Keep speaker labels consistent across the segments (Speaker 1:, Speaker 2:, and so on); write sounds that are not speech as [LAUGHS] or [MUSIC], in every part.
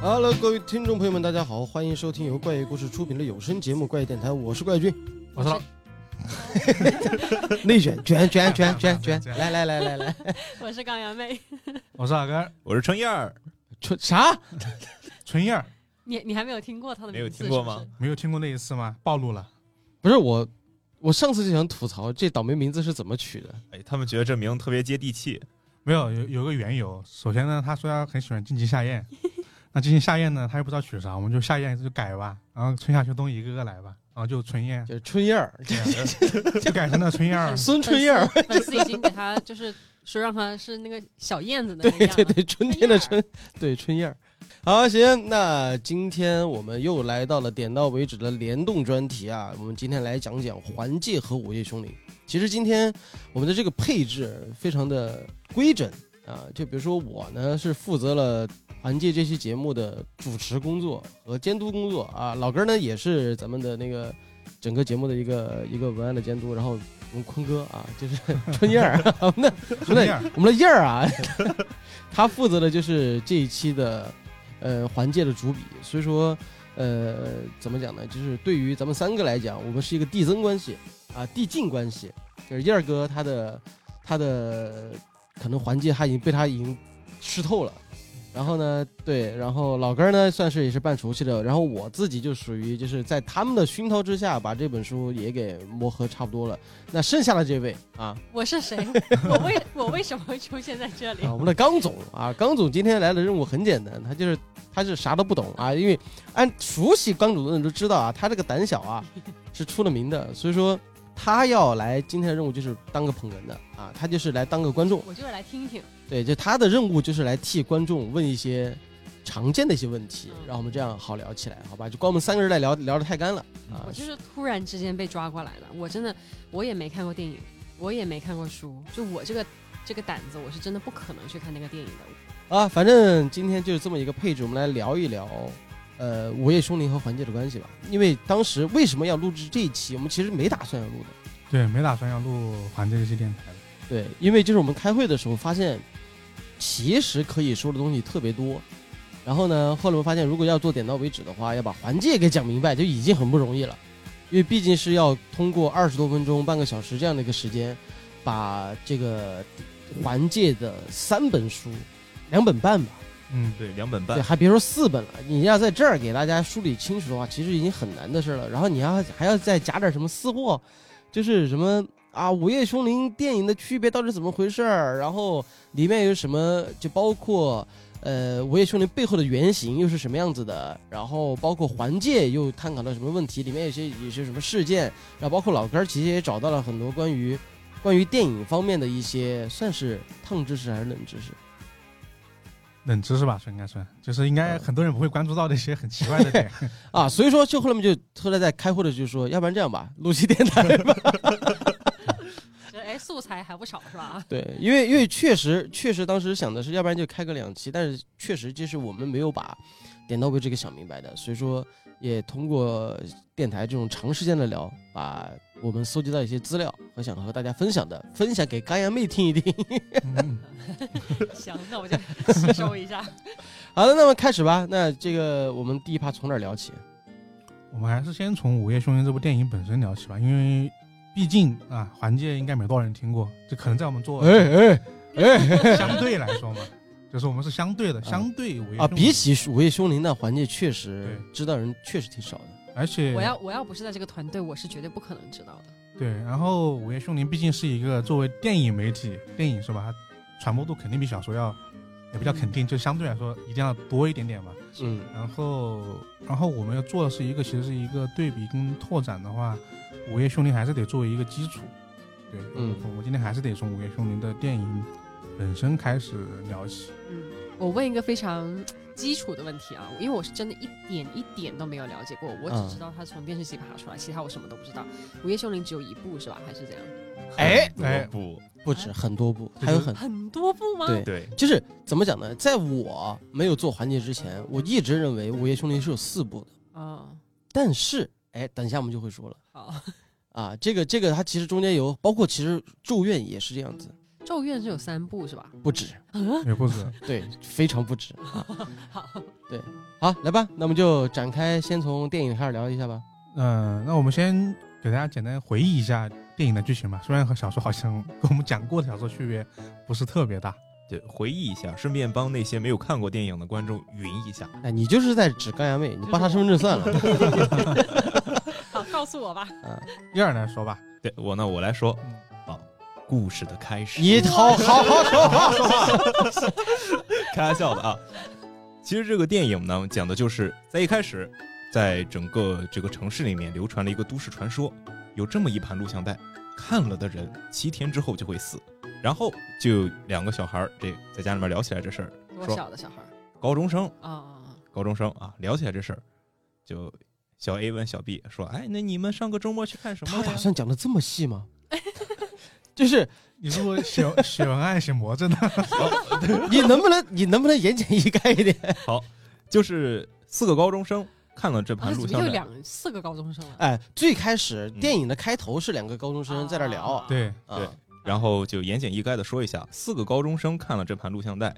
Speaker 1: Hello，各位听众朋友们，大家好，欢迎收听由怪异故事出品的有声节目《怪异电台》，我是怪君，
Speaker 2: 我操，
Speaker 1: [LAUGHS] 内卷卷卷卷卷卷， [LAUGHS] 来来来来来，
Speaker 3: [LAUGHS] 我是钢牙妹，
Speaker 2: 我是哪根儿？
Speaker 4: 我是春燕儿，
Speaker 2: 春啥？春燕儿
Speaker 3: 你你还没有听过他的
Speaker 4: 没有
Speaker 3: 名字
Speaker 4: 听过
Speaker 3: 是不
Speaker 4: 吗
Speaker 3: 是
Speaker 2: 没有听过那一次吗？暴露了，
Speaker 1: 不是我，我上次就想吐槽这倒霉名字是怎么取的，
Speaker 4: 哎，他们觉得这名特别接地气，
Speaker 2: 没有有有个缘由。首先呢，他说他很喜欢晋级夏 [LAUGHS] 宴，那晋级夏宴呢，他又不知道取啥，我们就夏宴就改吧，然后春夏秋冬一个个来吧，然后就春 [LAUGHS] 燕，
Speaker 1: 就是春燕儿，
Speaker 2: 就改成了春燕 [LAUGHS] 儿
Speaker 3: 粉。丝
Speaker 1: 孙春燕儿， [LAUGHS]
Speaker 3: 粉丝已经给他就是说让他是那个小燕子那
Speaker 1: 对
Speaker 3: 个样
Speaker 1: 对
Speaker 3: 了。
Speaker 1: 对，春天的春，对春燕儿。好，行，那今天我们又来到了点到为止的联动专题啊。我们今天来讲讲环界和午夜凶铃。其实今天我们的这个配置非常的规整啊，就比如说我呢是负责了环界这期节目的主持工作和监督工作啊，老根儿呢也是咱们的那个整个节目的一个一个文案的监督，然后我们坤哥啊就是 [LAUGHS] 春燕儿，我们的我们
Speaker 2: 春
Speaker 1: 的
Speaker 2: 燕儿，
Speaker 1: [LAUGHS] 我们的燕儿啊，他负责的就是这一期的呃环界的主笔，所以说呃怎么讲呢？就是对于咱们三个来讲，我们是一个递增关系啊，递进关系。就是燕儿哥他的他的可能环界他已经被他已经吃透了。然后呢，对，然后老根儿呢，算是也是半熟悉的。然后我自己就属于就是在他们的熏陶之下，把这本书也给磨合差不多了。那剩下的这位啊，
Speaker 3: 我是谁？我为我为什么会出现在这里
Speaker 1: 啊，？我们的刚总啊，刚总今天来的任务很简单，他就是他是啥都不懂啊，因为按熟悉刚总的人都知道啊，他这个胆小啊是出了名的，所以说他要来今天的任务就是当个捧哏的啊，他就是来当个观众，
Speaker 3: 我就是来听听。
Speaker 1: 对，就他的任务就是来替观众问一些常见的一些问题，
Speaker 3: 嗯
Speaker 1: 让我们这样好聊起来，好吧？就光我们三个人来聊聊的太干了啊
Speaker 3: 我，就是突然之间被抓过来的，我真的我也没看过电影，我也没看过书，就我这个这个胆子，我是真的不可能去看那个电影的。
Speaker 1: 啊，反正今天就是这么一个配置，我们来聊一聊，呃，午夜凶铃和环界的关系吧。因为当时为什么要录制这一期，我们其实没打算要录的，
Speaker 2: 对，没打算要录环这期电台了。
Speaker 1: 对，因为就是我们开会的时候发现，其实可以说的东西特别多。然后呢，后来我们发现，如果要做点到为止的话，要把环界给讲明白，就已经很不容易了，因为毕竟是要通过二十多分钟、半个小时这样的一个时间，把这个环界的三本书、两本半吧。
Speaker 2: 嗯，
Speaker 4: 对，两本
Speaker 1: 对，
Speaker 4: 半，
Speaker 1: 还别说四本了，你要在这儿给大家梳理清楚的话，其实已经很难的事了。然后你要还要再夹点什么私货，就是什么啊，《午夜凶铃》电影的区别到底怎么回事儿？然后里面有什么，就包括呃，《午夜凶铃》背后的原型又是什么样子的？然后包括环界又探讨了什么问题？里面有些有些什么事件？然后包括老根儿其实也找到了很多关于关于电影方面的一些算是烫知识还是冷知识。
Speaker 2: 冷知识吧，算应该算，就是应该很多人不会关注到的一些很奇怪的 [LAUGHS] 点。
Speaker 1: 啊，所以说就后来我们就后来在开会的时候就说，要不然这样吧，录期电台 [LAUGHS] 吧。
Speaker 3: 这哎，素材还不少是吧？ [LAUGHS]
Speaker 1: 对，因为因为确实确实当时想的是，要不然就开个两期，但是确实就是我们没有把点到为止给想明白的，所以说也通过电台这种长时间的聊，把我们搜集到一些资料和想和大家分享的，分享给干阳妹听一听。 [LAUGHS]
Speaker 2: 嗯
Speaker 3: 行，那我就吸收一下。
Speaker 1: 好的，那么开始吧。那这个我们第一趴从哪儿聊起？
Speaker 2: 我们还是先从《午夜凶铃》这部电影本身聊起吧，因为毕竟啊，环界应该没多少人听过，这可能在我们做
Speaker 1: 哎哎
Speaker 2: 相对来说嘛，就是我们是相对的，相对午夜
Speaker 1: 啊，
Speaker 2: 凶铃
Speaker 1: 比起《午夜凶铃》那环节，确实
Speaker 2: 对
Speaker 1: 知道人确实挺少的。
Speaker 2: 而且
Speaker 3: 我要我要不是在这个团队，我是绝对不可能知道的。
Speaker 2: 对，然后《午夜凶铃》毕竟是一个作为电影媒体，电影是吧，它传播度肯定比小说要也比较肯定，就相对来说一定要多一点点吧。
Speaker 1: 嗯，
Speaker 2: 然后，然后我们要做的是一个，其实是一个对比跟拓展的话，《午夜凶铃》还是得作为一个基础。对，
Speaker 1: 嗯
Speaker 2: 我我今天还是得从《午夜凶铃》的电影本身开始聊起。
Speaker 3: 嗯，我问一个非常基础的问题啊，因为我是真的一点一点都没有了解过，我
Speaker 1: 嗯
Speaker 3: 只知道它从电视机爬出来，其他我什么都不知道。《午夜凶铃》只有一部是吧？还是这样？
Speaker 1: 哎
Speaker 2: 哎
Speaker 4: 不，
Speaker 1: 不止很多部，
Speaker 2: 对
Speaker 1: 还有很
Speaker 3: 很多部吗？
Speaker 1: 嗯对，
Speaker 4: 对，
Speaker 1: 就是怎么讲呢？在我没有做环节之前，我一直认为《午夜凶铃》是有四部的，
Speaker 3: 哦，
Speaker 1: 但是哎，等一下我们就会说了
Speaker 3: 好。
Speaker 1: 啊，这个这个它其实中间有包括其实《咒怨》也是这样子，
Speaker 3: 咒怨》是有三部是吧？
Speaker 1: 不止，
Speaker 2: 也
Speaker 1: [LAUGHS]
Speaker 2: 不止。
Speaker 1: 对，非常不止。啊
Speaker 3: 好，
Speaker 1: 好，来吧，那我们就展开，先从电影开始聊一下吧。
Speaker 2: 嗯、那我们先给大家简单回忆一下电影的剧情吧。虽然和小说好像跟我们讲过的小说区别不是特别大，
Speaker 4: 对，回忆一下，顺便帮那些没有看过电影的观众云一下。
Speaker 1: 哎，你就是在指钢牙妹，你扒她身份证算了。
Speaker 3: 好，告诉我吧。
Speaker 2: 一二来说吧，
Speaker 4: 对我呢，我来说
Speaker 2: 嗯，
Speaker 4: 好，故事的开始。
Speaker 1: 你好好好说话，
Speaker 4: [LAUGHS] 开玩笑的啊。其实这个电影呢，讲的就是在一开始，在整个这个城市里面流传了一个都市传说，有这么一盘录像带，看了的人七天之后就会死。然后就有两个小孩儿这在家里面聊起来这事儿，
Speaker 3: 多
Speaker 4: 说
Speaker 3: 小的小孩儿
Speaker 4: 高中生，
Speaker 3: 啊啊
Speaker 4: 高中生啊，聊起来这事儿，就小 A 问小 B 说：“哎，那你们上个周末去看什么
Speaker 1: 他
Speaker 4: 呀？”
Speaker 1: 打算讲的这么细吗？ [LAUGHS] 就是
Speaker 2: 你是不是写
Speaker 1: [LAUGHS]
Speaker 2: 写文案写魔怔呢？
Speaker 1: 你能不能你能不能言简意赅一点？
Speaker 4: 就是四个高中生看了这
Speaker 3: 啊！
Speaker 4: 盘
Speaker 3: 怎
Speaker 4: 录
Speaker 3: 么
Speaker 4: 像
Speaker 3: 又
Speaker 4: 带，
Speaker 3: 两四个高中生了？
Speaker 1: 哎，最开始
Speaker 4: 嗯
Speaker 1: 电影的开头是两个高中生在那聊，
Speaker 2: 对，
Speaker 1: 啊
Speaker 4: 对然后就言简意赅的说一下，四个高中生看了这盘录像带，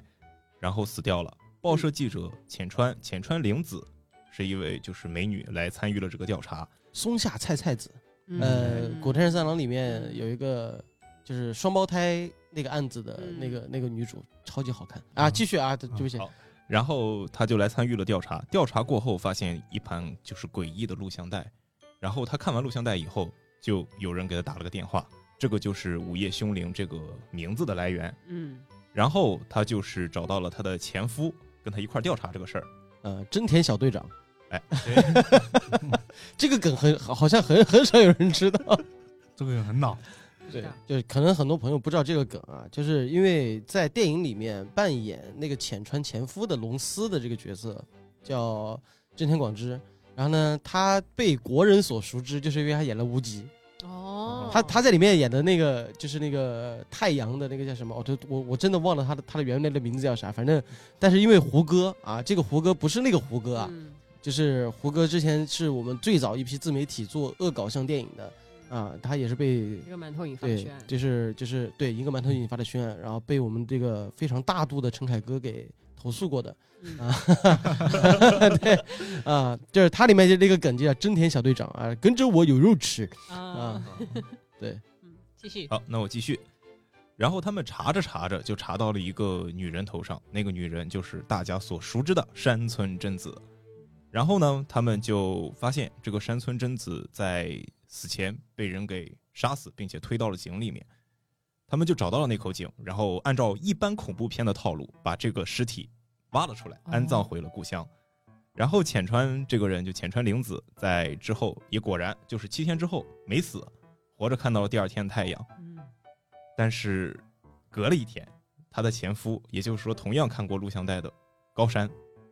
Speaker 4: 然后死掉了。报社记者浅川浅川绫子是一位就是美女来参与了这个调查，
Speaker 1: 松下菜菜子，
Speaker 3: 嗯
Speaker 1: 呃，《
Speaker 3: 嗯
Speaker 1: 古田任三郎》里面有一个就是双胞胎那个案子的
Speaker 3: 嗯
Speaker 1: 那个那个女主，超级好看啊！继续啊，对对不起
Speaker 4: 嗯好然后他就来参与了调查。调查过后发现一盘就是诡异的录像带，然后他看完录像带以后，就有人给他打了个电话，这个就是午夜凶铃这个名字的来源。
Speaker 3: 嗯，
Speaker 4: 然后他就是找到了他的前夫，跟他一块儿调查这个事儿。
Speaker 1: 呃，真田小队长， [LAUGHS]
Speaker 4: 哎，
Speaker 1: 这个梗很好好像很很少有人知道。
Speaker 2: 这个很老，
Speaker 1: 对
Speaker 3: 是啊，
Speaker 1: 就是可能很多朋友不知道这个梗啊，就是因为在电影里面扮演那个浅川前夫的龙司的这个角色叫真田广之，然后呢，他被国人所熟知，就是因为他演了无极，
Speaker 3: 哦，
Speaker 1: 他他在里面演的那个就是那个太阳的那个叫什么？哦，这我我真的忘了他的他的原来的名字叫啥，反正但是因为胡歌啊，这个胡歌不是那个胡歌啊，
Speaker 3: 嗯
Speaker 1: 就是胡歌之前是我们最早一批自媒体做恶搞向电影的啊，他也是被
Speaker 3: 一个馒头引发的
Speaker 1: 对
Speaker 3: 轩，
Speaker 1: 就是就是对一个馒头引发的宣然后被我们这个非常大度的陈凯歌给投诉过的。
Speaker 3: 嗯
Speaker 1: 啊对啊，就是它里面就那个梗就叫真田小队长啊，跟着我有肉吃啊 [LAUGHS]
Speaker 3: 啊，。嗯继续，
Speaker 4: 好，那我继续。然后他们查着查着，就查到了一个女人头上，那个女人就是大家所熟知的山村贞子。然后呢，他们就发现这个山村贞子在死前被人给杀死，并且推到了井里面。他们就找到了那口井，然后按照一般恐怖片的套路，把这个尸体挖了出来，安葬回了故乡。然后浅川这个人，就浅川绫子，在之后也果然就是七天之后没死，活着看到了第二天的太阳。
Speaker 3: 嗯
Speaker 4: 但是隔了一天，她的前夫，也就是说同样看过录像带的高山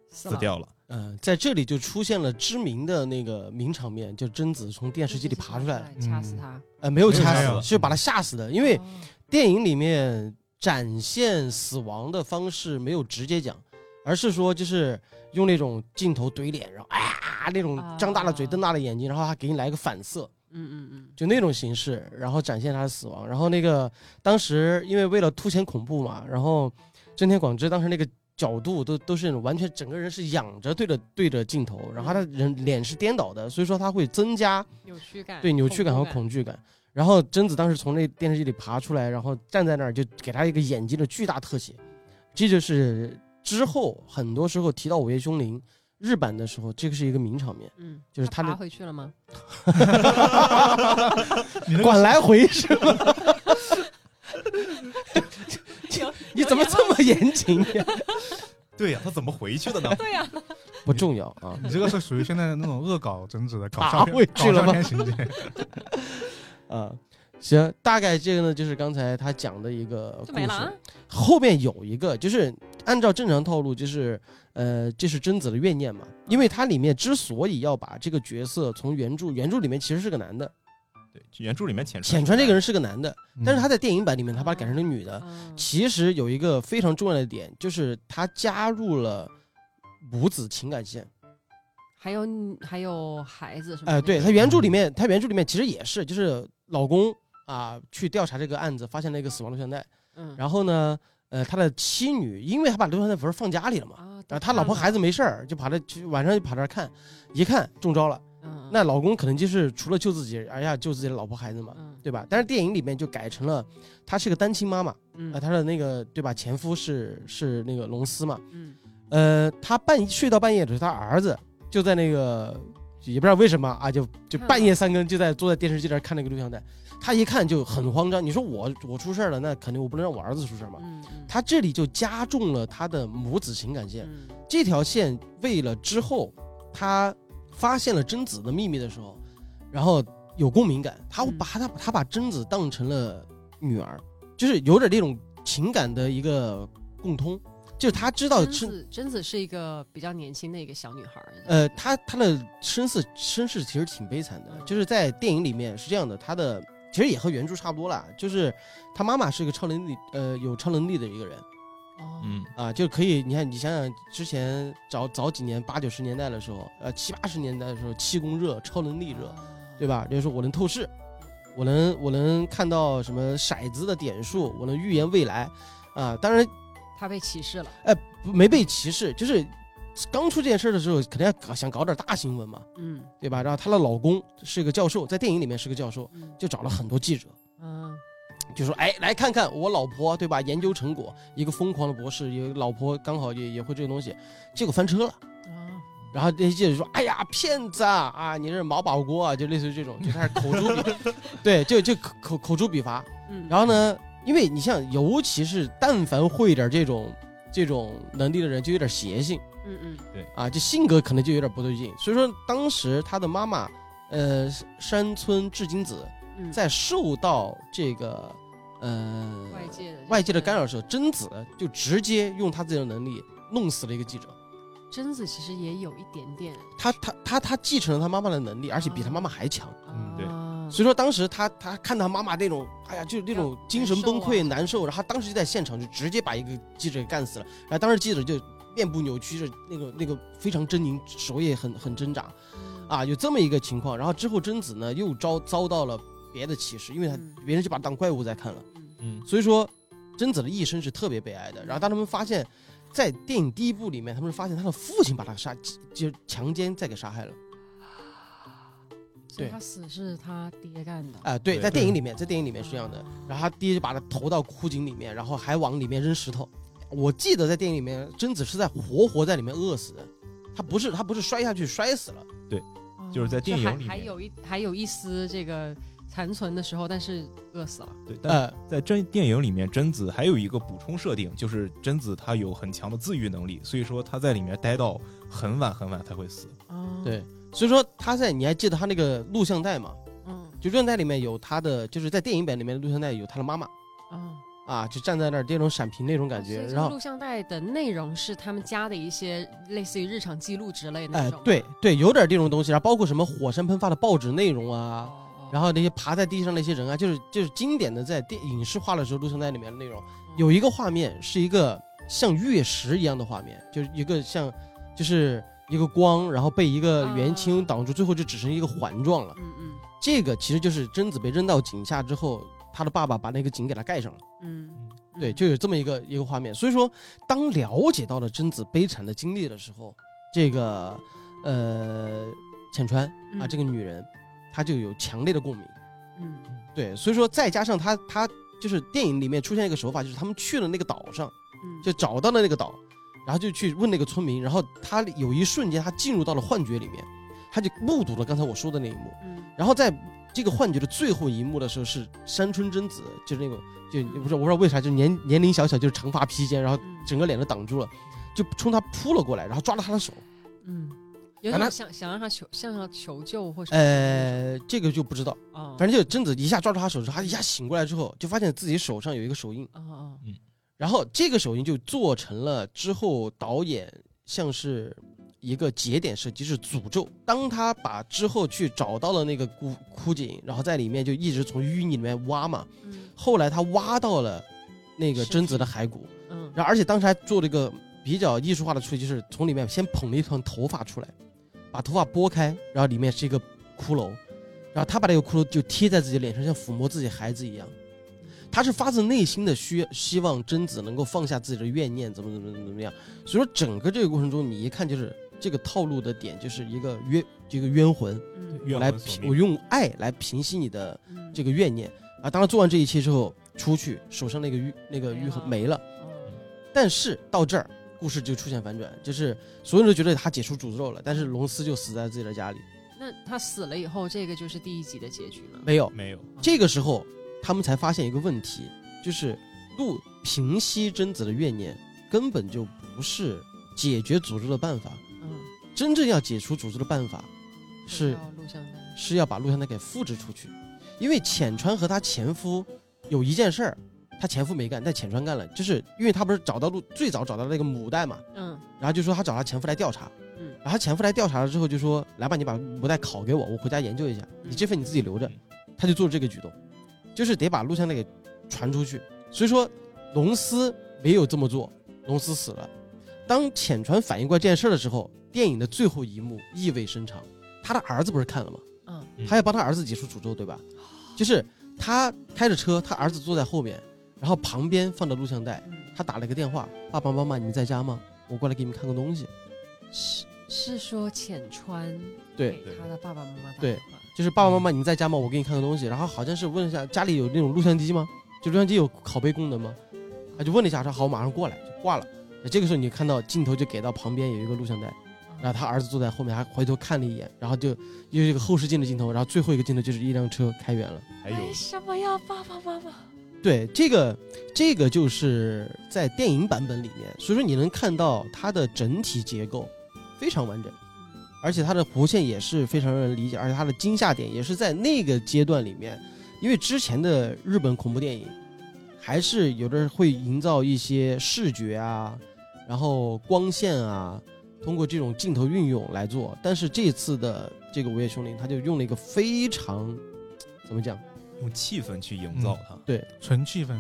Speaker 3: 死
Speaker 4: 死
Speaker 3: 了，
Speaker 4: 掉了。
Speaker 1: 嗯、在这里就出现了知名的那个名场面，就贞子从电视机里爬出来，
Speaker 3: 掐死他，
Speaker 1: 呃，没有
Speaker 2: 没有
Speaker 1: 掐
Speaker 2: 掐
Speaker 1: 死，
Speaker 2: 死
Speaker 1: 是把他吓死的。因为
Speaker 3: 哦
Speaker 1: 电影里面展现死亡的方式没有直接讲，而是说就是用那种镜头怼脸，然后啊那种张大了嘴、
Speaker 3: 啊
Speaker 1: 瞪大了眼睛，然后还给你来个反射，
Speaker 3: 嗯嗯嗯，
Speaker 1: 就那种形式，然后展现他的死亡。然后那个当时因为为了凸显恐怖嘛，然后真田广之当时那个角度都都是那种完全整个人是仰着对着对着镜头，然后他的人脸是颠倒的，所以说他会增加
Speaker 3: 扭曲感，
Speaker 1: 对扭曲感
Speaker 3: 怖
Speaker 1: 和恐惧感。然后贞子当时从那电视机里爬出来，然后站在那儿就给他一个眼睛的巨大特写，这就是之后很多时候提到《午夜凶铃》日版的时候，这个是一个名场面。
Speaker 3: 嗯，
Speaker 1: 就是
Speaker 3: 他
Speaker 1: 他
Speaker 3: 爬
Speaker 1: 那
Speaker 3: 回去了吗？
Speaker 2: 你那个
Speaker 1: 管来回是吧？
Speaker 3: [LAUGHS]
Speaker 1: [LAUGHS] 你怎么这么严谨
Speaker 2: [LAUGHS]
Speaker 1: 呀？
Speaker 4: 对呀、她怎么回去
Speaker 1: [LAUGHS]
Speaker 4: 的呢？
Speaker 3: 对呀，
Speaker 1: 不重要啊。
Speaker 2: 你这个是属于现在的那种恶搞整子的搞
Speaker 1: 啊
Speaker 2: 笑
Speaker 1: 我也
Speaker 2: 片，
Speaker 1: 去
Speaker 2: 搞
Speaker 1: 了
Speaker 2: 笑
Speaker 1: 吗
Speaker 2: 片情节。
Speaker 1: 啊，行，大概这个呢就是刚才他讲的一个哦故
Speaker 3: 就没了
Speaker 1: 事
Speaker 3: 啊。
Speaker 1: 后面有一个，就是按照正常套路，就是呃，这是贞子的怨念嘛，因为它里面之所以要把这个角色从原著原著里面其实是个男的，
Speaker 4: 对，原著里面浅川
Speaker 1: 浅川这个人是个男的，但是他
Speaker 2: 的
Speaker 1: 在电影版里面他把他改成了女的。
Speaker 3: 嗯
Speaker 1: 其实有一个非常重要的点，就是他加入了母子情感线。
Speaker 3: 还有你还有孩子什么？
Speaker 1: 哎、对他原著里面，他原著里面其实也是，就是老公啊去调查这个案子，发现了一个死亡录像带，
Speaker 3: 嗯，
Speaker 1: 然后呢，呃，他的妻女，因为他把流传的文放家里了嘛，
Speaker 3: 啊，
Speaker 1: 然后他老婆孩子
Speaker 3: 子，
Speaker 1: 没事儿，就跑这去晚上就跑这儿看，一看中招了。
Speaker 3: 嗯，
Speaker 1: 那老公可能就是除了救自己，哎呀，救自己的老婆孩子嘛，
Speaker 3: 嗯
Speaker 1: 对吧？但是电影里面就改成了，她是个单亲妈妈，
Speaker 3: 嗯
Speaker 1: 呃，她的那个对吧，前夫是是那个龙司嘛，
Speaker 3: 嗯
Speaker 1: 呃，她半睡到半夜的时候，她儿子就在那个也不知道为什么啊，就就半
Speaker 3: 嗯
Speaker 1: 夜三更就在坐在电视机那儿看那个录像带，她一看就很慌张。你说我我出事儿了，那肯定我不能让我儿子出事儿嘛。
Speaker 3: 嗯嗯，
Speaker 1: 她这里就加重了她的母子情感线，
Speaker 3: 嗯
Speaker 1: 这条线为了之后她发现了贞子的秘密的时候，然后有共鸣感，她
Speaker 3: 嗯
Speaker 1: 把她她把贞子当成了女儿，就是有点那种情感的一个共通，就是她知道
Speaker 3: 贞
Speaker 1: 呃是
Speaker 3: 子贞子是一个比较年轻的一个小女孩儿，
Speaker 1: 呃，她她的身世身世其实挺悲惨的，
Speaker 3: 嗯
Speaker 1: 就是在电影里面是这样的，她的其实也和原著差不多啦，就是她妈妈是一个超能力呃有超能力的一个人
Speaker 3: 哦，
Speaker 4: 嗯
Speaker 1: 啊，就可以你看你想想之前早早几年八九十年代的时候，呃七八十年代的时候气功热超能力热，对吧？就是说我能透视，我能我能看到什么骰子的点数，我能预言未来啊，当然
Speaker 3: 她被歧视了，
Speaker 1: 没被歧视，就是刚出这件事儿的时候，肯定要搞想搞点大新闻嘛。
Speaker 3: 嗯
Speaker 1: 对吧？然后她的老公是个教授，在电影里面是个教授，
Speaker 3: 嗯
Speaker 1: 就找了很多记者，
Speaker 3: 嗯
Speaker 1: 就说：“哎，来看看我老婆，对吧？研究成果，一个疯狂的博士，一个老婆刚好也也会这个东西，结果翻车了。
Speaker 3: 啊，”
Speaker 1: 然后这些记者说：“哎呀，骗子啊！啊，你这是毛宝锅啊！”就类似于这种，就开始口诛笔，对，就就口口口诛笔伐。
Speaker 3: 嗯，
Speaker 1: 然后呢，因为你像，尤其是但凡会一点这种这种能力的人，就有点邪性。
Speaker 3: 嗯嗯
Speaker 1: 啊，就性格可能就有点不对劲。所以说，当时他的妈妈，呃，山村智金子
Speaker 3: 嗯，
Speaker 1: 在受到这个，呃，
Speaker 3: 外界的
Speaker 1: 外界的干
Speaker 3: 扰，
Speaker 1: 扰的时候，贞子就直接用她自己的能力弄死了一个记者。
Speaker 3: 贞子其实也有一点点，
Speaker 1: 她她她她继承了她妈妈的能力，而且比她
Speaker 3: 啊
Speaker 1: 妈妈还强。
Speaker 2: 嗯
Speaker 4: 对
Speaker 3: 啊
Speaker 1: 所以说当时她她看她妈妈那种，哎呀，就是那种精神崩溃、
Speaker 3: 难受啊
Speaker 1: 难受，然后她当时就在现场就直接把一个记者给干死了。然后当时记者就面部扭曲着，那个那个非常狰狞，手也很很挣扎。
Speaker 3: 嗯
Speaker 1: 啊，有这么一个情况。然后之后贞子呢又遭遭到了别的歧视，因为她
Speaker 3: 嗯
Speaker 1: 别人就把她当怪物在看了。
Speaker 3: 嗯
Speaker 4: 嗯
Speaker 1: 所以说，贞子的一生是特别悲哀的。然后当他们发现，在电影第一部里面，他们发现他的父亲把他杀，就强奸再给杀害了。
Speaker 3: 所
Speaker 1: 对
Speaker 3: 以他死是他爹干的，哦
Speaker 1: 啊、对，
Speaker 4: 对
Speaker 1: 在电影
Speaker 2: 对
Speaker 1: 里面，在电影里面是这样的。然后他爹就把他投到枯井里面，然后还往里面扔石头。我记得在电影里面，贞子是在活活在里面饿死的，她不是她不是摔下去摔死了，
Speaker 3: 哦
Speaker 4: 就是在电影里面
Speaker 3: 还还有一还有一丝这个残存的时候，但是饿死了，
Speaker 4: 对，但
Speaker 1: 呃，
Speaker 4: 在真电影里面，贞子还有一个补充设定，就是贞子她有很强的自愈能力，所以说她在里面待到很晚很晚才会死。
Speaker 3: 啊，
Speaker 1: 哦对所以说她在你还记得她那个录像带吗？
Speaker 3: 嗯
Speaker 1: 就录像带里面有他的，就是在电影版里面的录像带有他的妈妈
Speaker 3: 啊，
Speaker 1: 啊，就站在那儿这种闪屏那种感
Speaker 3: 所
Speaker 1: 觉
Speaker 3: 以，这个
Speaker 1: 然后
Speaker 3: 录像带的内容是他们家的一些类似于日常记录之类的
Speaker 1: 哎
Speaker 3: 那种，
Speaker 1: 对对，有点这种东西，然后包括什么火山喷发的报纸内容
Speaker 3: 哦，
Speaker 1: 啊，
Speaker 3: 哦
Speaker 1: 然后那些爬在地上那些人啊，就是就是经典的在电影视化的时候录像带里面的内容，
Speaker 3: 嗯
Speaker 1: 有一个画面是一个像月食一样的画面，就是一个像就是一个光，然后被一个圆
Speaker 3: 啊
Speaker 1: 青挡住，最后就只剩一个环状了。
Speaker 3: 嗯嗯
Speaker 1: 这个其实就是贞子被扔到井下之后，他的爸爸把那个井给他盖上了。
Speaker 3: 嗯，嗯
Speaker 1: 对，就有这么一个一个画面。所以说，当了解到了贞子悲惨的经历的时候，这个呃浅川啊，
Speaker 3: 嗯
Speaker 1: 这个女人，她就有强烈的共鸣。
Speaker 3: 嗯
Speaker 1: 对，所以说再加上她她就是电影里面出现一个手法，就是他们去了那个岛上，
Speaker 3: 嗯
Speaker 1: 就找到了那个岛，然后就去问那个村民，然后她有一瞬间她进入到了幻觉里面，她就目睹了刚才我说的那一幕。
Speaker 3: 嗯
Speaker 1: 然后在这个幻觉的最后一幕的时候，是山村贞子，就是那个，就也不知道我不知道为啥，就年年龄小小，就是长发披肩，然后
Speaker 3: 嗯
Speaker 1: 整个脸都挡住了，就冲他扑了过来，然后抓了他的手。
Speaker 3: 嗯，
Speaker 1: 然
Speaker 3: 有
Speaker 1: 后
Speaker 3: 点
Speaker 1: 他
Speaker 3: 想想让他求向他求救或什么的
Speaker 1: 呃，这个就不知道，
Speaker 3: 那种，哦，
Speaker 1: 反正就贞子一下抓住他手之后，他一下醒过来之后，就发现自己手上有一个手印，
Speaker 3: 哦哦
Speaker 1: 然后这个手印就做成了之后导演像是。一个节点设计是诅咒，当他把之后去找到了那个枯枯井，然后在里面就一直从淤泥里面挖嘛，
Speaker 3: 嗯
Speaker 1: 后来他挖到了那个
Speaker 3: 尸体
Speaker 1: 贞子的骸骨，
Speaker 3: 嗯
Speaker 1: 然后而且当时还做了一个比较艺术化的处理，就是从里面先捧了一团头发出来，把头发拨开，然后里面是一个骷髅，然后他把这个骷髅就贴在自己脸上，像抚摸自己孩子一样。他是发自内心的需希望贞子能够放下自己的怨念，怎么怎么怎么怎么样。所以说整个这个过程中，你一看就是这个套路的点，就是一个冤这个冤魂，
Speaker 3: 嗯
Speaker 1: 我
Speaker 4: 冤
Speaker 1: 来
Speaker 4: 魂所
Speaker 1: 平
Speaker 4: 命
Speaker 1: 我用爱来平息你的
Speaker 3: 嗯
Speaker 1: 这个怨念啊。当他做完这一切之后，出去手上那个玉那个玉盒没了，
Speaker 3: 嗯
Speaker 1: 但是到这儿故事就出现反转，就是所有人都觉得他解除诅咒了，但是龙司就死在自己的家里，
Speaker 3: 那他死了以后，这个就是第一集的结局了。
Speaker 1: 没有。
Speaker 4: 没有，
Speaker 1: 这个时候，他们才发现一个问题，就是路平息贞子的怨念根本就不是解决诅咒的办法，
Speaker 3: 嗯，
Speaker 1: 真正要解除诅咒的办法是
Speaker 3: 要录像带，
Speaker 1: 是要把录像带给复制出去，因为浅川和她前夫有一件事儿，她前夫没干，但浅川干了，就是因为她不是找到录最早找到那个母带嘛，
Speaker 3: 嗯
Speaker 1: 然后就说她找她前夫来调查，
Speaker 3: 嗯
Speaker 1: 然后她前夫来调查了之后就说来吧，你把母带拷给我，我回家研究一下，你这份你自己留着
Speaker 4: 嗯，
Speaker 1: 她就做了这个举动，就是得把录像带给传出去，所以说龙司没有这么做，龙司死了。当浅川反应过来这件事儿的时候，电影的最后一幕意味深长，他的儿子不是看了吗？
Speaker 3: 嗯，
Speaker 1: 他要帮他儿子解除诅咒，对吧？就是他开着车，他儿子坐在后面，然后旁边放着录像带，
Speaker 3: 嗯
Speaker 1: 他打了个电话：“爸爸妈妈，你们在家吗？我过来给你们看个东西。
Speaker 3: 是是说浅川
Speaker 1: 对
Speaker 3: 给他的爸爸妈妈打
Speaker 1: 对
Speaker 3: 电话，”
Speaker 1: 就是爸爸妈妈，你们在家吗？我给你看个东西。然后好像是问了一下家里有那种录像机吗？就录像机有拷贝功能吗？他就问了一下，说好，马上过来，就挂了。那这个时候你看到镜头就给到旁边有一个录像带，然后他儿子坐在后面还回头看了一眼，然后就又是一个后视镜的镜头，然后最后一个镜头就是一辆车开远了。
Speaker 4: 还有
Speaker 3: 哎什么要爸爸妈妈？
Speaker 1: 对，这个这个就是在电影版本里面，所以说你能看到它的整体结构非常完整，而且它的弧线也是非常让人理解，而且它的惊吓点也是在那个阶段里面，因为之前的日本恐怖电影还是有的会营造一些视觉啊，然后光线啊，通过这种镜头运用来做，但是这次的这个《午夜凶铃》，它就用了一个非常怎么讲？
Speaker 4: 用气氛去营造
Speaker 1: 嗯
Speaker 4: 它，
Speaker 2: 纯气氛，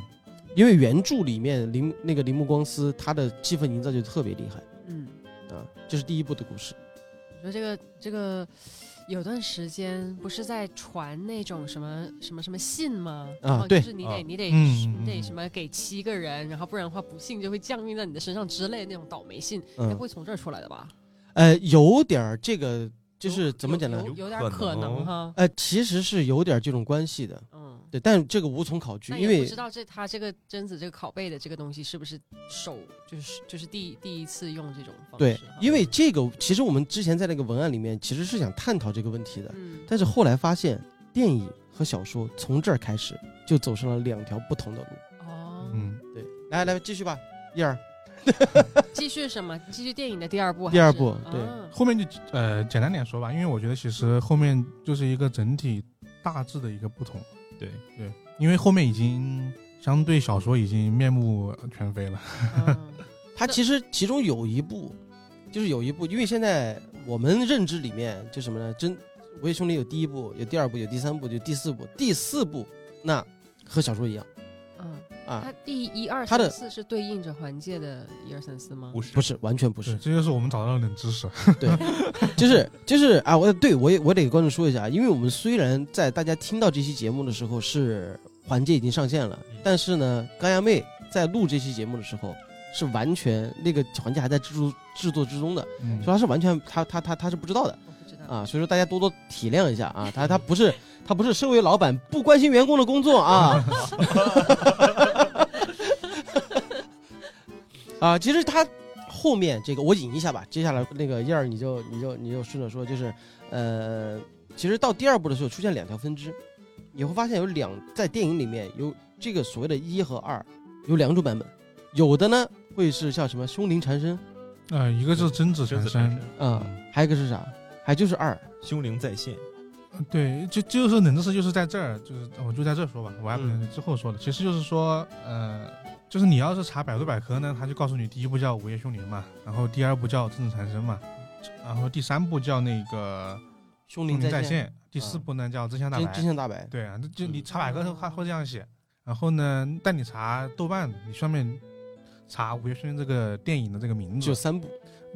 Speaker 1: 因为原著里面铃那个铃木光司他的气氛营造就特别厉害
Speaker 3: 嗯，
Speaker 1: 啊，这是第一部的故事。
Speaker 3: 你说这个这个有段时间不是在传那种什么什么什么信吗？
Speaker 1: 啊
Speaker 3: 然后
Speaker 1: 对
Speaker 3: 就是你得
Speaker 4: 啊
Speaker 3: 你得
Speaker 2: 嗯
Speaker 3: 你
Speaker 2: 嗯
Speaker 3: 得
Speaker 2: 嗯
Speaker 3: 什么给七个人，然后不然的话不幸就会降临到你的身上之类的那种倒霉信，该不
Speaker 1: 嗯，
Speaker 3: 会从这儿出来的吧？
Speaker 1: 呃，有点儿这个就是
Speaker 3: 有
Speaker 1: 怎么讲呢
Speaker 3: 有？有有点
Speaker 4: 有
Speaker 3: 可
Speaker 4: 可能
Speaker 3: 能
Speaker 4: 哦
Speaker 3: 哈，
Speaker 1: 呃，其实是有点儿这种关系的，
Speaker 3: 嗯。
Speaker 1: 对，但这个无从考据，
Speaker 3: 但
Speaker 1: 因
Speaker 3: 也不
Speaker 1: 为
Speaker 3: 知道这他这个贞子这个拷贝的这个东西是不是首就是就是第第一次用这种方式？
Speaker 1: 对
Speaker 3: 哈，
Speaker 1: 因为这个其实我们之前在那个文案里面其实是想探讨这个问题的，
Speaker 3: 嗯，
Speaker 1: 但是后来发现电影和小说从这儿开始就走上了两条不同的路。
Speaker 3: 哦，
Speaker 2: 嗯，
Speaker 1: 对，来来继续吧，燕儿，
Speaker 3: 继续什么？继续电影的第二部还是？
Speaker 1: 第二部对
Speaker 3: 啊
Speaker 2: 后面就呃简单点说吧，因为我觉得其实后面就是一个整体大致的一个不同，
Speaker 4: 对，
Speaker 2: 对，因为后面已经相对小说已经面目全非了，
Speaker 1: [LAUGHS] 啊
Speaker 3: 嗯
Speaker 1: 它其实其中有一部，就是有一部，因为现在我们认知里面就什么呢？真《午夜凶铃》有第一部，有第二部，有第三部，有第四部。第四部那和小说一样
Speaker 3: 嗯，
Speaker 1: 啊
Speaker 3: 它，第一二
Speaker 1: 它的
Speaker 3: 三四是对应着环界的一二三四吗？
Speaker 4: 不是
Speaker 1: 不是完全不
Speaker 2: 对，
Speaker 1: 是，
Speaker 2: 这就是我们找到的冷知识，
Speaker 1: 就是就是啊，我对我也我得给观众说一下，因为我们虽然在大家听到这期节目的时候是环节已经上线了，
Speaker 4: 嗯
Speaker 1: 但是呢，高亚妹在录这期节目的时候是完全那个环节还在制作制作之中的，
Speaker 2: 嗯
Speaker 1: 所以，她是完全她她她她是不知道的。
Speaker 3: 我不知道。
Speaker 1: 啊，所以说大家多多体谅一下啊，他他不是他不是身为老板不关心员工的工作啊。啊，其实他后面这个我引一下吧，接下来那个燕儿你就你就你就顺着说，就是呃，其实到第二部的时候出现两条分支，你会发现有两在电影里面有这个所谓的一和二有两种版本，有的呢会是像什么凶灵缠身
Speaker 2: 呃，一个是贞子
Speaker 4: 贞
Speaker 2: 缠
Speaker 4: 子缠
Speaker 2: 身，
Speaker 4: 身，
Speaker 1: 啊、
Speaker 2: 嗯
Speaker 1: 还有一个是啥？还就是二，
Speaker 4: 凶灵再现，
Speaker 2: 对，就就是冷知识就是在这儿，就是我就在这儿说吧，我还不能之后说的。其实就是说，呃，就是你要是查百度百科呢，它就告诉你第一部叫《午夜凶铃》嘛，然后第二部叫《政治缠身》嘛，然后第三部叫那个
Speaker 1: 凶
Speaker 2: 《
Speaker 1: 灵
Speaker 2: 灵在
Speaker 1: 线，
Speaker 2: 线》，第四部呢叫《真相大
Speaker 1: 真
Speaker 2: 白
Speaker 1: 真》。相大白，
Speaker 2: 对啊，那就你查百科的话会这样写，然后呢，但你查豆瓣，你上面查《午夜凶铃》这个电影的这个名
Speaker 1: 只有
Speaker 2: 字，
Speaker 1: 三部。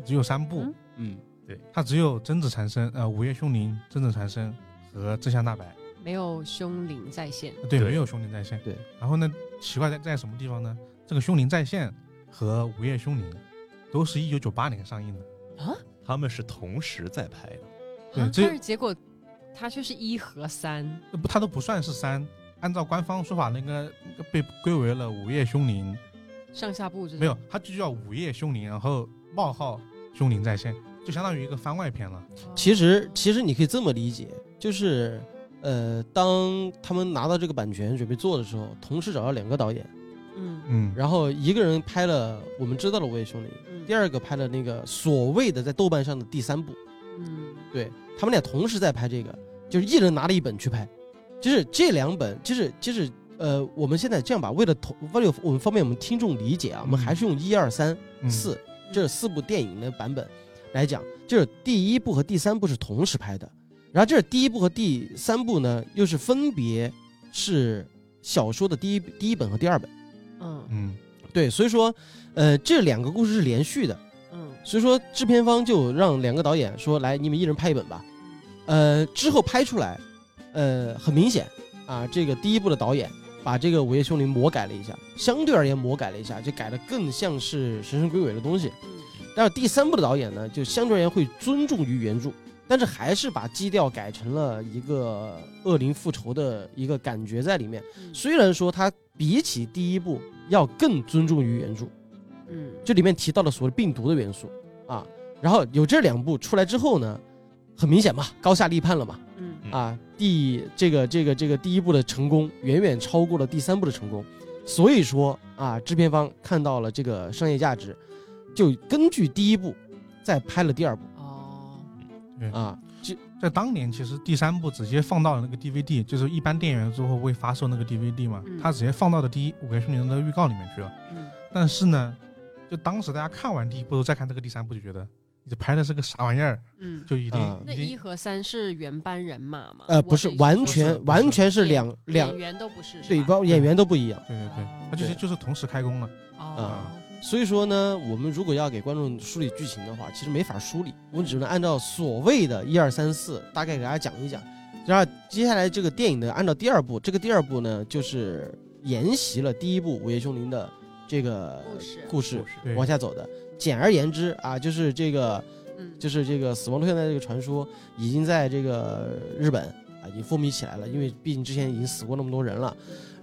Speaker 2: 只有三部
Speaker 3: 嗯，
Speaker 1: 嗯，
Speaker 2: 它只有《贞子缠身》呃，《午夜凶铃》《贞子缠身》和《真相大白》。
Speaker 3: 没有凶灵在线，
Speaker 2: 对，
Speaker 4: 对
Speaker 2: 没有凶灵在线。
Speaker 1: 对，
Speaker 2: 然后呢，奇怪在在什么地方呢？这个《凶灵在线》和《午夜凶铃》都是一九九八年上映的。
Speaker 1: 嗯
Speaker 4: 他们是同时在拍的，
Speaker 2: 对
Speaker 3: 啊
Speaker 2: 这
Speaker 3: 但是结果它却是一和三，
Speaker 2: 那不，它都不算是三。按照官方说法，那个被归为了午夜凶铃，
Speaker 3: 上下部这种
Speaker 2: 没有，它就叫午夜凶铃，然后冒号凶铃在线，就相当于一个番外篇了。
Speaker 3: 哦
Speaker 1: 其实，其实你可以这么理解，就是，呃，当他们拿到这个版权准备做的时候，同时找到两个导演，
Speaker 3: 嗯
Speaker 2: 嗯，
Speaker 1: 然后一个人拍了我们知道了《午夜凶铃》，
Speaker 3: 嗯
Speaker 1: 第二个拍了那个所谓的在豆瓣上的第三部，
Speaker 3: 嗯
Speaker 1: 对他们俩同时在拍这个，就是一人拿了一本去拍，就是这两本，就是就是呃，我们现在这样吧，为了同为了我们方便我们听众理解啊，我们
Speaker 2: 嗯
Speaker 1: 还是用一二三
Speaker 2: 嗯
Speaker 1: 四这四部电影的版本来讲，就是第一部和第三部是同时拍的，然后这第一部和第三部呢又是分别是小说的第一第一本和第二本，
Speaker 3: 嗯
Speaker 2: 嗯，
Speaker 1: 对，所以说呃这两个故事是连续的。
Speaker 3: 嗯
Speaker 1: 所以说制片方就让两个导演说：“来，你们一人拍一本吧。”呃，之后拍出来，呃，很明显啊，这个第一部的导演把这个《午夜凶铃》魔改了一下，相对而言魔改了一下，就改的更像是神神鬼鬼的东西。
Speaker 3: 嗯
Speaker 1: 但是第三部的导演呢，就相对而言会尊重于原著，但是还是把基调改成了一个恶灵复仇的一个感觉在里面。
Speaker 3: 嗯
Speaker 1: 虽然说它比起第一部要更尊重于原著，
Speaker 3: 嗯
Speaker 1: 这里面提到了所谓病毒的元素啊。然后有这两部出来之后呢，很明显嘛，高下立判了嘛
Speaker 3: 嗯
Speaker 4: 嗯
Speaker 1: 啊。第这个这个这个第一部的成功远远超过了第三部的成功，所以说啊，制片方看到了这个商业价值，就根据第一部再拍了第二部
Speaker 3: 哦
Speaker 1: 啊。
Speaker 2: 在当年其实第三部直接放到了那个 DVD，就是一般电影院之后会发售那个 DVD 嘛，
Speaker 3: 嗯
Speaker 2: 它直接放到的第一《午夜凶铃》的预告里面去了。
Speaker 3: 嗯
Speaker 2: 但是呢，就当时大家看完第一部，再看这个第三部，就觉得你这拍的是个啥玩意儿，
Speaker 3: 嗯，
Speaker 2: 就已
Speaker 1: 啊
Speaker 2: 经
Speaker 3: 那
Speaker 2: 已
Speaker 3: 一
Speaker 2: 经
Speaker 3: 和三是原班人马吗？
Speaker 1: 呃，
Speaker 3: 我
Speaker 1: 不是
Speaker 3: 的意，思
Speaker 1: 完
Speaker 2: 是
Speaker 1: 全
Speaker 2: 不是
Speaker 1: 完全是
Speaker 3: 演
Speaker 1: 两两
Speaker 3: 演员都不是，是
Speaker 1: 对，
Speaker 3: 吧
Speaker 1: 包演员都不一样。
Speaker 2: 对对对，它其实就是同时开工了。
Speaker 3: 哦，
Speaker 1: 所以说呢，我们如果要给观众梳理剧情的话，其实没法梳理，我们只能按照所谓的一二三四，大概给大家讲一讲。然后接下来这个电影呢，按照第二部，这个第二部呢就是沿袭了第一部《午夜凶铃》的这个
Speaker 3: 故事
Speaker 1: 故事
Speaker 2: 对，
Speaker 1: 往下走的。简而言之啊，就是这个
Speaker 3: 嗯，
Speaker 1: 就是这个死亡录像带这个传说已经在这个日本啊已经风靡起来了，因为毕竟之前已经死过那么多人了。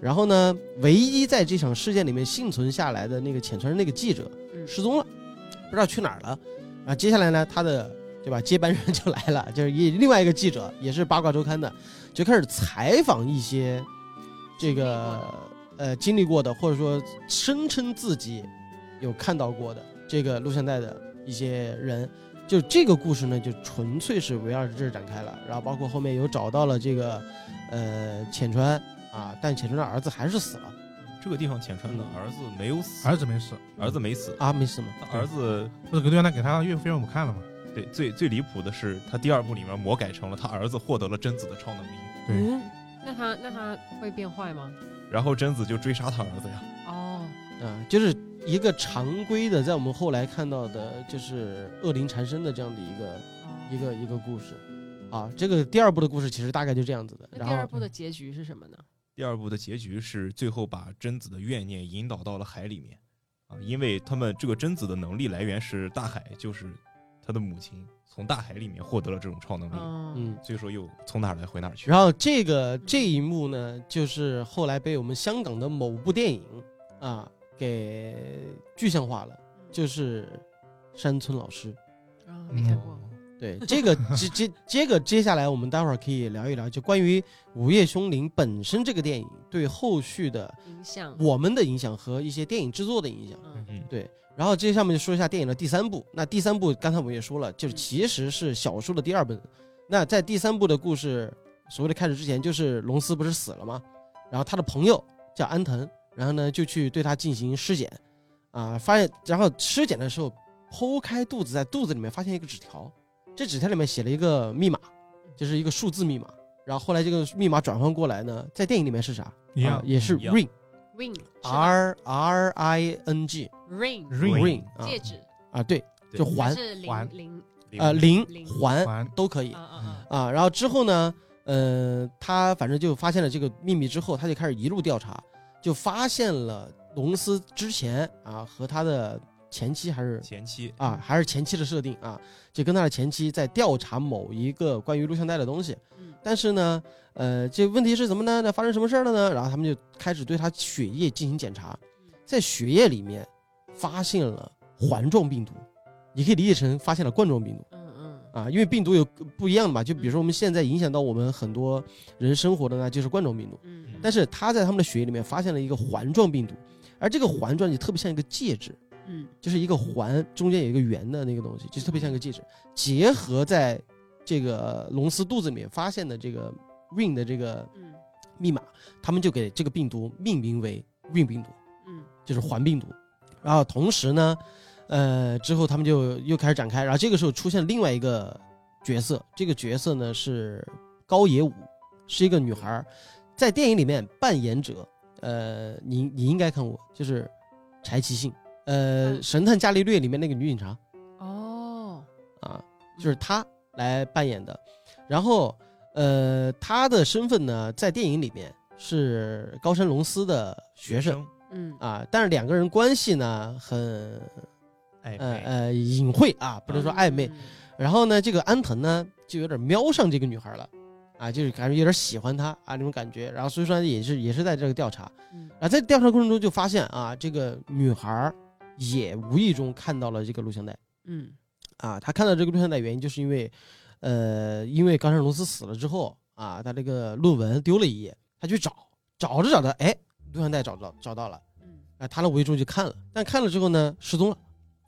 Speaker 1: 然后呢，唯一在这场事件里面幸存下来的那个浅川人那个记者
Speaker 3: 嗯
Speaker 1: 失踪了，不知道去哪儿了。啊，接下来呢，他的对吧接班人就来了，就是一另外一个记者，也是八卦周刊的，就开始采访一些这个呃经历过的，或者说声称自己有看到过的这个录像带的一些人。就这个故事呢，就纯粹是围绕着这儿展开了，然后包括后面有找到了这个，呃，浅川啊，但浅川的儿子还是死了
Speaker 4: 这个地方浅川的
Speaker 1: 嗯
Speaker 4: 儿子没有死，
Speaker 2: 儿子没死，
Speaker 4: 儿子没死，
Speaker 1: 啊，没死吗？
Speaker 4: 他儿子
Speaker 2: 不是隔对让他给他岳父岳母看了嘛？
Speaker 4: 对最最离谱的是，他第二部里面魔改成了他儿子获得了贞子的超能力，
Speaker 2: 对
Speaker 3: 嗯，那他那他会变坏吗？
Speaker 4: 然后贞子就追杀他儿子呀。
Speaker 3: 哦，
Speaker 1: 啊，就是一个常规的，在我们后来看到的，就是恶灵缠身的这样的一个
Speaker 3: 哦
Speaker 1: 一个一个故事，啊，这个第二部的故事其实大概就这样子的。
Speaker 3: 那
Speaker 1: 然
Speaker 3: 第二
Speaker 1: 后嗯
Speaker 3: 部的结局是什么呢？
Speaker 4: 第二部的结局是最后把贞子的怨念引导到了海里面啊，因为他们这个贞子的能力来源是大海，就是他的母亲从大海里面获得了这种超能力，
Speaker 3: 嗯
Speaker 1: 嗯，
Speaker 4: 所以说又从哪儿来回哪儿去。啊
Speaker 1: 然后这个这一幕呢，就是后来被我们香港的某部电影啊给具象化了，就是山村老师。
Speaker 3: 啊，没看过，
Speaker 1: 对，这
Speaker 3: [LAUGHS]
Speaker 1: 个接接这个接下来我们待会儿可以聊一聊，就关于《午夜凶铃》本身这个电影对后续的
Speaker 3: 影响
Speaker 1: 嗯我们的影响和一些电影制作的影响。
Speaker 3: 嗯
Speaker 4: 嗯，
Speaker 1: 对，然后接下面就说一下电影的第三部。那第三部刚才我们也说了，就是其实是小说的第二本。那在第三部的故事所谓的开始之前，就是龙司不是死了吗？然后他的朋友叫安藤，然后呢就去对他进行尸检，啊，发现然后尸检的时候剖开肚子，在肚子里面发现一个纸条，这纸条里面写了一个密码，就是一个数字密码。然后后来这个密码转换过来呢，在电影里面是啥？
Speaker 2: 一样
Speaker 1: 啊也是
Speaker 4: 一样
Speaker 1: ring
Speaker 3: ring 是吧
Speaker 1: r r i n g
Speaker 3: ring
Speaker 2: ring
Speaker 1: ring 啊
Speaker 3: 戒指
Speaker 1: 啊对，
Speaker 4: 对
Speaker 1: 就
Speaker 3: 还
Speaker 1: 环嗯
Speaker 3: 是零
Speaker 2: 环
Speaker 3: 零
Speaker 1: 呃零
Speaker 3: 零
Speaker 1: 环
Speaker 2: 还
Speaker 1: 都可以
Speaker 3: 啊啊啊
Speaker 1: 啊。然后之后呢，呃，他反正就发现了这个秘密之后，他就开始一路调查，就发现了龙斯之前啊和他的前妻还是
Speaker 4: 前期
Speaker 1: 啊，还是前妻的设定啊，就跟他的前妻在调查某一个关于录像带的东西。
Speaker 3: 嗯
Speaker 1: 但是呢，呃，这问题是怎么呢？那发生什么事儿了呢？然后他们就开始对他血液进行检查，在血液里面发现了环状病毒，你可以理解成发现了冠状病毒。
Speaker 3: 嗯嗯
Speaker 1: 啊，因为病毒有不一样的嘛，就比如说我们现在影响到我们很多人生活的呢，就是冠状病毒，
Speaker 3: 嗯，
Speaker 1: 但是他在他们的血液里面发现了一个环状病毒，而这个环状就特别像一个戒指，
Speaker 3: 嗯
Speaker 1: 就是一个环中间有一个圆的那个东西，就特别像一个戒指，结合在这个龙丝肚子里面发现的这个 Ring 的这个
Speaker 3: 嗯
Speaker 1: 密码，他们就给这个病毒命名为 Ring 病毒。
Speaker 3: 嗯
Speaker 1: 就是环病毒。然后同时呢，呃，之后他们就又开始展开，然后这个时候出现另外一个角色，这个角色呢是高野武，是一个女孩儿，在电影里面扮演者，呃，你你应该看过，就是柴崎幸，呃，
Speaker 3: 嗯
Speaker 1: 神探伽利略》里面那个女警察
Speaker 3: 哦，
Speaker 1: 啊，就是她来扮演的。然后，呃，她的身份呢，在电影里面是高山龙司的学生，
Speaker 3: 嗯
Speaker 1: 啊，但是两个人关系呢很
Speaker 4: 哎
Speaker 1: 呃呃隐晦啊，不能
Speaker 3: 嗯
Speaker 1: 说暧昧。，然后呢，这个安藤呢就有点瞄上这个女孩了，啊，就是感觉有点喜欢她啊那种感觉。然后所以说也是也是在这个调查，
Speaker 3: 嗯
Speaker 1: 啊，在调查过程中就发现啊，这个女孩儿也无意中看到了这个录像带
Speaker 3: 嗯
Speaker 1: 啊，她看到这个录像带原因就是因为，呃，因为冈山龙司死了之后啊，她这个论文丢了一页，她去找，找着找着，哎，录像带找到找到了。
Speaker 3: 嗯
Speaker 1: 啊，他的无意中就看了，但看了之后呢，失踪了，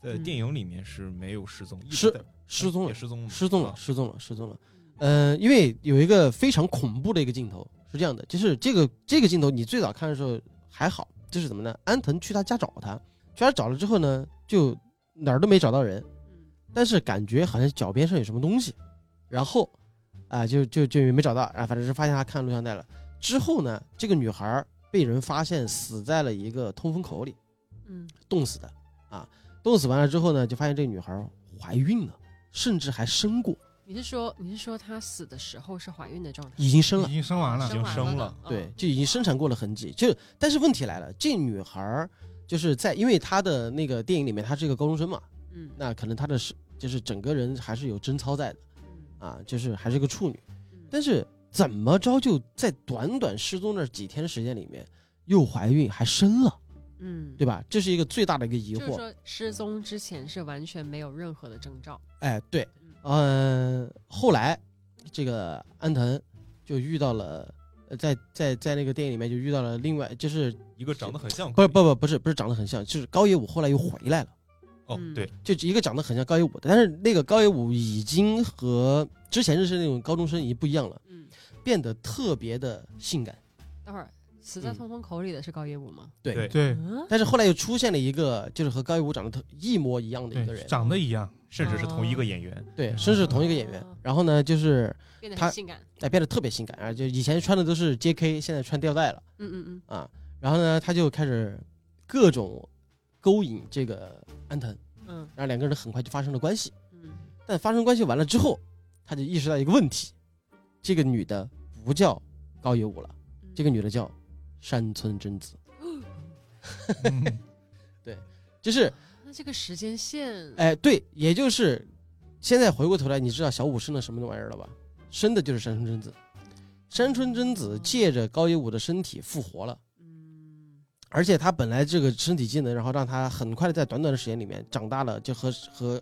Speaker 4: 在
Speaker 3: 嗯
Speaker 4: 电影里面是没有失踪，一直
Speaker 1: 是
Speaker 4: 在
Speaker 1: 失踪
Speaker 4: 也
Speaker 1: 了，
Speaker 4: 失踪了，
Speaker 1: 失踪了，
Speaker 4: 啊
Speaker 1: 失踪了，失踪了。呃，因为有一个非常恐怖的一个镜头是这样的，就是这个这个镜头你最早看的时候还好，这是怎么呢？安藤去他家找他，去他找了之后呢，就哪儿都没找到人，
Speaker 3: 嗯
Speaker 1: 但是感觉好像脚边上有什么东西，然后啊、就就就也没找到，啊，反正是发现他看录像带了。之后呢，这个女孩儿被人发现死在了一个通风口里。
Speaker 3: 嗯
Speaker 1: 冻死的啊。冻死完了之后呢，就发现这个女孩怀孕了，甚至还生过，
Speaker 3: 你是说你是说她死的时候是怀孕的状态？
Speaker 1: 已经生了
Speaker 2: 已，经生完了
Speaker 4: 已，经生
Speaker 3: 完
Speaker 4: 了
Speaker 3: 的，
Speaker 1: 对
Speaker 3: 嗯，
Speaker 1: 就已经生产过了痕迹。就但是问题来了，这女孩儿就是在因为她的那个电影里面，她是一个高中生嘛，
Speaker 3: 嗯
Speaker 1: 那可能她的是就是整个人还是有贞操在的
Speaker 3: 嗯
Speaker 1: 啊，就是还是个处女，
Speaker 3: 嗯
Speaker 1: 但是怎么着就在短短失踪的几天时间里面又怀孕还生了，
Speaker 3: 嗯
Speaker 1: 对吧？这是一个最大的一个疑
Speaker 3: 就是
Speaker 1: 惑。
Speaker 3: 说失踪之前是完全没有任何的征兆。
Speaker 1: 哎，对，嗯，后来这个安藤就遇到了，呃在在在那个电影里面就遇到了另外，就是
Speaker 4: 一个长得很像，
Speaker 1: 不是不不不是不是长得很像，就是高野武后来又回来了，
Speaker 4: 哦
Speaker 3: 嗯，
Speaker 4: 对，
Speaker 1: 就一个长得很像高野武的，但是那个高野武已经和之前认识的那种高中生已经不一样了，
Speaker 3: 嗯，
Speaker 1: 变得特别的性感。
Speaker 3: 等会儿死在
Speaker 1: 嗯
Speaker 3: 通风口里的是高野武吗？
Speaker 1: 对，
Speaker 4: 对
Speaker 2: 对
Speaker 3: 嗯，
Speaker 1: 但是后来又出现了一个，就是和高野武长得特一模一样的一个
Speaker 2: 对，
Speaker 1: 人，
Speaker 2: 长得一样，
Speaker 4: 甚至是同一个演员，
Speaker 1: 对，甚至同一个演员
Speaker 3: 哦。
Speaker 1: 然后呢，就是
Speaker 3: 变得
Speaker 1: 他
Speaker 3: 很性感。
Speaker 1: 哎变得特别性感啊，就以前穿的都是 J.K.，现在穿吊带了。
Speaker 3: 嗯嗯嗯
Speaker 1: 啊，然后呢，他就开始各种勾引这个安藤，
Speaker 3: 嗯
Speaker 1: 然后两个人很快就发生了关系。
Speaker 3: 嗯
Speaker 1: 但发生关系完了之后，他就意识到一个问题：这个女的不叫高野武了，
Speaker 3: 嗯，
Speaker 1: 这个女的叫山村贞子。
Speaker 2: 嗯
Speaker 1: 就是，
Speaker 3: 那这个时间线，
Speaker 1: 哎，对，也就是现在回过头来，你知道小五生了什么玩意儿了吧？生的就是山村贞子。山村贞子借着高野武的身体复活了。
Speaker 3: 嗯
Speaker 1: 而且他本来这个身体技能，然后让他很快的在短短的时间里面长大了，就和和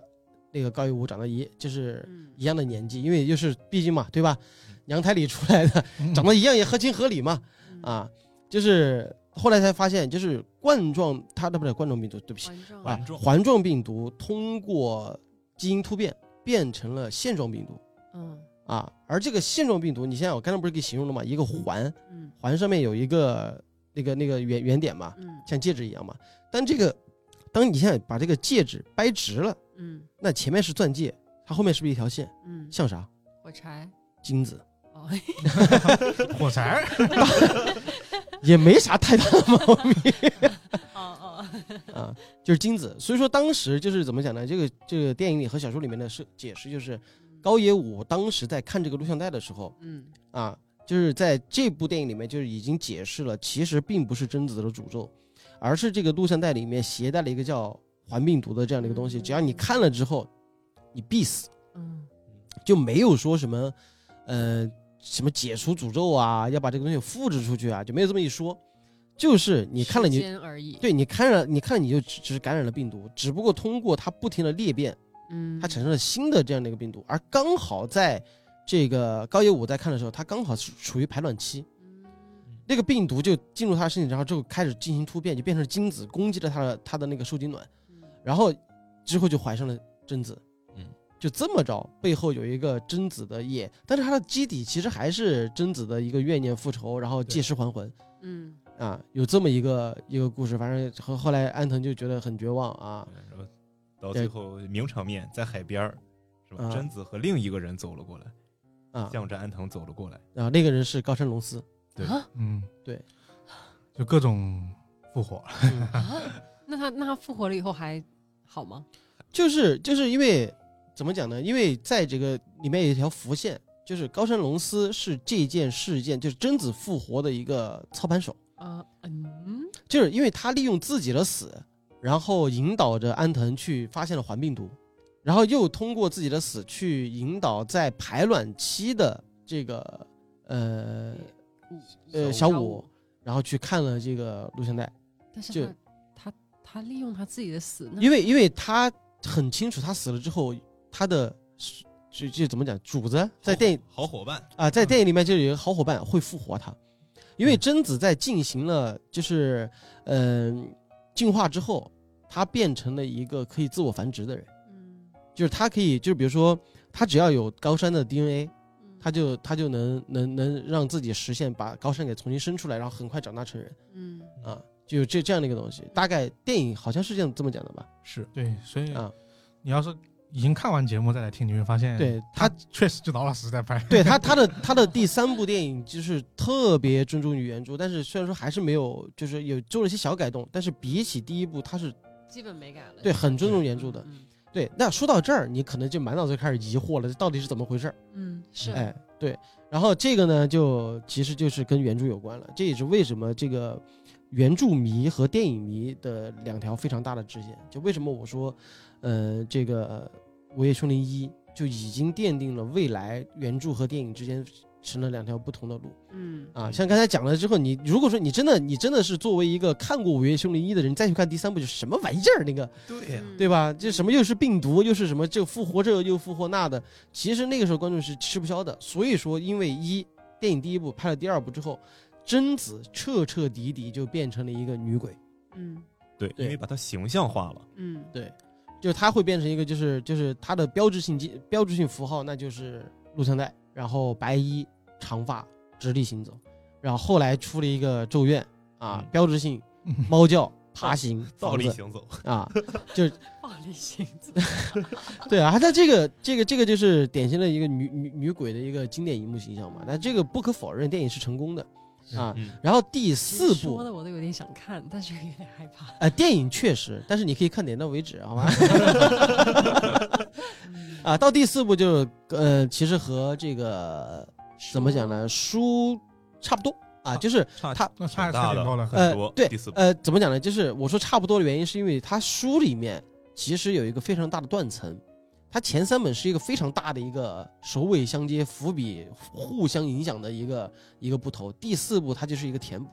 Speaker 1: 那个高一武长得一就是
Speaker 3: 嗯
Speaker 1: 一样的年纪，因为就是毕竟嘛，对吧
Speaker 4: 嗯？
Speaker 1: 娘胎里出来的，长得一样也合情合理嘛。
Speaker 3: 嗯，
Speaker 1: 啊，就是后来才发现，就是冠状，他那不是冠状病毒，对不起
Speaker 3: 环状
Speaker 1: 啊
Speaker 4: 环，状
Speaker 1: 环状病毒通过基因突变变成了线状病毒
Speaker 3: 嗯
Speaker 1: 啊，而这个线状病毒，你想想我刚才不是给形容了嘛，一个环，
Speaker 3: 嗯
Speaker 1: 环上面有一个那个那个圆圆点嘛，
Speaker 3: 嗯
Speaker 1: 像戒指一样嘛。但这个，当你现在把这个戒指掰直了，
Speaker 3: 嗯
Speaker 1: 那前面是钻戒，它后面是不是一条线？
Speaker 3: 嗯，
Speaker 1: 像啥？
Speaker 3: 火
Speaker 4: [LAUGHS]
Speaker 3: 柴
Speaker 1: 金子，
Speaker 3: 哦，
Speaker 2: 嗯火柴儿，
Speaker 1: 也没啥太大的毛病
Speaker 3: 哦哦，
Speaker 1: 啊，就是金子。所以说当时就是怎么讲呢？这个这个电影里和小说里面的设解释就是，高野武当时在看这个录像带的时候
Speaker 3: 嗯
Speaker 1: 啊，就是在这部电影里面就是已经解释了，其实并不是贞子的诅咒，而是这个录像带里面携带了一个叫环病毒的这样的一个东西，
Speaker 3: 嗯
Speaker 1: 只要你看了之后，你必死，
Speaker 3: 嗯
Speaker 1: 就没有说什么，呃，什么解除诅咒啊，要把这个东西复制出去啊，就没有这么一说，就是你看了你
Speaker 3: 时间而已，
Speaker 1: 对你看了，你看了你就只只是感染了病毒，只不过通过它不停的裂变，
Speaker 3: 嗯，
Speaker 1: 它产生了新的这样的一个病毒，而刚好在这个高野武在看的时候，他刚好是处于排卵期，
Speaker 3: 嗯
Speaker 1: 那个病毒就进入他的身体，然后就开始进行突变，就变成精子攻击了他的他的那个受精卵，
Speaker 3: 嗯
Speaker 1: 然后之后就怀上了贞子，
Speaker 4: 嗯，
Speaker 1: 就这么着，背后有一个贞子的业，但是它的基底其实还是贞子的一个怨念复仇，然后借尸还魂。
Speaker 3: 嗯
Speaker 1: 啊，有这么一个一个故事，反正后后来安藤就觉得很绝望啊，
Speaker 4: 然后到最后名场面在海边儿，是吧？
Speaker 1: 啊
Speaker 4: 贞子和另一个人走了过来，
Speaker 1: 啊
Speaker 4: 向着安藤走了过来。
Speaker 1: 啊，那个人是高山龙司，
Speaker 4: 对
Speaker 3: 啊 [LAUGHS]
Speaker 2: 嗯，
Speaker 1: 对，
Speaker 2: 就各种复活，
Speaker 3: 啊，那他那他复活了以后还好吗？
Speaker 1: 就是就是因为怎么讲呢？因为在这个里面有一条伏线，就是高山龙司是这件事件，就是贞子复活的一个操盘手，
Speaker 3: 啊嗯
Speaker 1: 就是因为他利用自己的死，然后引导着安藤去发现了环病毒，然后又通过自己的死去引导在排卵期的这个呃
Speaker 3: 嗯
Speaker 1: 呃小五，，然后去看了这个录像带。
Speaker 3: 但是
Speaker 1: 就
Speaker 3: 他他他利用他自己的死，那
Speaker 1: 因为因为他很清楚，他死了之后，他的就就怎么讲，主子在电影
Speaker 4: 好伙嗯伴，
Speaker 1: 啊、在电影里面就有一个好伙伴会复活他，因
Speaker 4: 嗯
Speaker 1: 为贞子在进行了就是嗯、进化之后，他变成了一个可以自我繁殖的人，
Speaker 3: 嗯
Speaker 1: 就是他可以就是比如说他只要有高山的 DNA，
Speaker 3: 嗯
Speaker 1: 他就他就能能能让自己实现把高山给重新生出来，然后很快长大成人
Speaker 3: 嗯
Speaker 1: 啊。就有这这样的一个东西，大概电影好像是这样这么讲的吧？
Speaker 4: 是
Speaker 2: 对，所以
Speaker 1: 啊，
Speaker 2: 你要是已经看完节目再来听，你会发
Speaker 3: 嗯
Speaker 2: 现，
Speaker 1: 对
Speaker 2: 他
Speaker 1: 他
Speaker 2: 确实就老老实实在拍， [LAUGHS]
Speaker 1: 对他，他的他的第三部电影就是特别尊重于原著，但是虽然说还是没有，就是有做了一些小改动，但是比起第一部，他是
Speaker 3: 基本没改了，
Speaker 1: 对很尊重原著的。
Speaker 3: 嗯
Speaker 1: 对，那说到这儿，你可能就满脑子就开始疑惑了，这到底是怎么回事儿？
Speaker 3: 嗯是
Speaker 1: 哎，对。然后这个呢，就其实就是跟原著有关了，这也是为什么这个原著迷和电影迷的两条非常大的支线。就为什么我说，呃，这个《午夜凶铃一》就已经奠定了未来原著和电影之间成了两条不同的路。
Speaker 3: 嗯
Speaker 1: 啊，像刚才讲了之后，你如果说你真的你真的是作为一个看过《午夜凶铃一》的人，再去看第三部，就什么玩意儿那个，
Speaker 4: 对呀、
Speaker 3: 嗯
Speaker 1: 哎对吧？这什么又是病毒，又是什么这复活这又复活那的，其实那个时候观众是吃不消的。所以说，因为一电影第一部拍了第二部之后，贞子彻彻底底就变成了一个女鬼，
Speaker 3: 嗯
Speaker 4: 对，
Speaker 1: 对
Speaker 4: 因为把它形象化了。
Speaker 3: 嗯
Speaker 1: 就是她会变成一个就是就是她的标志性机标志性符号，那就是录像带，然后白衣长发直立行走，然后后来出了一个咒怨啊，
Speaker 4: 嗯
Speaker 1: 标志
Speaker 4: [LAUGHS]
Speaker 1: 性。猫叫、爬行、
Speaker 4: 倒立
Speaker 1: 房子
Speaker 4: 行走，
Speaker 1: 啊，
Speaker 3: 暴力行走，
Speaker 1: 对啊，它这个这个这个就是典型的一个女女女鬼的一个经典荧幕形象嘛。那这个不可否认，电影是成功的啊。
Speaker 4: 嗯，
Speaker 1: 然后第四
Speaker 3: 其实说
Speaker 1: 部
Speaker 3: 的我都有点想看，但是有点害怕。
Speaker 1: 呃，电影确实，但是你可以看点到为止，好吧？ [LAUGHS]
Speaker 3: 嗯
Speaker 1: 啊，到第四部就呃，其实和这个怎么讲呢，书差不多啊，就是
Speaker 4: 差
Speaker 1: 他
Speaker 2: 那差
Speaker 4: 挺大
Speaker 2: 差
Speaker 4: 的
Speaker 2: 挺多了。
Speaker 4: 很
Speaker 1: 呃
Speaker 4: 多。
Speaker 1: 对
Speaker 4: 第四部
Speaker 1: 呃，怎么讲呢？就是我说差不多的原因，是因为它书里面其实有一个非常大的断层，它前三本是一个非常大的一个首尾相接、伏笔互相影响的一个一个不同，第四部它就是一个填补，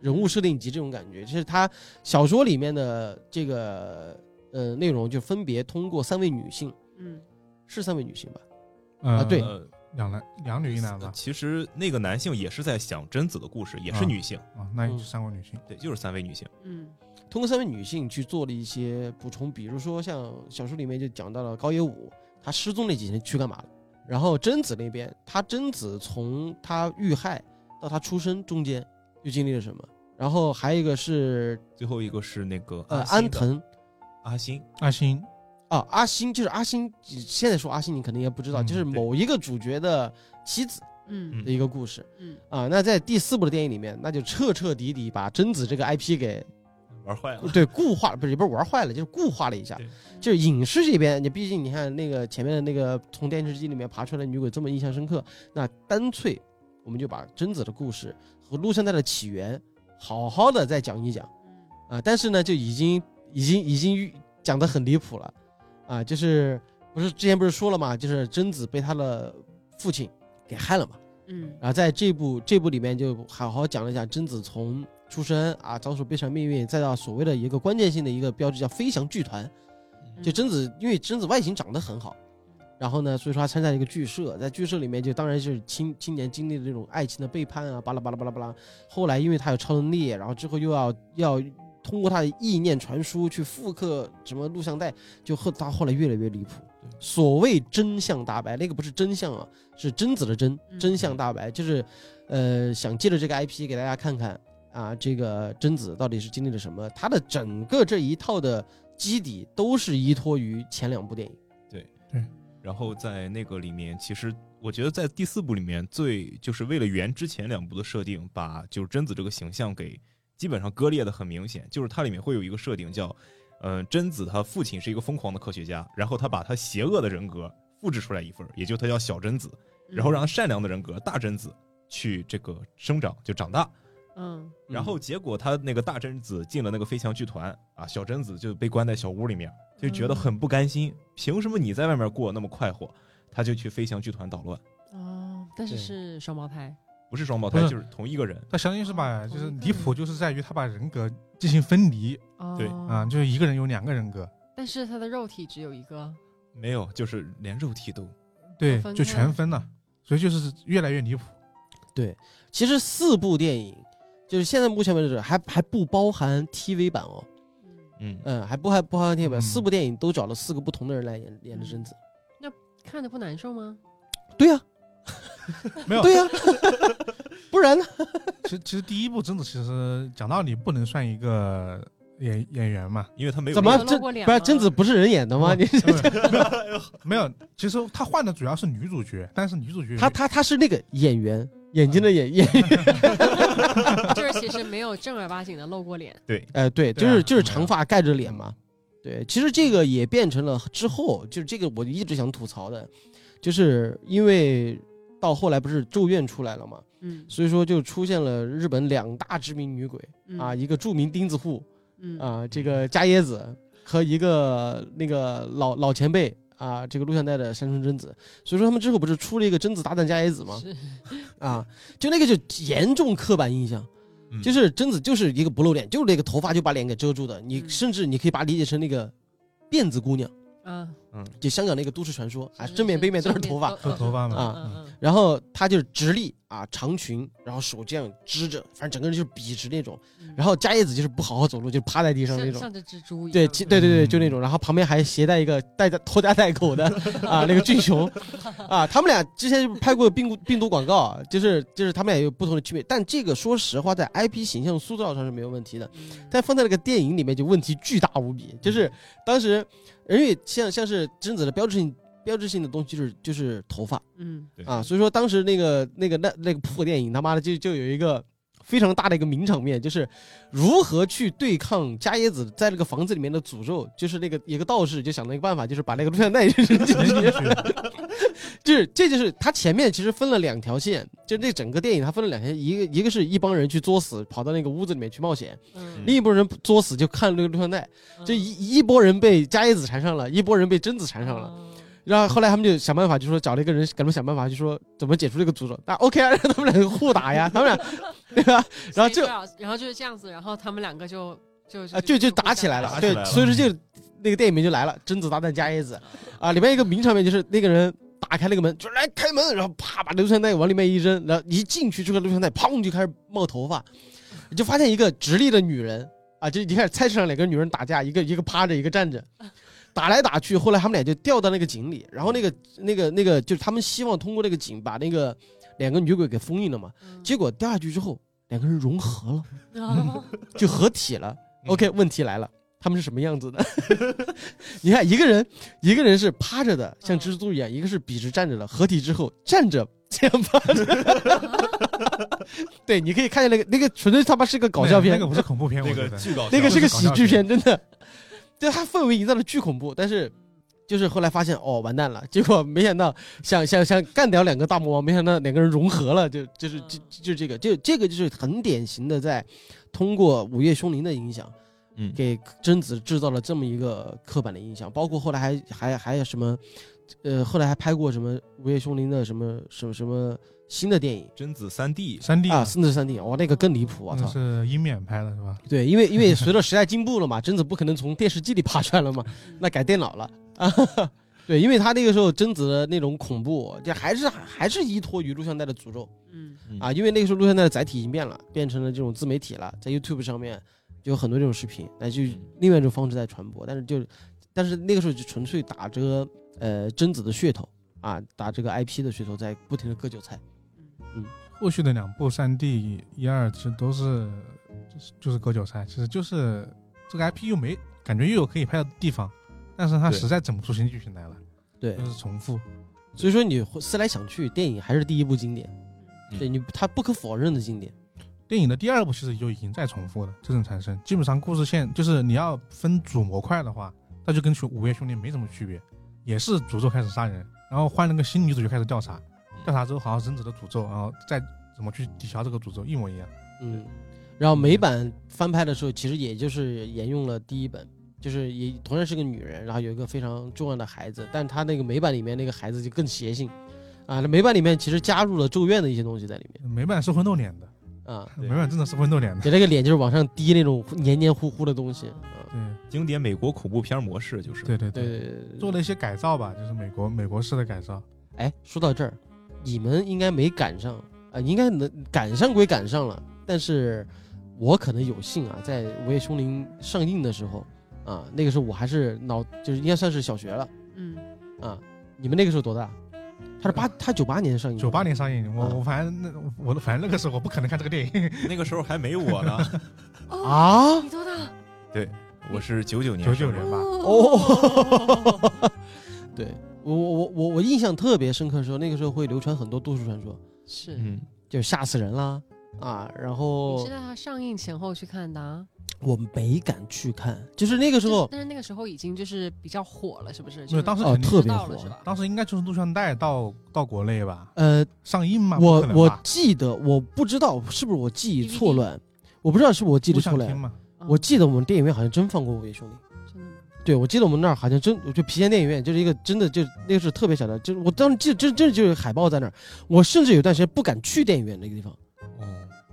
Speaker 1: 人物设定集这种感觉，就是它小说里面的这个呃内容就分别通过三位女性，
Speaker 3: 嗯
Speaker 1: 是三位女性吧？
Speaker 2: 啊
Speaker 1: 对
Speaker 4: 呃
Speaker 2: 两男两女一男吧
Speaker 4: 呃，其实那个男性也是在想贞子的故事，也
Speaker 2: 啊
Speaker 4: 是女性，
Speaker 2: 啊，那也
Speaker 1: 嗯
Speaker 2: 就三国女性，
Speaker 4: 对，就是三位女性。
Speaker 3: 嗯
Speaker 1: 通过三位女性去做了一些补充，比如说像小说里面就讲到了高野武，他失踪那几天去干嘛了？然后贞子那边，她贞子从她遇害到她出生中间又经历了什么？然后还有一个是
Speaker 4: 最后一个是那个
Speaker 1: 呃
Speaker 4: 星
Speaker 1: 安
Speaker 4: 的
Speaker 1: 藤
Speaker 4: 阿星，
Speaker 2: 阿星
Speaker 1: 啊阿星，就是阿星，现在说阿星你肯定也不知道，
Speaker 2: 嗯
Speaker 1: 就是某一个主角的妻子
Speaker 3: 嗯
Speaker 1: 的一个故事
Speaker 3: 嗯
Speaker 1: 啊。那在第四部的电影里面，那就彻彻底底把贞子这个 IP 给
Speaker 4: 玩坏
Speaker 1: [LAUGHS]
Speaker 4: 了。
Speaker 1: 对，固化不是也不是玩坏了，就是固化了一下
Speaker 4: 对。
Speaker 1: 就是影视这边，你毕竟你看那个前面的那个从电视机里面爬出来的女鬼这么印象深刻，那干脆我们就把贞子的故事和陆三代的起源好好的再讲一讲啊、但是呢，就已经已经已经预讲的很离谱了啊、就是不是之前不是说了嘛，就是贞子被她的父亲给害了嘛。
Speaker 3: 嗯
Speaker 1: 然后在这部这部里面就好好讲了一下贞子从出生啊遭受悲惨命运，再到所谓的一个关键性的一个标志叫飞翔剧团。
Speaker 3: 嗯
Speaker 1: 就贞子，因为贞子外形长得很好，然后呢，所以说她参加了一个剧社，在剧社里面就当然是青青年经历的这种爱情的背叛啊，巴拉巴拉巴拉巴拉。后来因为她有超能力，然后之后又要要通过她的意念传输去复刻什么录像带，就后她后来越来越离谱。所谓真相大白，那个不是真相啊，是贞子的真
Speaker 3: 嗯
Speaker 1: 真相大白，就是呃想借着这个 IP 给大家看看啊，这个贞子到底是经历了什么，她的整个这一套的基底都是依托于前两部电影。
Speaker 4: 然后在那个里面，其实我觉得在第四部里面最就是为了圆之前两部的设定，把就是贞子这个形象给基本上割裂的很明显。就是它里面会有一个设定叫，呃，贞子她父亲是一个疯狂的科学家，然后他把他邪恶的人格复制出来一份儿，也就他叫小贞子，
Speaker 3: 嗯
Speaker 4: 然后让善良的人格大贞子去这个生长就长大。
Speaker 3: 嗯
Speaker 4: 然后结果他那个大贞子进了那个飞翔剧团啊，小贞子就被关在小屋里面，就觉得很不甘心，凭什么你在外面过那么快活？他就去飞翔剧团捣乱，
Speaker 3: 哦，但是
Speaker 1: 对
Speaker 3: 是双胞胎，
Speaker 4: 不是双胞
Speaker 2: 不
Speaker 4: 胎
Speaker 2: 是
Speaker 4: 就是同一个人。
Speaker 2: 他相当于是把
Speaker 3: 哦
Speaker 2: 就是
Speaker 3: 同一个
Speaker 2: 离谱，就是在于他把人格进行分离
Speaker 4: 对
Speaker 3: 哦
Speaker 2: 啊，，就是一个人有两个人格，
Speaker 3: 但是他的肉体只有一个，
Speaker 4: 没有，就是连肉体都
Speaker 2: 对
Speaker 3: 分，
Speaker 2: 就
Speaker 3: 开
Speaker 2: 全分了，所以就是越来越离谱。
Speaker 1: 其实四部电影，就是现在目前为止还还不包含 TV 版哦，
Speaker 4: 嗯，
Speaker 1: 嗯，还不还不包含 TV 版，
Speaker 2: 嗯
Speaker 1: 四部电影都找了四个不同的人来演演的贞子。
Speaker 3: 看着不难
Speaker 1: [LAUGHS]
Speaker 3: 受吗？
Speaker 1: 对呀、
Speaker 2: 没有
Speaker 1: 对
Speaker 2: [LAUGHS]
Speaker 1: 呀、 [LAUGHS] 不然呢？
Speaker 2: 其实其实第一部真的其实讲道理不能算一个演演员嘛，
Speaker 4: 因为他没有
Speaker 1: 怎么
Speaker 4: 肉
Speaker 3: 露
Speaker 1: 这
Speaker 3: 过脸
Speaker 1: 不是
Speaker 3: 吗
Speaker 1: 贞子不是人演的吗？你
Speaker 2: 没有 [LAUGHS] 没有，其实他换的主要是女主角，但是女主角
Speaker 1: 他他他是那个演员，眼睛的演
Speaker 2: [LAUGHS]
Speaker 1: 演员，
Speaker 3: 就是其实没有正儿八经的露
Speaker 1: [LAUGHS]
Speaker 3: 过脸。
Speaker 1: 呃，对，就
Speaker 2: 对啊嗯
Speaker 1: 是就是
Speaker 2: 没有
Speaker 1: 长发盖着脸嘛。对，其实这个也变成了之后，就是这个我一直想吐槽的，就是因为到后来不是《咒怨》出来了嘛，
Speaker 3: 嗯
Speaker 1: 所以说就出现了日本两大知名女鬼啊，，一个著名钉子户
Speaker 3: 嗯
Speaker 1: 啊，这个加耶子和一个那个老老前辈啊，这个录像带的山村贞子。所以说他们之后不是出了一个贞子大战加耶子吗？
Speaker 3: 是
Speaker 1: 啊，就那个就严重刻板印象，
Speaker 4: 嗯
Speaker 1: 就是贞子就是一个不露脸，就是那个头发就把脸给遮住的。你
Speaker 3: 嗯
Speaker 1: 甚至你可以把它理解成那个辫子姑娘，
Speaker 3: 啊，
Speaker 1: 就香港那个都市传说啊，
Speaker 3: 是哦
Speaker 1: 正面背面都是头发。
Speaker 2: 都头发嘛 [LAUGHS]
Speaker 1: 啊
Speaker 3: 嗯嗯
Speaker 1: 然后她就是直立啊，长裙，然后手这样支着，反正整个人就是笔直那种。
Speaker 3: 嗯
Speaker 1: 然后加叶子就是不好好走路，就趴在地上那
Speaker 3: 像
Speaker 1: 种。
Speaker 3: 像只蜘蛛一样，
Speaker 1: 对，其对对对，就那种，然后旁边还携带一个带着拖家带口的啊，那个俊雄啊，他们俩之前拍过病毒病毒广告，啊就是就是他们俩有不同的区别，但这个说实话，在 IP 形象塑造上是没有问题的，
Speaker 3: 嗯
Speaker 1: 但放在那个电影里面就问题巨大无比，就是当时，而且像像是贞子的标志性标志性的东西就是就是头发
Speaker 3: 嗯
Speaker 4: 对
Speaker 1: 啊，所以说当时那个那个那那个破电影他妈的就就有一个。非常大的一个名场面，就是如何去对抗加耶子在那个房子里面的诅咒。就是那个一个道士就想了一个办法，就是把那个录像带 [LAUGHS] 就是
Speaker 2: 直接进去，
Speaker 1: 就是这就是他前面其实分了两条线，就那整个电影他分了两条，一个一个是一帮人去作死，跑到那个屋子里面去冒险，
Speaker 3: 嗯
Speaker 1: 另一拨人作死就看那个录像带，这一一拨人被加耶子缠上了，一拨人被贞子缠上了。
Speaker 3: 了，
Speaker 1: 然后后来他们就想办法，就说找了一个人给他们想办法，就说怎么解除这个诅咒。那 OK 啊，让他们两个互打呀，他们俩对吧？然后
Speaker 3: 所以
Speaker 1: 就
Speaker 3: 最好然后就是这样子，然后他们两个就就
Speaker 1: 啊，就就打起来
Speaker 4: 打
Speaker 1: 了，
Speaker 4: 起
Speaker 1: 对
Speaker 4: 来，了
Speaker 1: 所以说就那个电影名就来了，《贞子大战加耶子》啊，里面一个名场面就是那个人打开那个门，就来开门，然后啪把录像带往里面一扔，然后一进去这个录像带砰就开始冒头发，你就发现一个直立的女人啊，就一开始菜市场两个女人打架，一个一个趴着，一个站着。打来打去，后来他们俩就掉到那个井里，然后那个那个那个就是他们希望通过那个井把那个两个女鬼给封印了嘛，
Speaker 3: 嗯
Speaker 1: 结果掉下去之后，两个人融合了。 [LAUGHS]
Speaker 3: 果
Speaker 1: 就合体了。
Speaker 4: 嗯
Speaker 1: OK，问题来了，他们是什么样子的？ [LAUGHS] 你看，一个人一个人是趴着的，像蜘蛛一样；一个是笔直站着的。合体之后站着这样趴着， [LAUGHS] 对，你可以看见那个那个纯粹他妈是个搞笑片，
Speaker 2: 那个不是恐怖片，我
Speaker 4: 那
Speaker 2: 觉
Speaker 4: 个
Speaker 2: 得
Speaker 4: 巨搞笑，
Speaker 1: 那个是个
Speaker 2: 搞
Speaker 1: 喜
Speaker 2: 笑
Speaker 1: 剧
Speaker 2: 片
Speaker 1: 片，真的， [LAUGHS] 就它氛围营造的巨恐怖，但是就是后来发现哦完蛋了，结果没想到想想想干掉两个大魔王，没想到两个人融合了，就就是就就这个就这个就是很典型的在通过《午夜凶铃》的影响
Speaker 4: 嗯，
Speaker 1: 给贞子制造了这么一个刻板的印象，包括后来还还还有什么，呃后来还拍过什么《午夜凶铃》的什么什么什么新的电影
Speaker 4: 贞子三 D
Speaker 2: 三 D
Speaker 1: 啊，甚至三 D，哇那个更离谱，我
Speaker 2: 那
Speaker 1: 操！
Speaker 2: 嗯是英缅拍的是吧？
Speaker 1: [LAUGHS] 对，因为因为随着时代进步了嘛， [LAUGHS] 贞子不可能从电视机里爬出来了嘛，那改电脑了 [LAUGHS] 啊。对，因为他那个时候贞子的那种恐怖，就还是还是依托于录像带的诅咒
Speaker 3: 嗯，
Speaker 1: 啊，因为那个时候录像带的载体已经变了，变成了这种自媒体了，在 YouTube 上面就有很多这种视频，那就另外一种方式在传播，但是就但是那个时候就纯粹打着呃贞子的噱头啊，打这个 IP 的噱头在不停的割韭菜。
Speaker 2: 后续的两部三 D 一二其实都是就是就是割韭菜，其实就是这个 IP 又没感觉又有可以拍的地方，但是它
Speaker 4: 对
Speaker 2: 实在整不出新剧情来了，
Speaker 1: 对
Speaker 2: 就，是重复。
Speaker 1: 所以说你会思来想去，电影还是第一部经典，
Speaker 4: 嗯
Speaker 1: 对你它不可否认的经典。
Speaker 2: 电影的第二部其实就已经在重复了，这种产生基本上故事线就是你要分主模块的话，那就跟《午夜凶铃》没什么区别，也是诅咒开始杀人，然后换了个新女主就开始调查，
Speaker 1: 嗯
Speaker 2: 调查之后好像忍者的诅咒，然后再怎么去抵消这个诅咒，一模一样。
Speaker 1: 嗯，然后美版翻拍的时候，其实也就是沿用了第一本，就是也同样是个女人，然后有一个非常重要的孩子，但她那个美版里面那个孩子就更邪性啊。那美版里面其实加入了咒怨的一些东西在里
Speaker 2: 美版是会露脸的，
Speaker 1: 面啊，
Speaker 4: 对
Speaker 2: 美版真的是会露脸的。
Speaker 1: 给那个脸就是往上滴那种黏黏糊糊的东西啊。
Speaker 2: 对
Speaker 4: 经典美国恐怖片模式就是，
Speaker 2: 对对
Speaker 1: 对
Speaker 2: 对，
Speaker 1: 对对对
Speaker 2: 做
Speaker 1: 对，
Speaker 2: 了一些改造吧，就是美国美国式的改造。
Speaker 1: 哎，说到这儿，你们应该没赶上啊、呃应该能赶上归赶上了，但是我可能有幸啊，在《午夜凶铃》上映的时候啊，那个时候我还是脑就是应该算是小学了。
Speaker 3: 嗯，
Speaker 1: 啊，你们那个时候多大？他是八，他九八年上映的，
Speaker 2: 呃九八年上映，我
Speaker 1: 啊
Speaker 2: 我反正那我反正那个时候我不可能看这个电影，
Speaker 4: 那个时候还没我呢，
Speaker 3: 哦，
Speaker 1: 啊
Speaker 3: 你多大？
Speaker 4: 我是九九年
Speaker 2: 九
Speaker 4: 生
Speaker 2: 九
Speaker 4: 的
Speaker 2: 年吧。
Speaker 1: 哦， [LAUGHS] 对我我我我我印象特别深刻的时候，那个时候会流传很多都市传说，
Speaker 3: [LAUGHS] 是，
Speaker 4: 嗯，
Speaker 1: 就吓死人啦啊，然
Speaker 3: 你
Speaker 1: 后
Speaker 3: 是在它上映前后去看的啊？
Speaker 1: 我没敢去看，就是哦那个时候
Speaker 3: 但是那个时候已经就是比较火了，是不是？
Speaker 2: 没有当时
Speaker 1: 哦
Speaker 2: 肯定
Speaker 1: 特别
Speaker 3: 到
Speaker 1: 火
Speaker 3: 了，是吧
Speaker 2: 当时应该就是录像带到到国内吧，
Speaker 1: 呃，
Speaker 2: 上映吗？不
Speaker 1: 我
Speaker 2: 可能
Speaker 1: 我
Speaker 2: 吧
Speaker 1: 记得我不知道是不是我记忆错乱，我不知道是不是我记
Speaker 2: 录
Speaker 1: 忆错
Speaker 2: 像厅
Speaker 1: 乱，
Speaker 2: 嘛，
Speaker 1: 我记得我们电影院好像真放过《午夜凶铃》。
Speaker 3: 嗯真的吗？
Speaker 1: 对，我记得我们那儿好像真就皮县电影院，就是一个真的就那个是特别小的，就是我当时记得真真就是海报在那儿，我甚至有段时间不敢去电影院那个地方。
Speaker 4: 哦，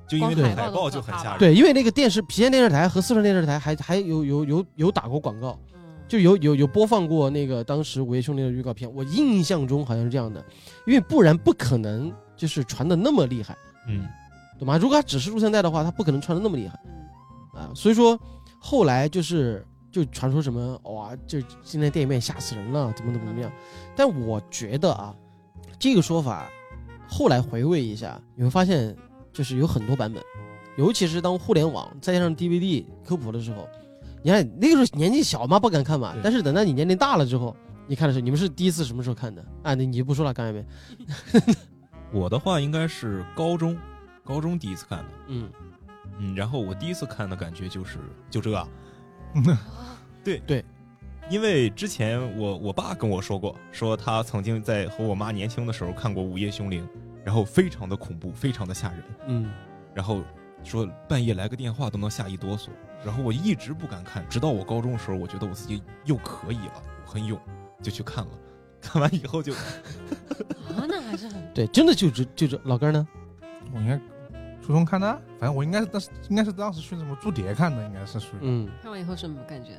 Speaker 4: 就因为
Speaker 3: 光
Speaker 4: 那个
Speaker 3: 海
Speaker 4: 海
Speaker 3: 报
Speaker 4: 报
Speaker 3: 都
Speaker 4: 就
Speaker 3: 可
Speaker 4: 很
Speaker 3: 怕
Speaker 4: 吓
Speaker 3: 吧
Speaker 4: 人，
Speaker 1: 对，因为那个电视皮县电视台和四川电视台还还有有有有打过广告，
Speaker 3: 嗯，
Speaker 1: 就有有有播放过那个当时《午夜凶铃》的预告片，我印象中好像是这样的，因为不然不可能就是传的那么厉害，
Speaker 4: 嗯，
Speaker 1: 懂吗？如果它只是录像带的话，它不可能传的那么厉害。
Speaker 3: 嗯
Speaker 1: 啊，所以说后来就是就传说什么哇，就今天电影院吓死人了，怎么怎么怎么样。但我觉得啊，这个说法后来回味一下，你会发现就是有很多版本，尤其是当互联网再加上 DVD 科普的时候，你看那个时候年纪小嘛，不敢看嘛
Speaker 2: 对，
Speaker 1: 但是等到你年龄大了之后。你看的时候，你们是第一次什么时候看的啊？你你就不说了，刚才没，
Speaker 4: 我的话应该是高中，高中第一次看的，
Speaker 1: 嗯，
Speaker 4: 嗯，然后我第一次看的感觉就是就这啊，
Speaker 3: 嗯啊
Speaker 4: 因为之前我我爸跟我说过，说他曾经在和我妈年轻的时候看过《午夜凶铃》，然后非常的恐怖，非常的吓人，
Speaker 1: 嗯，
Speaker 4: 然后说半夜来个电话都能吓一哆嗦，然后我一直不敢看，直到我高中的时候，我觉得我自己又可以了，我很勇，就去看了，看完以后就
Speaker 3: 啊，那还是很
Speaker 1: 对，真的就这就这，老根儿呢？
Speaker 2: 我应该初中看的，啊反正我应该是当时应该是当时去什么驻碟看的，应该是属于。
Speaker 1: 嗯，
Speaker 3: 看完以后什么感觉？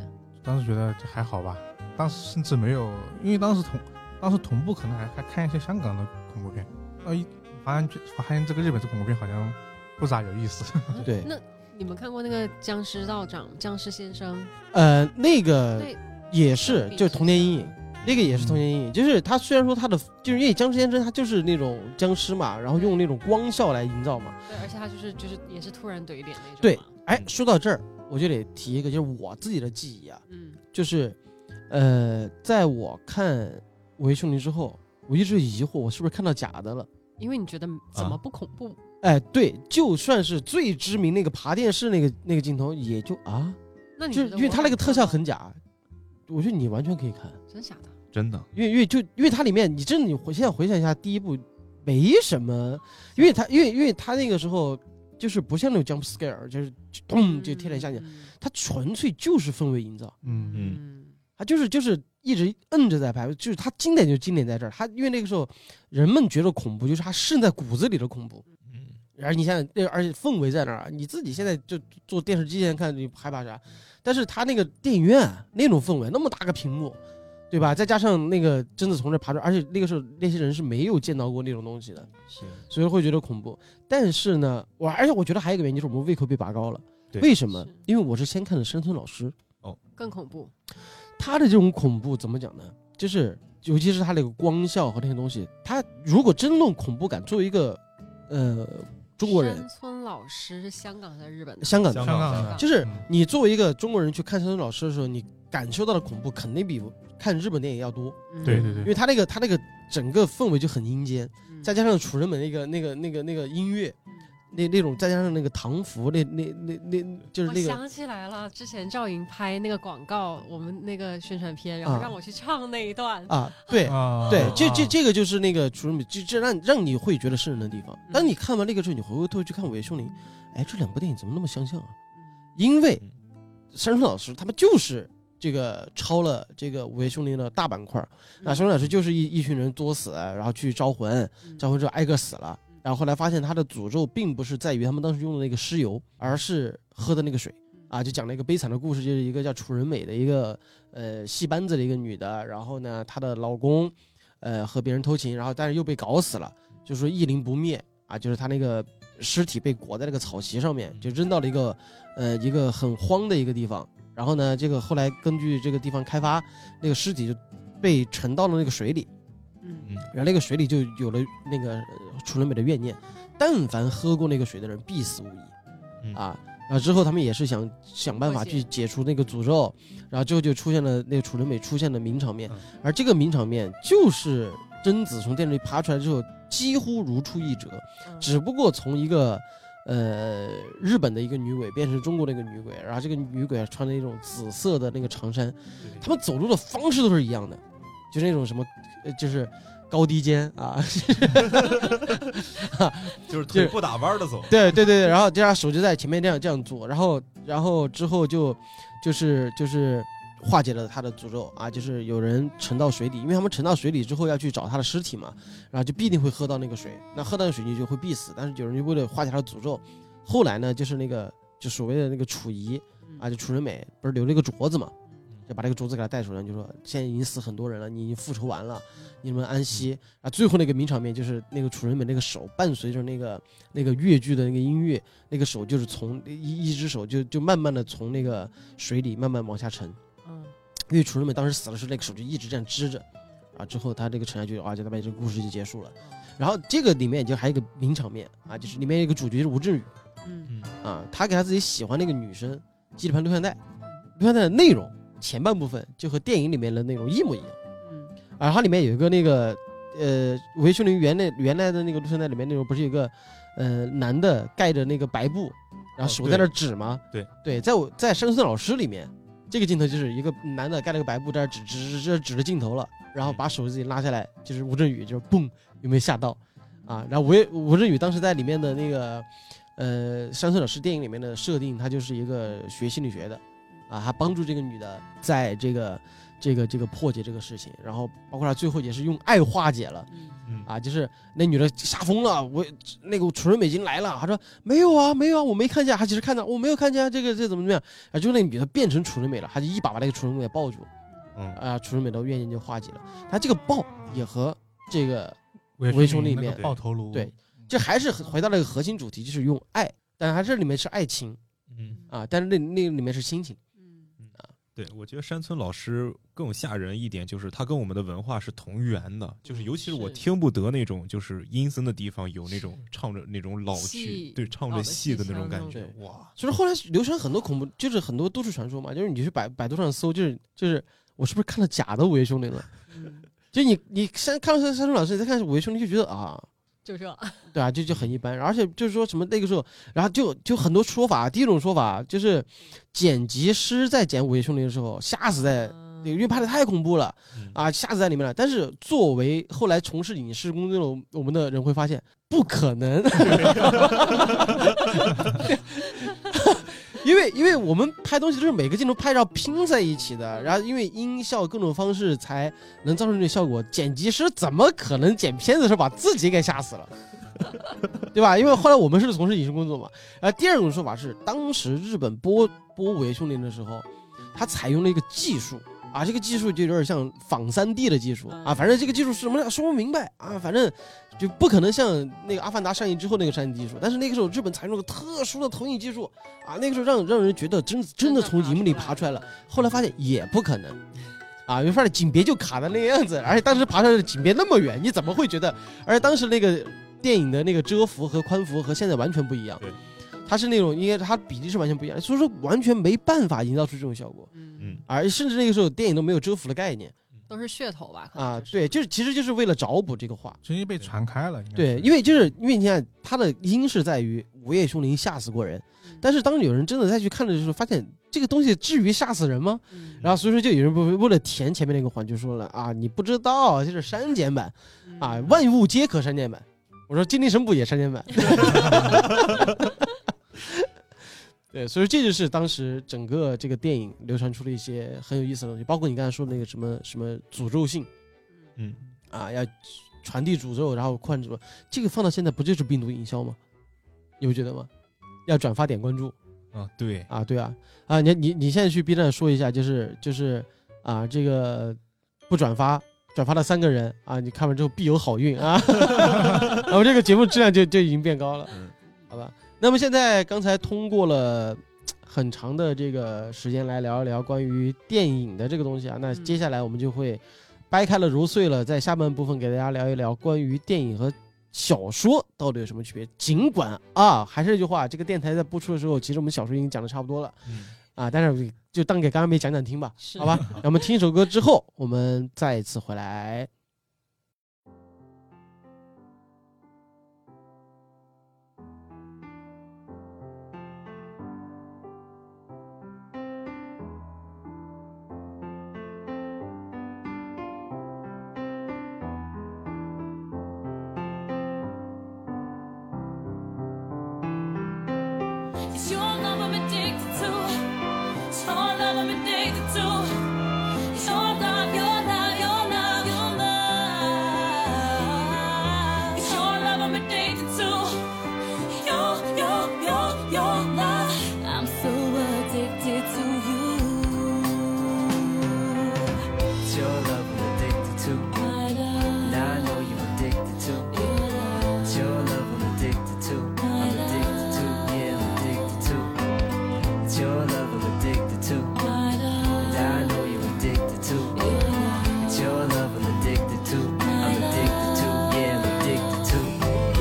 Speaker 2: 当时觉得还好吧，当时甚至没有，因为当时同当时同步可能还还看一些香港的恐怖片，然后一发现这发现这个日本这恐怖片好像不咋有
Speaker 1: [LAUGHS]
Speaker 2: 意思。
Speaker 3: 啊
Speaker 1: 对
Speaker 3: 那你们看过那个僵尸道长、僵尸先生？
Speaker 1: 呃，那个
Speaker 3: 对，
Speaker 1: 也是，就是童年阴影，那个也是童年阴影。就是他虽然说他的，就是因为僵尸先生他就是那种僵尸嘛，然后用那种光效来营造嘛。
Speaker 3: 对，而且他就是就是也是突然怼脸那种。
Speaker 1: 对，哎，说到这儿，我就得提一个，就是我自己的记忆啊，
Speaker 3: 嗯，
Speaker 1: 就是，呃，在我看《午夜凶铃》之后，我一直疑惑我是不是看到假的了。
Speaker 3: 因为你觉得怎
Speaker 4: 啊
Speaker 3: 么不恐怖？
Speaker 1: 哎，对，就算是最知名那个爬电视那个那个镜头，也就啊，
Speaker 3: 那你
Speaker 1: 就是
Speaker 3: 觉得
Speaker 1: 因为
Speaker 3: 我
Speaker 1: 它那个
Speaker 3: 好看
Speaker 1: 特效
Speaker 3: 吗
Speaker 1: 很假，我觉得你完全可以看，
Speaker 3: 真假的，
Speaker 4: 真的，
Speaker 1: 因为因为就因为它里面你真的你回现在回想一下第一部没什么，因为它因为因为它那个时候就是不像那种 jump scare，就是就咚就贴脸下去，
Speaker 3: 嗯，
Speaker 1: 它纯粹就是氛围营造，
Speaker 2: [LAUGHS] 嗯
Speaker 3: 嗯
Speaker 1: 它就是就是一直摁着在拍，就是它经典就经典在这儿，它因为那个时候人们觉得恐怖，就是它渗在骨子里的恐怖。
Speaker 4: 嗯，
Speaker 1: 然后你想，那而且氛围在那儿，你自己现在就坐电视机前看，你害怕啥？但是他那个电影院那种氛围，那么大个屏幕，对吧？再加上那个真的从这爬出来，而且那个时候那些人是没有见到过那种东西的，
Speaker 4: 是
Speaker 1: 所以会觉得恐怖。但是呢，我而且我觉得还有一个原因就是我们胃口被拔高了。
Speaker 4: 对
Speaker 1: 为什么
Speaker 3: 是？
Speaker 1: 因为我是先看的山村老师，
Speaker 3: 更恐怖，
Speaker 1: 他的这种恐怖怎么讲呢？就是尤其是他那个光效和那些东西，他如果真弄恐怖感，作为一个呃中国人
Speaker 3: 山，村老师是香港还是日本的？
Speaker 1: 香港的
Speaker 4: 香
Speaker 2: 香港
Speaker 3: 香
Speaker 2: 的
Speaker 3: 港
Speaker 1: 就是
Speaker 2: 嗯
Speaker 1: 你作为一个中国人去看山村老师的时候，你感受到的恐怖肯定比看日本电影要多，
Speaker 3: 嗯
Speaker 2: 对对对
Speaker 1: 因为他那个他那个整个氛围就很阴间，
Speaker 3: 嗯
Speaker 1: 再加上楚人们那个那个那个那个音乐，那那种再加上那个唐服，那那那那就是
Speaker 3: 我
Speaker 1: 那个
Speaker 3: 想起来了，之前赵莹拍那个广告，我们那个宣传片，然后
Speaker 1: 啊
Speaker 3: 让我去唱那一段。
Speaker 1: 啊，对
Speaker 2: 啊，
Speaker 1: 对
Speaker 2: 啊，
Speaker 1: 这这，这个就是那个楚人们，就这让让你会觉得瘆人的地方。
Speaker 3: 嗯
Speaker 1: 当你看完那个之后，你回过头去看《午夜凶铃》，哎，这两部电影怎么那么相像啊？
Speaker 3: 嗯
Speaker 1: 因为山村老师他们就是这个抄了这个《午夜凶铃》的大板块。那熊老师就是一一群人作死，然后去招魂，
Speaker 3: 嗯
Speaker 1: 招魂之后挨个死了，然后后来发现他的诅咒并不是在于他们当时用的那个尸油，而是喝的那个水啊，就讲了一个悲惨的故事，就是一个叫楚人美的一个呃戏班子的一个女的，然后呢她的老公呃和别人偷情，然后但是又被搞死了，就是说一灵不灭啊，就是她那个尸体被裹在那个草席上面，就扔到了一个呃一个很荒的一个地方，然后呢这个后来根据这个地方开发，那个尸体就被沉到了那个水里，
Speaker 3: 嗯
Speaker 4: 嗯，
Speaker 1: 然后那个水里就有了那个呃楚人美的怨念，但凡喝过那个水的人必死无疑
Speaker 4: 嗯
Speaker 1: 啊。然后之后他们也是想想办法去解除那个诅咒，然后之后就出现了那个楚人美出现的名场面
Speaker 2: 嗯，
Speaker 1: 而这个名场面就是贞子从电视里爬出来之后几乎如出一辙，
Speaker 3: 嗯
Speaker 1: 只不过从一个呃日本的一个女鬼变成中国的一个女鬼，然后这个女鬼还穿着一种紫色的那个长衫，他们走路的方式都是一样的，就是那种什么，呃就是高低肩啊，
Speaker 4: 就是
Speaker 1: 就是
Speaker 4: 腿不打弯的走，
Speaker 1: [LAUGHS] 对对对对，然后这样手就在前面这样这样做，然后然后之后就就是就是化解了他的诅咒啊，就是有人沉到水里，因为他们沉到水里之后要去找他的尸体嘛，然后就必定会喝到那个水，那喝到那个水你就会必死，但是有人就为了化解他的诅咒，后来呢就是那个就所谓的那个楚仪啊，就楚人美不是留了一个镯子嘛。就把这个镯子给他带出来，就说现在已经死很多人了，你已经复仇完了，你们安息啊！最后那个名场面就是那个楚人美那个手伴随着那个那个越剧的那个音乐，那个手就是从一一只手就就慢慢的从那个水里慢慢往下沉，
Speaker 3: 嗯
Speaker 1: 因为楚人美当时死的时候那个手就一直这样支着，啊，之后他这个沉下去，啊，就他把这个故事就结束了。然后这个里面就还有一个名场面啊，就是里面有一个主角就是吴镇宇
Speaker 3: 嗯
Speaker 4: 嗯
Speaker 1: 啊，他给他自己喜欢那个女生系了盘录像带，录像带的内容前半部分就和电影里面的内容一模一样。
Speaker 3: 嗯
Speaker 1: 啊，它里面有一个那个呃，维修林原来原来的那个录像带里面那种不是有个呃男的盖着那个白布，然后
Speaker 4: 哦
Speaker 1: 手在那儿指吗？
Speaker 4: 对
Speaker 1: 对，在我在山村老师里面，这个镜头就是一个男的盖了个白布在那儿指指指指指着镜头了，然
Speaker 4: 嗯
Speaker 1: 后把手自己拉下来，就是吴镇宇就是嘣，有没有吓到啊？然后吴也吴镇宇当时在里面的那个呃山村老师电影里面的设定，他就是一个学心理学的。啊，他帮助这个女的在这个这个这个破解这个事情，然后包括他最后也是用爱化解了
Speaker 3: 嗯
Speaker 4: 嗯
Speaker 1: 啊，就是那女的吓疯了，我那个楚人美已经来了，她说没有啊，没有啊，我没看见，她其实看到我没有看见啊这个这怎么怎么样，啊，就那女的变成楚人美了，她就一把把那个楚人美给抱住，
Speaker 4: 嗯，
Speaker 1: 啊，楚人美的怨念就化解了，她这个抱也和这个
Speaker 2: 围
Speaker 1: 围
Speaker 2: 里
Speaker 1: 城里面
Speaker 2: 爆头颅，
Speaker 1: 对，这还是回到那个核心主题，就是用爱，但它这里面是爱情
Speaker 4: 嗯，
Speaker 1: 啊，但是那那里面是亲情，
Speaker 3: 嗯
Speaker 4: 对，我觉得山村老师更吓人一点，就是他跟我们的文化是同源的，就是尤其是我
Speaker 3: 嗯是
Speaker 4: 听不得那种就是阴森的地方有那种唱着那种老
Speaker 3: 戏
Speaker 4: 剧，对，唱
Speaker 3: 老
Speaker 4: 着
Speaker 3: 的
Speaker 4: 戏
Speaker 3: 戏
Speaker 4: 的那种
Speaker 3: 腔那
Speaker 4: 感
Speaker 3: 种
Speaker 4: 觉
Speaker 1: 对，
Speaker 4: 哇，
Speaker 1: 所以后来流传很多恐怖，就是很多都市传说嘛，就是你去百百度上搜，就是就是我是不是看了假的《午夜凶铃》了？
Speaker 3: 嗯
Speaker 1: 就你你先看了山山村老师，你再看《午夜凶铃》，就觉得啊，
Speaker 3: 就这，
Speaker 1: 对啊，就就很一般。而且就是说什么那个时候，然后就就很多说法。第一种说法就是，剪辑师在剪《午夜凶铃》的时候，吓死在，
Speaker 3: 嗯
Speaker 1: 因为拍的太恐怖了
Speaker 4: 嗯
Speaker 1: 啊，吓死在里面了。但是作为后来从事影视工作的我我们的人会发现，不可能， [LAUGHS] 因为因为我们拍东西都是每个镜头拍照拼在一起的，然后因为音效各种方式才能造成这个效果。剪辑师怎么可能剪片子的时候把自己给吓死了？对吧？因为后来我们是从事影视工作嘛。然后第二种说法是，当时日本播播《午夜凶铃》的时候，它采用了一个技术啊，这个技术就有点像仿三 D 的技术啊，反正这个技术是什么说不明白啊，反正就不可能像那个《阿凡达》上映之后那个上映技术。但是那个时候日本采用了个特殊的投影技术啊，那个时候让让人觉得真真的从荧幕里爬出来了。，嗯后来发现也不可能。啊，因为发现景别就卡在那个样子，而且当时爬上去的景别那么远，你怎么会觉得？而且当时那个电影的那个遮幅和宽幅和现在完全不一样
Speaker 4: 对，
Speaker 1: 它是那种应该它比例是完全不一样，所以说完全没办法营造出这种效果，
Speaker 3: 嗯，
Speaker 4: 嗯，
Speaker 1: 而甚至那个时候电影都没有遮幅的概念
Speaker 3: 都是噱头吧？可能
Speaker 1: 啊，
Speaker 3: 就是
Speaker 1: 对，就是其实就是为了找补这个话，
Speaker 2: 直接被传开了。应该
Speaker 1: 对，
Speaker 2: 是
Speaker 1: 因为就是因为你看它的因是在于《午夜凶铃》吓死过人，但是当有人真的再去看的时候，发现这个东西至于吓死人吗？
Speaker 3: 嗯
Speaker 1: 然后所以说就有人为为了填前面那个环，就说了啊，你不知道这是删减版
Speaker 3: 嗯
Speaker 1: 啊，万物皆可删减版。我说精灵神捕也删减版。 [LAUGHS] 对，所以这就是当时整个这个电影流传出了一些很有意思的东西，包括你刚才说的那个什么什么诅咒性
Speaker 4: 嗯，
Speaker 1: 啊，要传递诅咒，然后控制，这个放到现在不就是病毒营销吗？你不觉得吗？要转发点关注，
Speaker 4: 啊，对，
Speaker 1: 啊，对啊，啊，你你你现在去 B 站说一下，就是就是啊，这个不转发，转发了三个人啊，你看完之后必有好运啊，然后这个节目质量就就已经变高了，
Speaker 4: 嗯
Speaker 1: 好吧？那么现在刚才通过了很长的这个时间来聊一聊关于电影的这个东西啊，那
Speaker 3: 嗯
Speaker 1: 接下来我们就会掰开了揉碎了，在下半部分给大家聊一聊关于电影和小说到底有什么区别？尽管啊，还是那句话，这个电台在播出的时候，其实我们小说已经讲的差不多了啊，但是就当给刚刚没讲讲听吧，
Speaker 3: 是
Speaker 1: 好
Speaker 3: [LAUGHS]
Speaker 1: 吧？那我们听一首歌之后，我们再一次回来。
Speaker 5: It's your love I'm addicted to. It's your love I'm addicted to. It's your love, your love, your love, your love. It's your love I'm addicted to. Your, your, your, your love. I'm so addicted to you.
Speaker 6: It's your love I'm addicted to.
Speaker 5: My love.
Speaker 6: Now I know you're addicted to.
Speaker 5: Your love.
Speaker 6: It's your love I'm addicted to. I'm addicted to. Yeah, I'm addicted to. It's your love I'm addicted to.
Speaker 5: My love.
Speaker 6: Now I know you're addicted to.
Speaker 5: Your love.
Speaker 6: It's your love I'm addicted to. I'm addicted to. Yeah, I'm addicted to.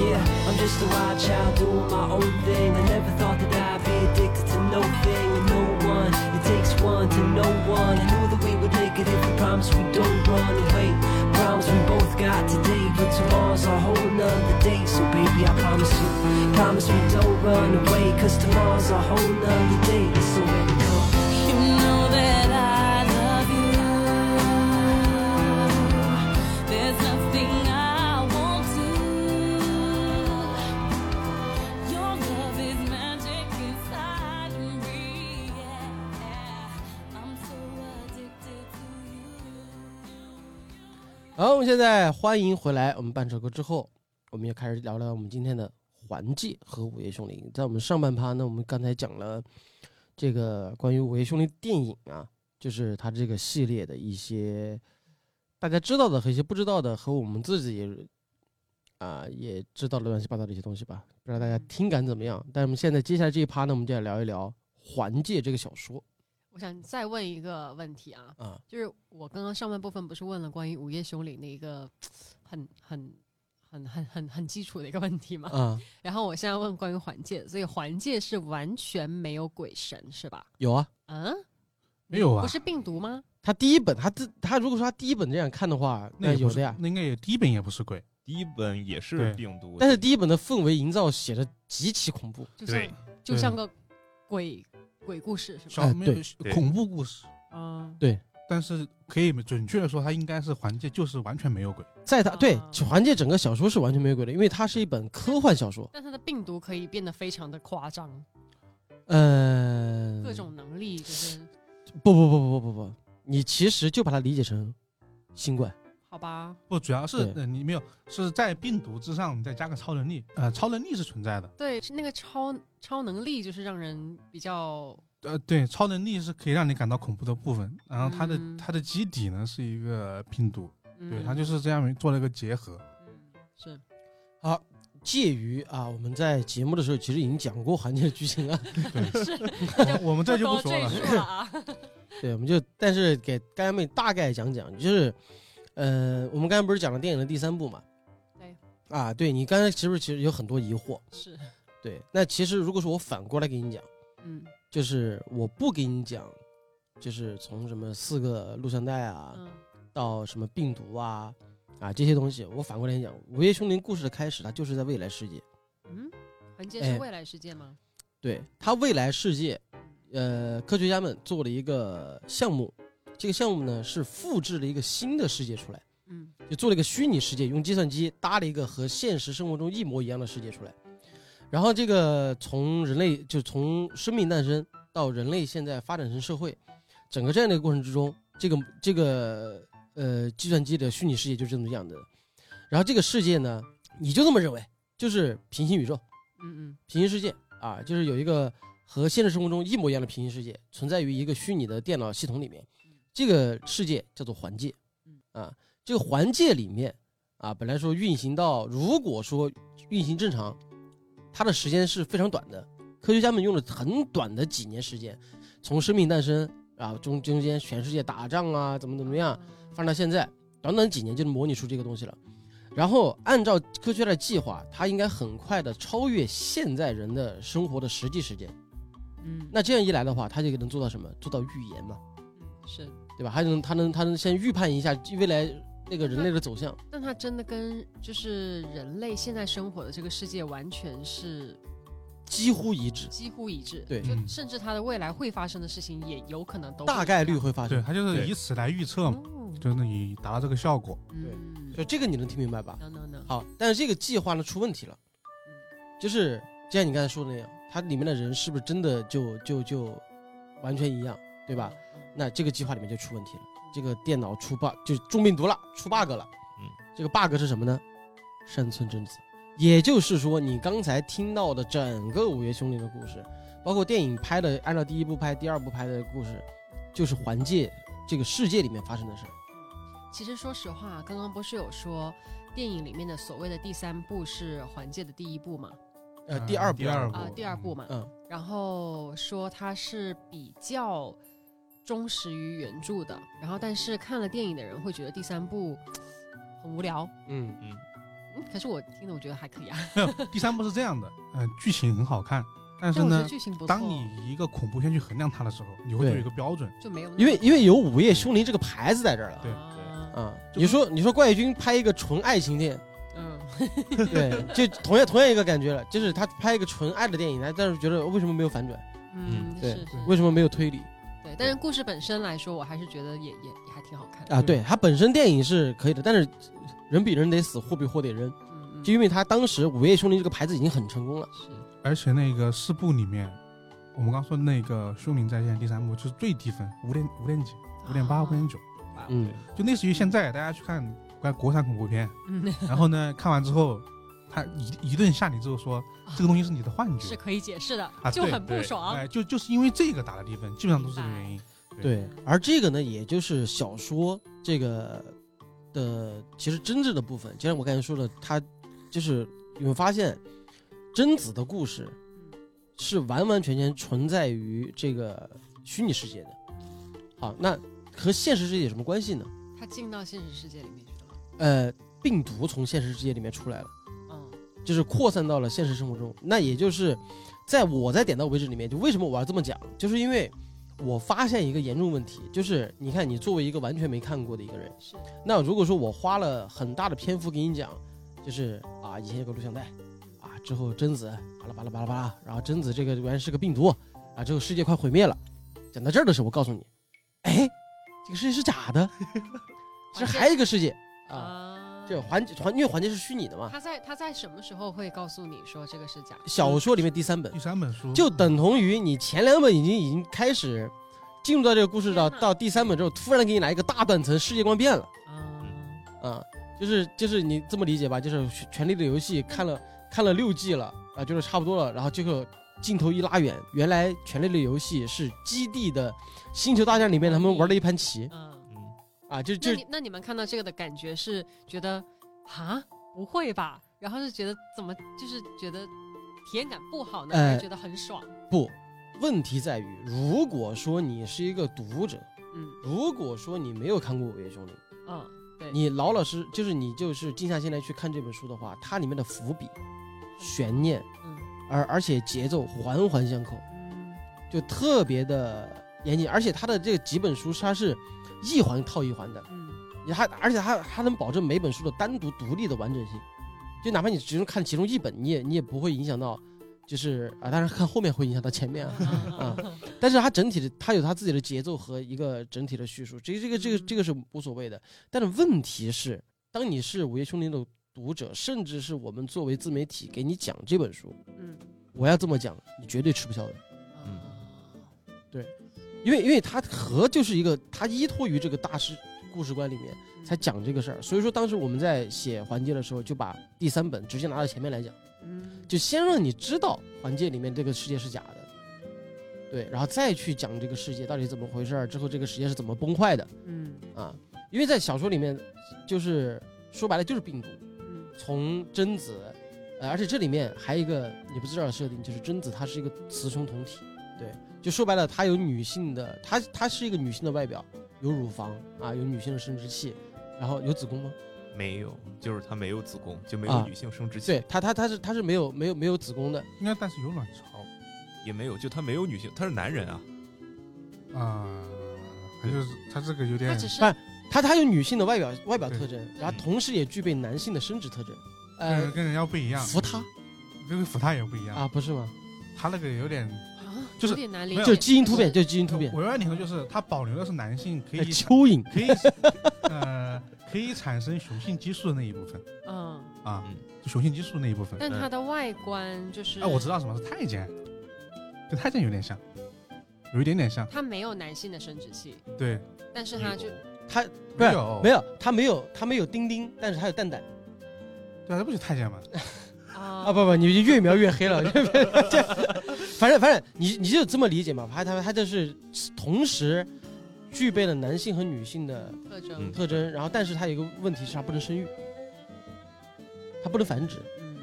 Speaker 6: Yeah, I'm just a wild child doing my own thing. I never thought that I'd be addicted to no thing and no one. It takes one to know one. I knew that we would make it if we promised we don't run away. Problems we both got today, but tomorrow's a whole nother day. So baby, I promise you, promise me don't run away, cause tomorrow's a whole nother day. So baby, come on.
Speaker 5: You know that I love you. There's nothing I won't do. Your love is magic inside of me. I'm so addicted to you.
Speaker 1: 好，我们现在欢迎回来。我们半首歌之后，我们就开始聊聊我们今天的环界和《午夜凶铃》。在我们上半趴呢，我们刚才讲了这个关于《午夜凶铃》电影啊，就是它这个系列的一些大家知道的和一些不知道的，和我们自己啊、也知道的乱七八糟的一些东西吧。不知道大家听感怎么样？但是我们现在接下来这一趴呢，我们就来聊一聊《环界》这个小说
Speaker 3: 我想再问一个问题啊，
Speaker 1: 啊。
Speaker 3: 就是我刚刚上半部分不是问了关于《午夜凶铃》的一个很很很很很很基础的一个问题吗？
Speaker 1: 啊，
Speaker 3: 然后我现在问关于环界，所以环界是完全没有鬼神是吧？
Speaker 1: 有啊，
Speaker 3: 嗯，
Speaker 2: 没有啊
Speaker 3: 不是病毒吗？
Speaker 1: 他第一本，他自他如果说他第一本这样看的话，
Speaker 2: 那
Speaker 1: 那
Speaker 2: 也不
Speaker 1: 哎有
Speaker 2: 是
Speaker 1: 的呀。哎
Speaker 2: 那应该也第一本也不是鬼，
Speaker 4: 第一本也是
Speaker 2: 对
Speaker 4: 病毒，
Speaker 1: 但是第一本的氛围营造写的极其恐怖，
Speaker 3: 就像
Speaker 4: 对
Speaker 3: 就
Speaker 2: 嗯
Speaker 3: 像个鬼鬼故事是吧？
Speaker 2: 小没有
Speaker 1: 对
Speaker 4: 对
Speaker 2: 恐怖故事，
Speaker 3: 嗯，
Speaker 2: 但是可以准确的说，它应该是环界就是完全没有鬼。
Speaker 1: 在他对
Speaker 3: 啊
Speaker 1: 环界整个小说是完全没有鬼的，因为它是一本科幻小说，
Speaker 3: 但它的病毒可以变得非常的夸张，
Speaker 1: 嗯，
Speaker 3: 各种能力就是
Speaker 1: 不不不不不不不，你其实就把它理解成新冠，
Speaker 3: 好吧？
Speaker 2: 不，主要是
Speaker 1: 对
Speaker 2: 呃你没有是在病毒之上，你再加个超能力，呃，超能力是存在的，
Speaker 3: 对，是那个超超能力就是让人比较
Speaker 2: 呃，对，超能力是可以让你感到恐怖的部分。然后它的、
Speaker 3: 嗯
Speaker 2: 它的基底呢是一个病毒，
Speaker 3: 嗯
Speaker 2: 对，它就是这样做了一个结
Speaker 3: [LAUGHS]
Speaker 2: 合。
Speaker 3: 嗯是
Speaker 1: 介于啊，我们在节目的时候其实已经讲过环界的剧情啊，
Speaker 2: 我们这就不
Speaker 3: 多
Speaker 2: 说
Speaker 3: 赘
Speaker 2: 了。
Speaker 3: 述
Speaker 2: [LAUGHS]
Speaker 3: 了啊。
Speaker 1: [LAUGHS] 对，我们就但是给干妹大概讲讲，就是，呃，我们刚才不是讲了电影的第三部嘛？
Speaker 3: 对。
Speaker 1: 啊，对你刚才是不是其实有很多疑惑？
Speaker 3: 是，
Speaker 1: 对，那其实如果说我反过来给你讲，
Speaker 3: 嗯
Speaker 1: 就是我不给你讲，就是从什么四个录像带啊，
Speaker 3: 嗯
Speaker 1: 到什么病毒啊，啊这些东西，我反过来讲，《午夜凶铃》故事的开始，它就是在未来世界。
Speaker 3: 嗯，环界
Speaker 1: 哎
Speaker 3: 是未来世界吗？
Speaker 1: 对，它未来世界，呃，科学家们做了一个项目，这个项目呢是复制了一个新的世界出来。
Speaker 3: 嗯
Speaker 1: 就做了一个虚拟世界，用计算机搭了一个和现实生活中一模一样的世界出来。然后这个从人类就从生命诞生到人类现在发展成社会，整个这样的一个过程之中，这个这个呃计算机的虚拟世界就是这种样子的。然后这个世界呢，你就这么认为，就是平行宇宙、
Speaker 3: 嗯
Speaker 1: 平行世界啊，就是有一个和现实生活中一模一样的平行世界，存在于一个虚拟的电脑系统里面。这个世界叫做环界，啊，这个环界里面啊，本来说运行到，如果说运行正常，它的时间是非常短的。科学家们用了很短的几年时间，从生命诞生啊，中中间全世界打仗啊，怎么怎么样，发展到现在，短短几年就能模拟出这个东西了。然后按照科学家的计划，它应该很快的超越现在人的生活的实际时间。
Speaker 3: 嗯嗯，
Speaker 1: 那这样一来的话，它就能做到什么？做到预言嘛，
Speaker 3: 嗯是，
Speaker 1: 对吧？还能它能它能先预判一下未来那个人类的走向。
Speaker 3: 但它真的跟就是人类现在生活的这个世界完全是
Speaker 1: 几乎一致，
Speaker 3: 几乎一致，
Speaker 1: 对
Speaker 3: 就
Speaker 2: 嗯
Speaker 3: 甚至它的未来会发生的事情也有可能都
Speaker 1: 大
Speaker 3: 不一
Speaker 1: 概率
Speaker 3: 样
Speaker 1: 会发
Speaker 2: 对，
Speaker 1: 生。
Speaker 2: 它就是
Speaker 4: 对
Speaker 2: 以此来预测嘛，
Speaker 3: 哦，
Speaker 2: 就是以达到这个效
Speaker 3: [LAUGHS]
Speaker 2: 果。
Speaker 3: 嗯，
Speaker 1: 就这个你能听明白吧？
Speaker 3: 能能能，
Speaker 1: 好，但是这个计划呢出问题了，就是就像你刚才说的那样，它里面的人是不是真的就就就完全一样，对吧？那这个计划里面就出问题了，这个电脑出 bug 就中病毒了，出 bug 了。
Speaker 4: 嗯，
Speaker 1: 这个 bug 是什么呢？山村贞子，也就是说你刚才听到的整个《午夜凶铃》的故事，包括电影拍的，按照第一部拍、第二部拍的故事，就是环界这个世界里面发生的事儿。
Speaker 3: 其实说实话，刚刚不是有说电影里面的所谓的第三部是环界的第一部嘛？
Speaker 1: 呃，
Speaker 2: 嗯
Speaker 1: 第二部，
Speaker 2: 第二部
Speaker 3: 啊、第二部嘛。
Speaker 1: 嗯
Speaker 3: 然后说它是比较忠实于原著的，然后但是看了电影的人会觉得第三部很无聊。
Speaker 1: 嗯
Speaker 4: 嗯，
Speaker 3: 嗯，可是我听的我觉得还可以啊，
Speaker 2: 第三部是这样的，呃，剧情很好看，但是
Speaker 3: 但我觉得
Speaker 2: 呢，
Speaker 3: 剧情不错。
Speaker 2: 当你以一个恐怖片去衡量它的时候，你会
Speaker 1: 对
Speaker 2: 有一个标准。
Speaker 3: 就没有那
Speaker 1: 因为因为有《午夜
Speaker 2: 嗯
Speaker 1: 凶铃》这个牌子在这儿了。
Speaker 2: 对
Speaker 3: 啊
Speaker 1: 啊，
Speaker 2: 就
Speaker 1: 你说你说怪军拍一个纯爱情电，
Speaker 3: 嗯，
Speaker 1: 对，就同样同样一个感觉了，就是他拍一个纯爱的电影，他但是觉得为什么没有反转，
Speaker 3: 嗯，
Speaker 1: 对
Speaker 3: 是是，
Speaker 1: 为什么没有推理
Speaker 3: 对。但是故事本身来说，我还是觉得也也也还挺好看的。
Speaker 1: 啊？对，他本身电影是可以的，但是人比人得死，货比货得扔，
Speaker 3: 嗯，嗯
Speaker 1: 就因为他当时《午夜凶铃》这个牌子已经很成功了，
Speaker 3: 是
Speaker 2: 而且那个四部里面，我们刚说的那个《凶灵再现》第三部就是最低分，五点五点几，五点八、五点九，
Speaker 1: 嗯，
Speaker 2: 就类似于现在大家去看国国产恐怖片，
Speaker 3: 嗯，
Speaker 2: 然后呢，看完之后，他一一顿吓你之后说，这个东西是你的幻
Speaker 3: 啊是
Speaker 2: 觉，
Speaker 3: 可以解释的，
Speaker 2: 啊
Speaker 3: 就
Speaker 2: 对
Speaker 3: 很不
Speaker 4: 对
Speaker 3: 爽。
Speaker 2: 哎，就就是因为这个打了低分，基本上都是这个原因。
Speaker 1: 对。而这个呢，也就是小说这个的其实真正的部分，就像我刚才说的，他就是你会发现贞子的故事是完完全全存在于这个虚拟世界的。好，那和现实世界有什么关系呢？
Speaker 3: 他进到现实世界里面去了。
Speaker 1: 呃，病毒从现实世界里面出来了，
Speaker 3: 嗯
Speaker 1: 就是扩散到了现实生活中。那也就是，在我在点到为止里面，就为什么我要这么讲，就是因为我发现一个严重问题，就是你看，你作为一个完全没看过的一个人，
Speaker 3: 是
Speaker 1: 那如果说我花了很大的篇幅给你讲就是啊，以前有个录像带，啊，之后贞子巴拉巴拉巴拉巴拉，然后贞子这个原来是个病毒，啊，之后世界快毁灭了。讲到这儿的时候，我告诉你，哎，这个世界是假的，其实还有一个世界啊，
Speaker 3: 啊
Speaker 1: 这环环因为环节是虚拟的嘛，
Speaker 3: 他在他在什么时候会告诉你说这个是假的？
Speaker 1: 小说里面第三本
Speaker 2: 第三本书
Speaker 1: 就等同于你前两本已经已经开始进入到这个故事到
Speaker 3: 天哪
Speaker 1: 到第三本之后，突然给你来一个大断层，世界观变了
Speaker 3: 嗯
Speaker 1: 啊、就是就是你这么理解吧，就是《权权力的游戏》看了看了六季了啊、就是差不多了，然后这个镜头一拉远，原来《权力的游戏》是基地的《星球大战》里面他们玩的一盘棋
Speaker 3: 嗯，
Speaker 4: 嗯，
Speaker 1: 啊，就就
Speaker 3: 那你那你们看到这个的感觉是觉得啊不会吧？然后是觉得怎么就是觉得体验感不好呢，
Speaker 1: 呃
Speaker 3: 还是觉得很爽？
Speaker 1: 不。问题在于，如果说你是一个读者，
Speaker 3: 嗯
Speaker 1: 如果说你没有看过《午夜凶铃》。
Speaker 3: 嗯，
Speaker 1: 你老老实就是你就是静下心来去看这本书的话，它里面的伏笔、悬念，
Speaker 3: 嗯
Speaker 1: 而而且节奏环环相扣，
Speaker 3: 嗯
Speaker 1: 就特别的严谨。而且它的这几本书它是一环套一环的，
Speaker 3: 嗯
Speaker 1: 你还而且它它能保证每本书的单独独立的完整性，就哪怕你只用看其中一本，你也你也不会影响到，就是啊，当然看后面会影响到前面啊，
Speaker 3: 嗯
Speaker 1: 啊，但是它整体的，它有它自己的节奏和一个整体的叙述，这这个这个这个是无所谓的。但是问题是，当你是《午夜凶铃》的读者，甚至是我们作为自媒体给你讲这本书，
Speaker 3: 嗯
Speaker 1: 我要这么讲，你绝对吃不消的，
Speaker 3: 嗯
Speaker 1: 因为因为它和就是一个它依托于这个大师故事观里面
Speaker 3: 嗯
Speaker 1: 才讲这个事儿，所以说当时我们在写环节的时候，就把第三本直接拿到前面来讲。
Speaker 3: 嗯
Speaker 1: 就先让你知道环界里面这个世界是假的，对，然后再去讲这个世界到底怎么回事儿，之后这个世界是怎么崩坏的
Speaker 3: 嗯
Speaker 1: 啊？因为在小说里面，就是说白了就是病毒，
Speaker 3: 嗯
Speaker 1: 从贞子，呃，而且这里面还有一个你不知道的设定，就是贞子她是一个雌雄同体，对，就说白了她有女性的，她她是一个女性的外表，有乳房啊，有女性的生殖器，然后有子宫吗？
Speaker 4: 没有，就是他没有子宫，就没
Speaker 1: 啊
Speaker 4: 有女性生殖器，
Speaker 1: 对，她她她是她是没有没有没有子宫的，
Speaker 2: 应该但是有卵巢
Speaker 4: 也没有，就他没有女性，他是男人啊，
Speaker 2: 啊，他就是他这个有
Speaker 3: 他
Speaker 2: 点
Speaker 3: 只是
Speaker 1: 不是它它有女性的外表外表
Speaker 2: 对
Speaker 1: 特征，然后同时也具备男性的生殖特征。
Speaker 2: 跟人
Speaker 1: 呃，
Speaker 2: 跟人要不一样，
Speaker 1: 扶他
Speaker 2: 这个伏他也不一样
Speaker 1: 啊，，不是吗？
Speaker 2: 他那个有点
Speaker 3: 啊，
Speaker 2: 就是
Speaker 3: 有点难
Speaker 2: 没
Speaker 3: 理解，嗯
Speaker 2: 有
Speaker 1: 就是基因突变，就是基因突变。
Speaker 2: 我要你说就是他保留的是男性可
Speaker 1: 哎
Speaker 2: 以
Speaker 1: 蚯蚓，
Speaker 2: [LAUGHS] 可以呃可以产生雄性激素的那一部分
Speaker 3: 嗯，
Speaker 2: 啊
Speaker 4: 嗯，
Speaker 2: 就雄性激素那一部分。
Speaker 3: 但它的外观
Speaker 1: 嗯
Speaker 3: 就是
Speaker 2: 哎，我知道什么是太监，跟太监有点像，有一点点像，
Speaker 3: 它没有男性的生殖器，
Speaker 2: 对，
Speaker 3: 但是它就
Speaker 1: 它
Speaker 2: 没
Speaker 1: 是
Speaker 2: 有
Speaker 1: 没有，它没有，它没有丁丁，但是它有蛋蛋
Speaker 2: 对啊，这不就太监吗？
Speaker 3: 啊
Speaker 1: 啊！不不，你就越描越黑了。 [LAUGHS] 这这反正反正，你你就这么理解嘛？它它它就是同时具备了男性和女性的
Speaker 3: 特征
Speaker 4: 嗯，
Speaker 1: 特征，然后但是它有一个问题是它不能生育，它不能繁殖。
Speaker 3: 嗯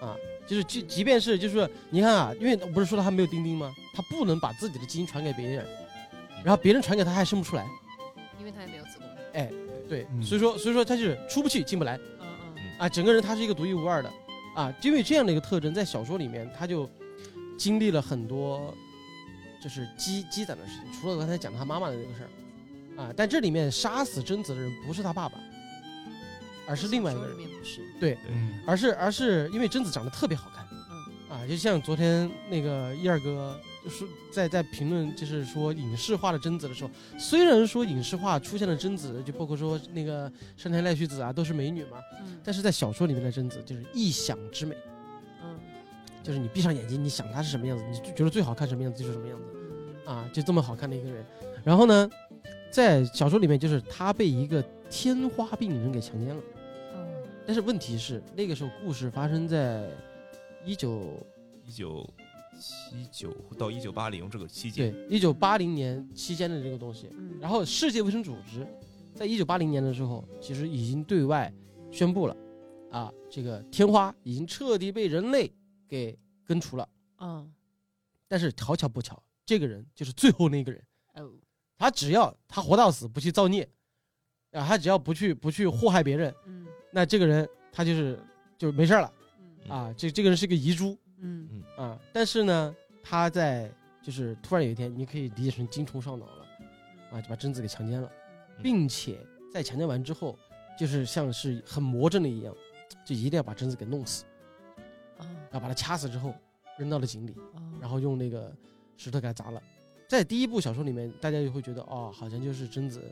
Speaker 1: 啊，就是即即便是就是说你看啊，因为我不是说他没有丁丁吗？他不能把自己的基因传给别人，然后别人传给他还生不出来，
Speaker 3: 因为它也没有子宫，嗯
Speaker 1: 对，
Speaker 2: 嗯
Speaker 1: 所以说所以说他就是出不去进不来
Speaker 3: 嗯
Speaker 1: 啊，整个人他是一个独一无二的啊，因为这样的一个特征，在小说里面他就经历了很多就是积积攒的事情，除了刚才讲他妈妈的那个事儿啊，但这里面杀死贞子的人不是他爸爸，而是另外一个人
Speaker 3: 小说。里面不是，
Speaker 2: 嗯，
Speaker 1: 而是而是因为贞子长得特别好看，啊，就像昨天那个一二哥就是在在评论，就是说影视化的贞子的时候，虽然说影视化出现了贞子，就包括说那个山田赖须子啊都是美女嘛，
Speaker 3: 嗯
Speaker 1: 但是在小说里面的贞子就是一想之美，
Speaker 3: 嗯
Speaker 1: 就是你闭上眼睛，你想她是什么样子，你就觉得最好看什么样子就是什么样子。啊，就这么好看的一个人。然后呢，在小说里面，就是他被一个天花病人给强奸了。哦但是问题是，那个时候故事发生在一九
Speaker 4: 一九七九到一九八零这个期
Speaker 1: 对
Speaker 4: 间，
Speaker 1: 一九八零年期间的这个东西。
Speaker 3: 嗯，
Speaker 1: 然
Speaker 3: 后
Speaker 1: 后世界卫生组织在一九八零年的时候，其实已经对外宣布了，啊，这个天花已经彻底被人类给根除了。
Speaker 3: 嗯
Speaker 1: 但是好巧不巧，这个人就是最后那个人。
Speaker 3: 哦
Speaker 1: 他只要他活到死不去造孽，啊，他只要不去不去祸害别人，
Speaker 3: 嗯
Speaker 1: 那这个人他就是就是没事儿了
Speaker 3: 嗯
Speaker 1: 啊。这这个人是个遗珠
Speaker 3: 嗯
Speaker 1: 啊，但是呢，他在就是突然有一天，你可以理解成精虫上脑了
Speaker 3: 嗯
Speaker 1: 啊，就把贞子给强奸了，并且在强奸完之后，就是像是很魔怔的一样，就一定要把贞子给弄死，
Speaker 3: 啊
Speaker 1: 然后把他掐死之后扔到了井里，
Speaker 3: 啊，
Speaker 1: 然后用那个石头给他砸了。在第一部小说里面，大家就会觉得哦，好像就是贞子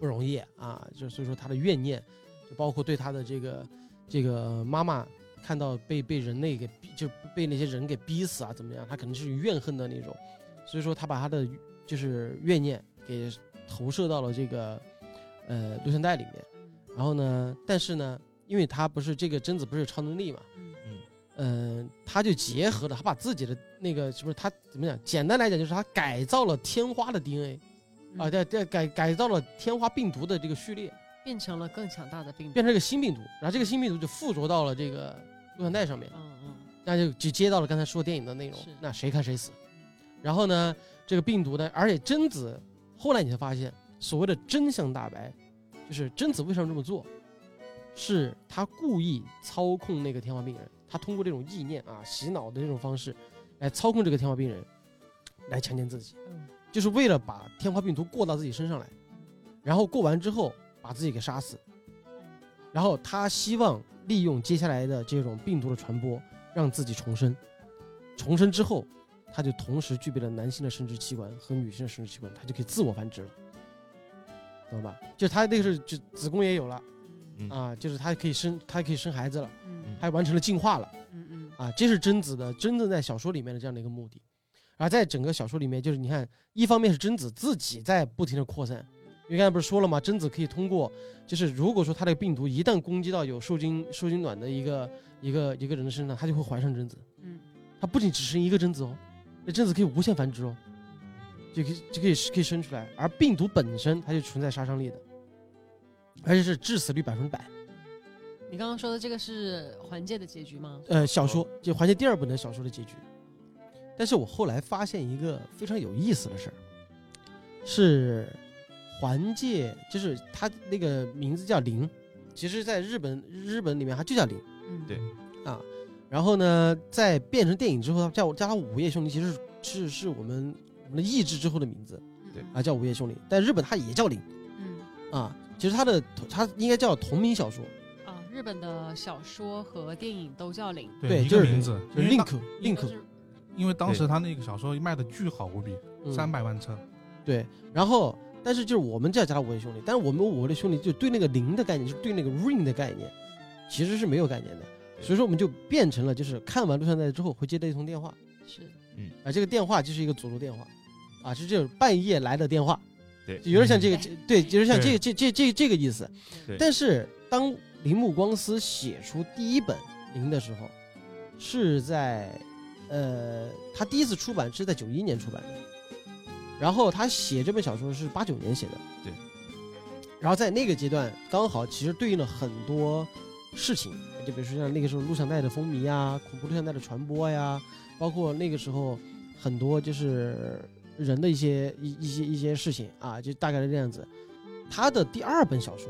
Speaker 1: 不容易啊，就所以说她的怨念，就包括对她的这个这个妈妈看到被被人类给逼，就被那些人给逼死啊，怎么样，她肯定是有怨恨的那种，所以说她把她的就是怨念给投射到了这个呃录像带里面，然后呢，但是呢，因为她不是这个贞子不是有超能力嘛，
Speaker 3: 嗯
Speaker 1: 嗯，他就结合了，他把自己的那个是不是他怎么讲？简单来讲，就是他改造了天花的 DNA
Speaker 3: 嗯
Speaker 1: 啊，对对，改改造了天花病毒的这个序列，
Speaker 3: 变成了更强大的病毒。
Speaker 1: 变成一个新病毒，然后这个新病毒就附着到了这个录像带上面，
Speaker 3: 嗯
Speaker 1: 那就就接到了刚才说电影的内容
Speaker 3: 是，
Speaker 1: 那谁看谁死。然后呢，这个病毒呢，而且贞子后来你才发现，所谓的真相大白，就是贞子为什么这么做，是她故意操控那个天花病人，她通过这种意念啊洗脑的这种方式，来操控这个天花病人，来强奸自己，
Speaker 3: 嗯
Speaker 1: 就是为了把天花病毒过到自己身上来，然后过完之后把自己给杀死，然后她希望利用接下来的这种病毒的传播，让自己重生，重生之后。她就同时具备了男性的生殖器官和女性的生殖器官，她就可以自我繁殖了。懂吧？就是他那个是就子宫也有了
Speaker 4: 嗯
Speaker 1: 啊，就是他可以生，他可以生孩子了，
Speaker 3: 嗯
Speaker 1: 还完成了进化了
Speaker 3: 嗯嗯
Speaker 1: 啊，这是贞子的真正在小说里面的这样的一个目的。而在整个小说里面，就是你看，一方面是贞子自己在不停的扩散，因为刚才不是说了吗？贞子可以通过，就是如果说她的病毒一旦攻击到有受精受精卵的一个一个一个人的身上，她就会怀上贞子。
Speaker 3: 嗯，
Speaker 1: 它不仅只生一个贞子哦，那贞子可以无限繁殖哦，就可以就可以可以生出来。而病毒本身它就存在杀伤力的，而且是致死率百分之百。
Speaker 3: 你刚刚说的这个是环界的结局吗？
Speaker 1: 呃，小
Speaker 2: 哦
Speaker 1: 说就环节第二本的小说的结局。但是我后来发现一个非常有意思的事儿，是环界，就是它那个名字叫零，其实在日本日本里面它就叫零。
Speaker 3: 嗯，
Speaker 4: 对
Speaker 1: 啊，然后呢，在变成电影之后，叫叫它午夜凶铃，其实是是是我们我们的意志之后的名字
Speaker 3: 嗯
Speaker 4: 对
Speaker 1: 啊，叫午夜凶铃，但日本它也叫铃
Speaker 3: 嗯
Speaker 1: 啊，其实它的它应该叫同名小说，
Speaker 3: 啊，日本的小说和电影都叫零，
Speaker 1: 对，
Speaker 2: 一
Speaker 1: 就
Speaker 2: 个
Speaker 1: 是
Speaker 2: 名字，
Speaker 1: 就
Speaker 2: 因
Speaker 1: 是
Speaker 2: 为当
Speaker 1: Link
Speaker 3: 一
Speaker 1: Link
Speaker 3: 个是
Speaker 2: 因为当时他那个小说卖的巨好无比，
Speaker 1: 嗯
Speaker 2: 三百万册，
Speaker 1: 对，然后但是就是我们叫叫它午夜凶铃，但是我们午夜凶铃就对那个铃的概念，就是对那个 ring 的概念，其实是没有概念的，所以说我们就变成了就是看完录像带之后会接到一通电话，
Speaker 3: 是
Speaker 1: 啊，这个电话就是一个诅咒电话，啊，是这种半夜来的电话。
Speaker 4: 对，
Speaker 1: 有点像这个，这对，有点像这
Speaker 2: 对
Speaker 1: 个，这这这这个意思
Speaker 4: 对。
Speaker 1: 但是当铃木光司写出第一本《铃》的时候，是在呃，他第一次出版是在九一年出版的，然后他写这本小说是八九年写的，
Speaker 4: 对。
Speaker 1: 然后在那个阶段，刚好其实对应了很多事情，就比如说像那个时候录像带的风靡啊，恐怖录像带的传播呀、包括那个时候很多就是人的一些一一些一些事情啊，就大概是这样子。他的第二本小说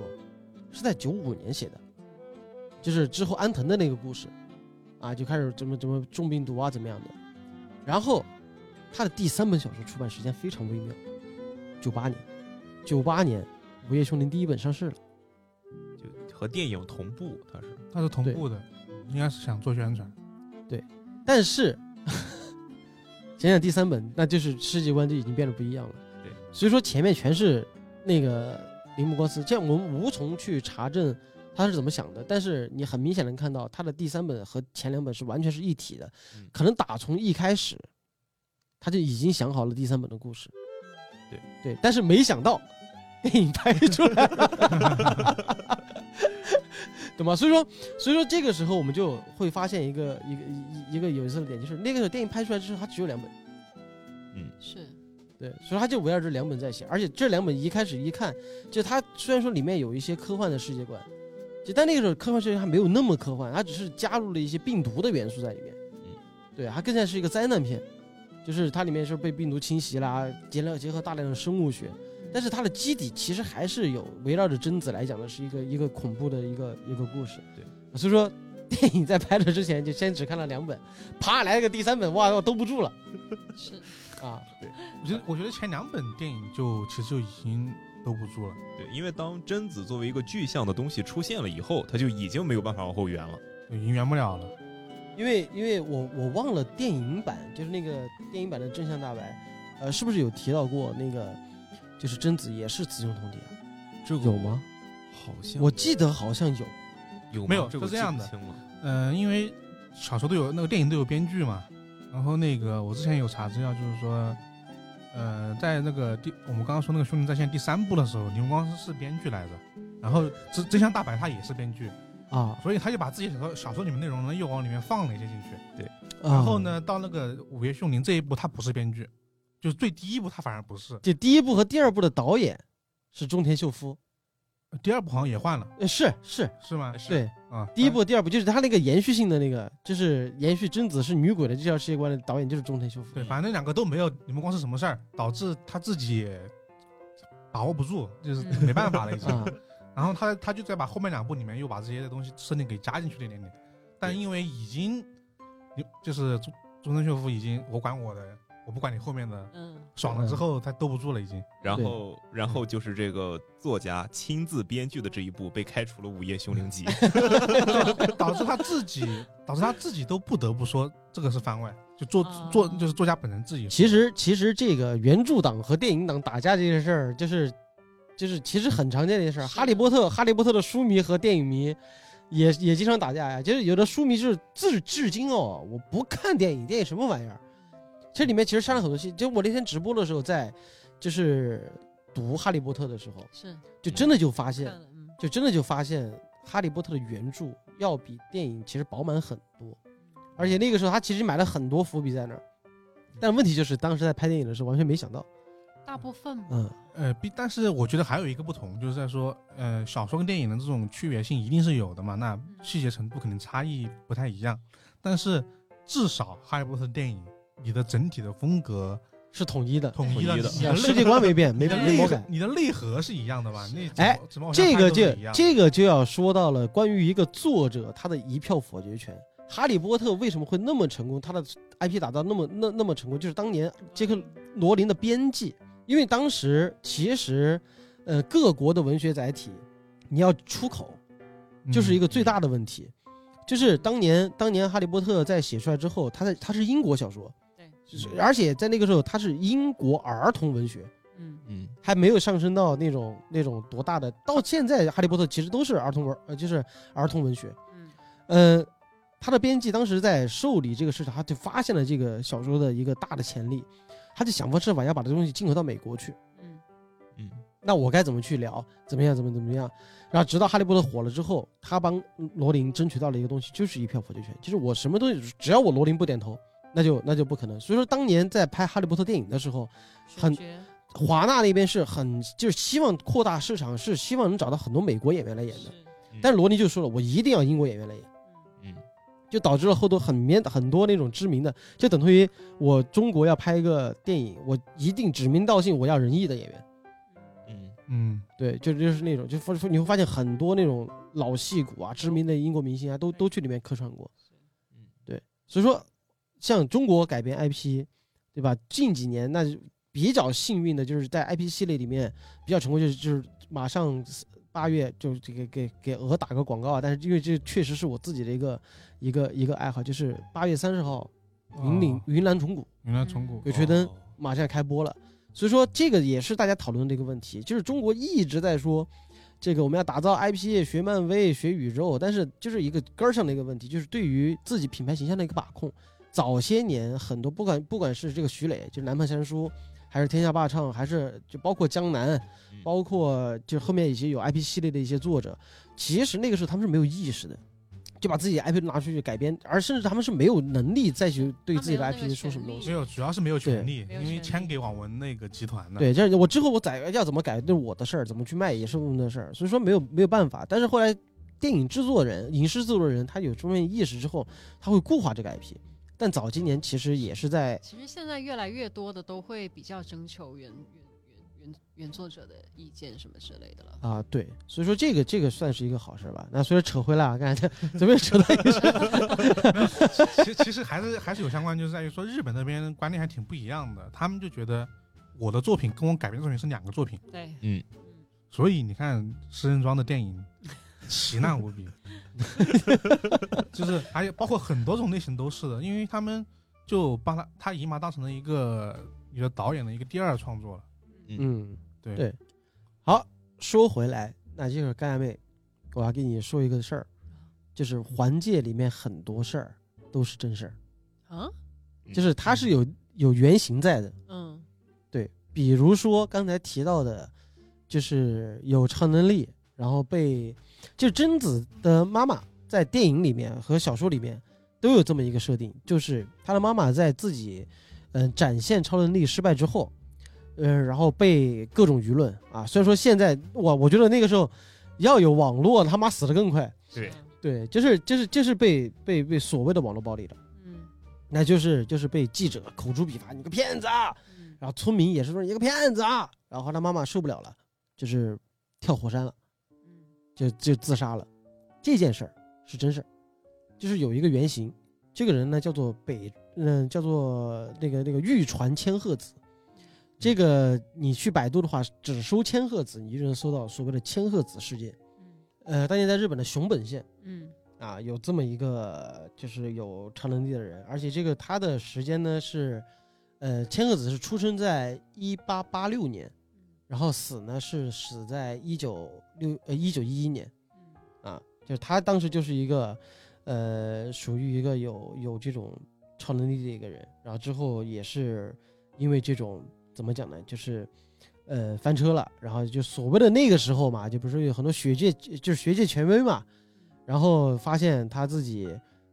Speaker 1: 是在九五年写的，就是之后安藤的那个故事，啊，就开始怎么怎么中病毒啊怎么样的。然后他的第三本小说出版时间非常微妙，九八年，九八年《午夜凶铃》第一本上市了。
Speaker 4: 就和电影同步，它是
Speaker 2: 它是同步的，应该是想做宣传。
Speaker 1: 但是 [LAUGHS] 想想第三本，那就是世界观就已经变得不一样了。
Speaker 4: 对，
Speaker 1: 所以说前面全是那个铃木光司，这样我们无从去查证他是怎么想的。但是你很明显能看到，他的第三本和前两本是完全是一体的，
Speaker 4: 嗯
Speaker 1: 可能打从一开始他就已经想好了第三本的故事。
Speaker 4: 对
Speaker 1: 对，但是没想到电影拍出来了。 [LAUGHS] 懂吗？所以说，所以说这个时候我们就会发现一个一个一一个有意思的点，就是那个时候电影拍出来之后，它只有两本，
Speaker 3: 是，
Speaker 1: 对，所以它就围绕这两本在写，而且这两本一开始一看，就它虽然说里面有一些科幻的世界观，就但那个时候科幻世界观还没有那么科幻，它只是加入了一些病毒的元素在里面，
Speaker 4: 嗯，
Speaker 1: 对，它更像是一个灾难片，就是它里面是被病毒侵袭啦，结了结合大量的生物学，但是它的基底其实还是有围绕着贞子来讲的是一个一个恐怖的一个一个故事。
Speaker 4: 对，
Speaker 1: 所以说电影在拍的之前就先只看了两本，啪来了个第三本，哇，我兜不住了
Speaker 3: 是
Speaker 1: 啊！嗯
Speaker 2: 我觉得，我觉得前两本电影就其实就已经都不住了。
Speaker 4: 对，因为当贞子作为一个具象的东西出现了以后，它就已经没有办法往后圆了。
Speaker 2: 对已经圆不了了。
Speaker 1: 因为因为我我忘了电影版，就是那个电影版的《真相大白》，呃，是不是有提到过那个，就是贞子也是雌雄同体啊？
Speaker 4: 这
Speaker 1: 有吗？
Speaker 4: 好像
Speaker 1: 我记得好像有。
Speaker 4: 有吗
Speaker 2: 没有
Speaker 4: 这个
Speaker 2: 是这样
Speaker 4: 记不
Speaker 2: 的
Speaker 4: 清了
Speaker 2: 嗯、因为小说都有那个电影都有编剧嘛，然后那个我之前有查资料，就是说，呃，在那个第我们刚刚说那个《兄弟在线》第三部的时候，李文光是是编剧来着，然后真真相大白他也是编剧，
Speaker 1: 啊
Speaker 2: 所以他就把自己小说小说里面内容呢又往里面放了一些进去。
Speaker 1: 然
Speaker 2: 然后？呢，到那个《午夜凶铃》这一部，他不是编剧，就是最第一部他反而不是，
Speaker 1: 这第一部和第二部的导演是中田秀夫，
Speaker 2: 第二部好像也换了，
Speaker 1: 呃，是是，
Speaker 2: 是吗？
Speaker 1: 对，
Speaker 2: 啊，
Speaker 1: 第一部、第二部就是他那个延续性的那个，就是延续贞子是女鬼的这条世界观的导演就是中田秀夫。
Speaker 2: 对，反正那两个都没有你们光是什么事儿，导致他自己把握不住，就是
Speaker 3: 嗯
Speaker 2: 没办法了已经。
Speaker 1: 啊，
Speaker 2: 然后他他就再把后面两部里面又把这些东西设定给加进去了一点点，但因为已经，你就是中中村秀夫已经我管我的，我不管你后面的，
Speaker 3: 嗯，
Speaker 2: 爽了之后他兜不住了已经。 [LAUGHS]
Speaker 4: 然后，然后就是这个作家亲自编剧的这一部被开除了《午夜凶铃 [LAUGHS] 集》。
Speaker 2: 导致他自己，导致他自己都不得不说这个是番外，就作
Speaker 3: 哦
Speaker 2: 作就是作家本人自己。
Speaker 1: 其实其实这个原著党和电影党打架这件事儿，就是就是其实很常见的一件事儿。
Speaker 3: 是
Speaker 1: 哈利波特哈利波特的书迷和电影迷也也经常打架呀，就是有的书迷就是至至今哦，我不看电影，电影什么玩意儿？这里面其实删了很多戏。就我那天直播的时候在，就是读哈利波特的时候，
Speaker 3: 是
Speaker 1: 就真的就发
Speaker 3: 看
Speaker 1: 现，
Speaker 3: 了，嗯，
Speaker 1: 就真的就发现哈利波特的原著要比电影其实饱满很多。而且那个时候他其实埋了很多伏笔在那儿，但问题就是当时在拍电影的时候完全没想到，
Speaker 3: 大部分吧，
Speaker 1: 嗯，
Speaker 2: 呃，比但是我觉得还有一个不同，就是在说，呃，小说跟电影的这种区别性一定是有的嘛，
Speaker 3: 嗯
Speaker 2: 那细节程度肯定差异不太一样，但是至少《哈利波特》电影，你的整体的风格
Speaker 1: 是统一的，
Speaker 2: 统
Speaker 4: 统
Speaker 2: 一了
Speaker 4: 一的
Speaker 2: 你
Speaker 1: 啊
Speaker 2: 的
Speaker 1: 世界观没变，
Speaker 2: 没
Speaker 1: 没
Speaker 2: 的
Speaker 1: 没
Speaker 2: 内
Speaker 1: 魔
Speaker 2: 核
Speaker 1: 改。
Speaker 2: 你的内核是一样的吧？那
Speaker 1: 哎，
Speaker 2: 怎么
Speaker 1: 这个就这
Speaker 2: 个
Speaker 1: 个就要说到了关于一个作者他的一票否决权。哈利波特为什么会那么成功？他的 IP 打造那么那那么成功，就是当年杰克罗琳的编辑，因为当时其实，呃，各国的文学载体，你要出口，
Speaker 2: 嗯
Speaker 1: 就是一个最大的问题，就是当年当年《哈利波特》在写出来之后，它在它是英国小说，
Speaker 3: 对，
Speaker 1: 是而且在那个时候它是英国儿童文学，
Speaker 3: 嗯，
Speaker 4: 嗯，
Speaker 1: 还没有上升到那种那种多大的。到现在，《哈利波特》其实都是儿童文，呃，就是儿童文学。
Speaker 3: 嗯，
Speaker 1: 嗯，他的编辑当时在受理这个市场，他就发现了这个小说的一个大的潜力，他就想方设法要把这东西进口到美国去。
Speaker 3: 嗯，
Speaker 4: 嗯，
Speaker 1: 那我该怎么去聊？怎么样？怎么怎么样？然后直到《哈利波特》火了之后，他帮罗琳争取到了一个东西，就是一票否决权，就是我什么东西，只要我罗琳不点头，那就那就不可能。所以说，当年在拍《哈利波特》电影的时候，很
Speaker 3: 选角
Speaker 1: 华纳那边是很就是希望扩大市场，是希望能找到很多美国演员来演的。
Speaker 3: 是
Speaker 1: 但是罗琳就说了，我一定要英国演员来演，
Speaker 4: 嗯，
Speaker 1: 就导致了后头很面很多那种知名的，就等同于我中国要拍一个电影，我一定指名道姓我要仁义的演员。
Speaker 4: 嗯，
Speaker 2: 嗯
Speaker 1: 对，就就是那种，就发你会发现很多那种老戏骨啊，知名的英国明星啊，都都去里面客串过。
Speaker 4: 嗯
Speaker 1: 对，所以说像中国改编 IP，对吧？近几年那就比较幸运的就是在 IP 系列里面比较成功，就是就是马上八月就这个给给鹅打个广告啊，但是因为这确实是我自己的一个一个一个爱好，就是八月三十号云岭、
Speaker 2: 哦
Speaker 1: 云南虫谷
Speaker 2: 云南虫谷
Speaker 1: 鬼吹
Speaker 4: 哦
Speaker 1: 灯马上要开播了，所以说这个也是大家讨论的一个问题，就是中国一直在说，这个我们要打造 IP，学漫威，学宇宙，但是就是一个根儿上的一个问题，就是对于自己品牌形象的一个把控。早些年很多不管不管是这个徐磊，就是南派三叔，还是天下霸唱，还是就包括江南，
Speaker 4: 嗯
Speaker 1: 包括就后面一些有 IP 系列的一些作者，其实那个时候他们是没有意识的。就把自己的 IP 拿出去改编，而甚至他们是没有能力再去对自己的
Speaker 3: 他没有
Speaker 1: IP
Speaker 3: 那个
Speaker 1: 说什么
Speaker 3: 权
Speaker 1: 东
Speaker 3: 利
Speaker 1: 西
Speaker 2: 没。有，主要是没有权利，
Speaker 3: 对
Speaker 2: 因
Speaker 3: 没有
Speaker 2: 为
Speaker 3: 权利
Speaker 2: 签给网文那个集团的。
Speaker 1: 对，这是我之后我改要怎么改，那是我的事儿，怎么去卖也是我们的事儿，所以说没有没有办法。但是后来，电影制作人、影视制作人他有这面意识之后，他会固化这个 IP。但早些年其实也是在
Speaker 3: 其实现在越来越多的都会比较征求原原原原原作者的意见什么之类的了。
Speaker 1: 啊、对，所以说这个这个算是一个好事儿吧。那所以说扯回来啊，刚才 [LAUGHS] 怎么又扯
Speaker 2: [LAUGHS]
Speaker 1: 到一个事儿
Speaker 2: 其其实还是还是有相关，就是在于说日本那边观念还挺不一样的，他们就觉得我的作品跟我改编的作品是两个作品，
Speaker 3: 对，
Speaker 4: 嗯
Speaker 2: 所以你看石人庄的电影奇难无比， [LAUGHS] 就是还有包括很多种类型都是的，因为他们就把他他姨妈当成了一个一个导演的一个第二创作了。
Speaker 1: 嗯，
Speaker 2: 对
Speaker 1: 对好，说回来，那就是干亚妹，我要跟你说一个事儿，就是环界里面很多事儿都是真事儿，
Speaker 3: 啊，
Speaker 2: 嗯
Speaker 1: 就是它是有有原型在的。
Speaker 3: 嗯
Speaker 1: 对，比如说刚才提到的，就是有超能力，然后被就是贞子的妈妈在电影里面和小说里面都有这么一个设定，就是她的妈妈在自己嗯、呃展现超能力失败之后，嗯、然后被各种舆论啊，虽然说现在我我觉得那个时候要有网络，他妈死的更快。
Speaker 4: 对，
Speaker 3: 啊
Speaker 1: 对，就是就是就是被被被所谓的网络暴力了，
Speaker 3: 嗯
Speaker 1: 那就是就是被记者口诛笔伐，你个骗子啊！
Speaker 3: 嗯
Speaker 1: 然后村民也是说你个骗子啊，然后他妈妈受不了了，就是跳火山了，
Speaker 3: 嗯
Speaker 1: 就就自杀了。这件事儿是真事儿，就是有一个原型，这个人呢叫做北，嗯、叫做那个那个玉传千鹤子。这个你去百度的话，只搜千鹤子，你就能搜到所谓的千鹤子事件。呃，当年在日本的熊本县
Speaker 3: 嗯
Speaker 1: 啊，有这么一个就是有超能力的人，而且这个他的时间呢是，呃，千鹤子是出生在一八八六年，然后死呢是死在一九六呃一九一一年，啊，就是他当时就是一个，呃，属于一个有有这种超能力的一个人，然后之后也是因为这种怎么讲呢，就是。呃，翻车了，然后就所谓的那个时候嘛，就不是有很多学界，就是学界权威嘛，然后发现他自己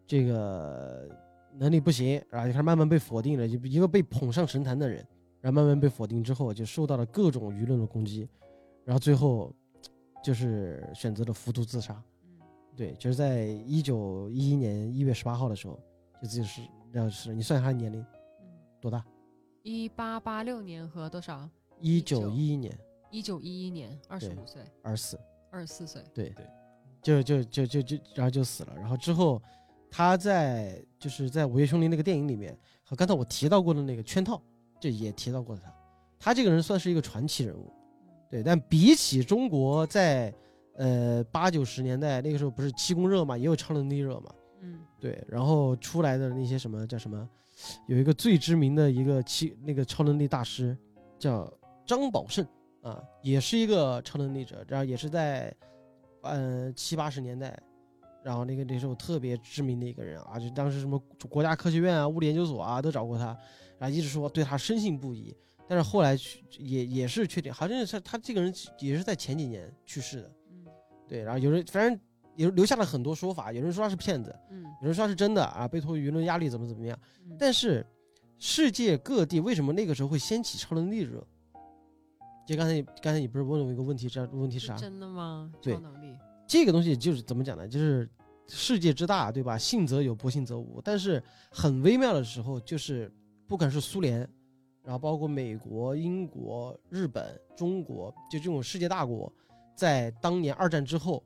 Speaker 1: 这个能力不行，然后就开始慢慢被否定了，就一个被捧上神坛的人，然后慢慢被否定之后，就受到了各种舆论的攻击，然后最后就是选择了服毒自杀。对，就是在一九一一年一月十八号的时候，就自己是要是你算一下他的年龄多大？
Speaker 3: 一八八六年和多少？
Speaker 1: 一九一一年
Speaker 3: 一九一一年，二十五岁，
Speaker 1: 二十四。
Speaker 3: 二十四岁。
Speaker 1: 对
Speaker 4: 对，
Speaker 1: 就就就就就然后就死了。然后之后，他在就是在《午夜凶铃》那个电影里面，和刚才我提到过的那个圈套，这也提到过他。他这个人算是一个传奇人物，对。但比起中国在呃八九十年代那个时候，不是七公热嘛，也有超能力热嘛，
Speaker 3: 嗯
Speaker 1: 对。然后出来的那些什么叫什么，有一个最知名的一个七那个超能力大师叫张宝胜啊，也是一个超能力者，然后也是在呃七八十年代，然后那个那时候特别知名的一个人啊，就当时什么国家科学院啊、物理研究所啊都找过他，然后一直说对他深信不疑。但是后来去也也是确定，好像是他这个人也是在前几年去世的，
Speaker 3: 嗯
Speaker 1: 对。然后有人反正有留下了很多说法，有人说他是骗子，
Speaker 3: 嗯
Speaker 1: 有人说他是真的啊，被迫舆论压力怎么怎么样。
Speaker 3: 嗯，
Speaker 1: 但是世界各地为什么那个时候会掀起超能力热？就刚才你刚才你不是问了我一个问题，这问题是
Speaker 3: 是
Speaker 1: 啥？
Speaker 3: 真的吗？
Speaker 1: 对
Speaker 3: 超能力。
Speaker 1: 这个东西就是怎么讲呢？就是世界之大，对吧？信则有，不信则无。但是很微妙的时候，就是不管是苏联，然后包括美国、英国、日本、中国，就这种世界大国，在当年二战之后，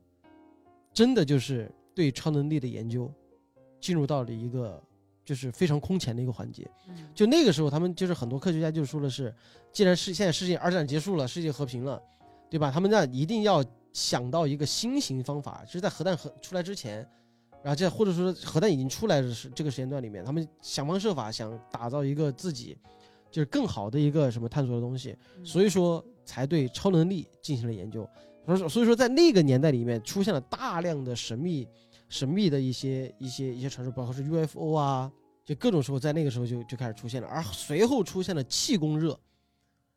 Speaker 1: 真的就是对超能力的研究进入到了一个就是非常空前的一个环节。
Speaker 3: 嗯
Speaker 1: 就那个时候，他们就是很多科学家就说的是，既然是现在世界二战结束了，世界和平了，对吧？他们那一定要想到一个新型方法，就是在核弹核出来之前，然后这或者说核弹已经出来的时这个时间段里面，他们想方设法想打造一个自己就是更好的一个什么探索的东西，所以说才对超能力进行了研究。所以说，所以说在那个年代里面出现了大量的神秘、神秘的一些、一些、一些传说，包括是 UFO 啊，就各种时候在那个时候就就开始出现了。而随后出现了气功热，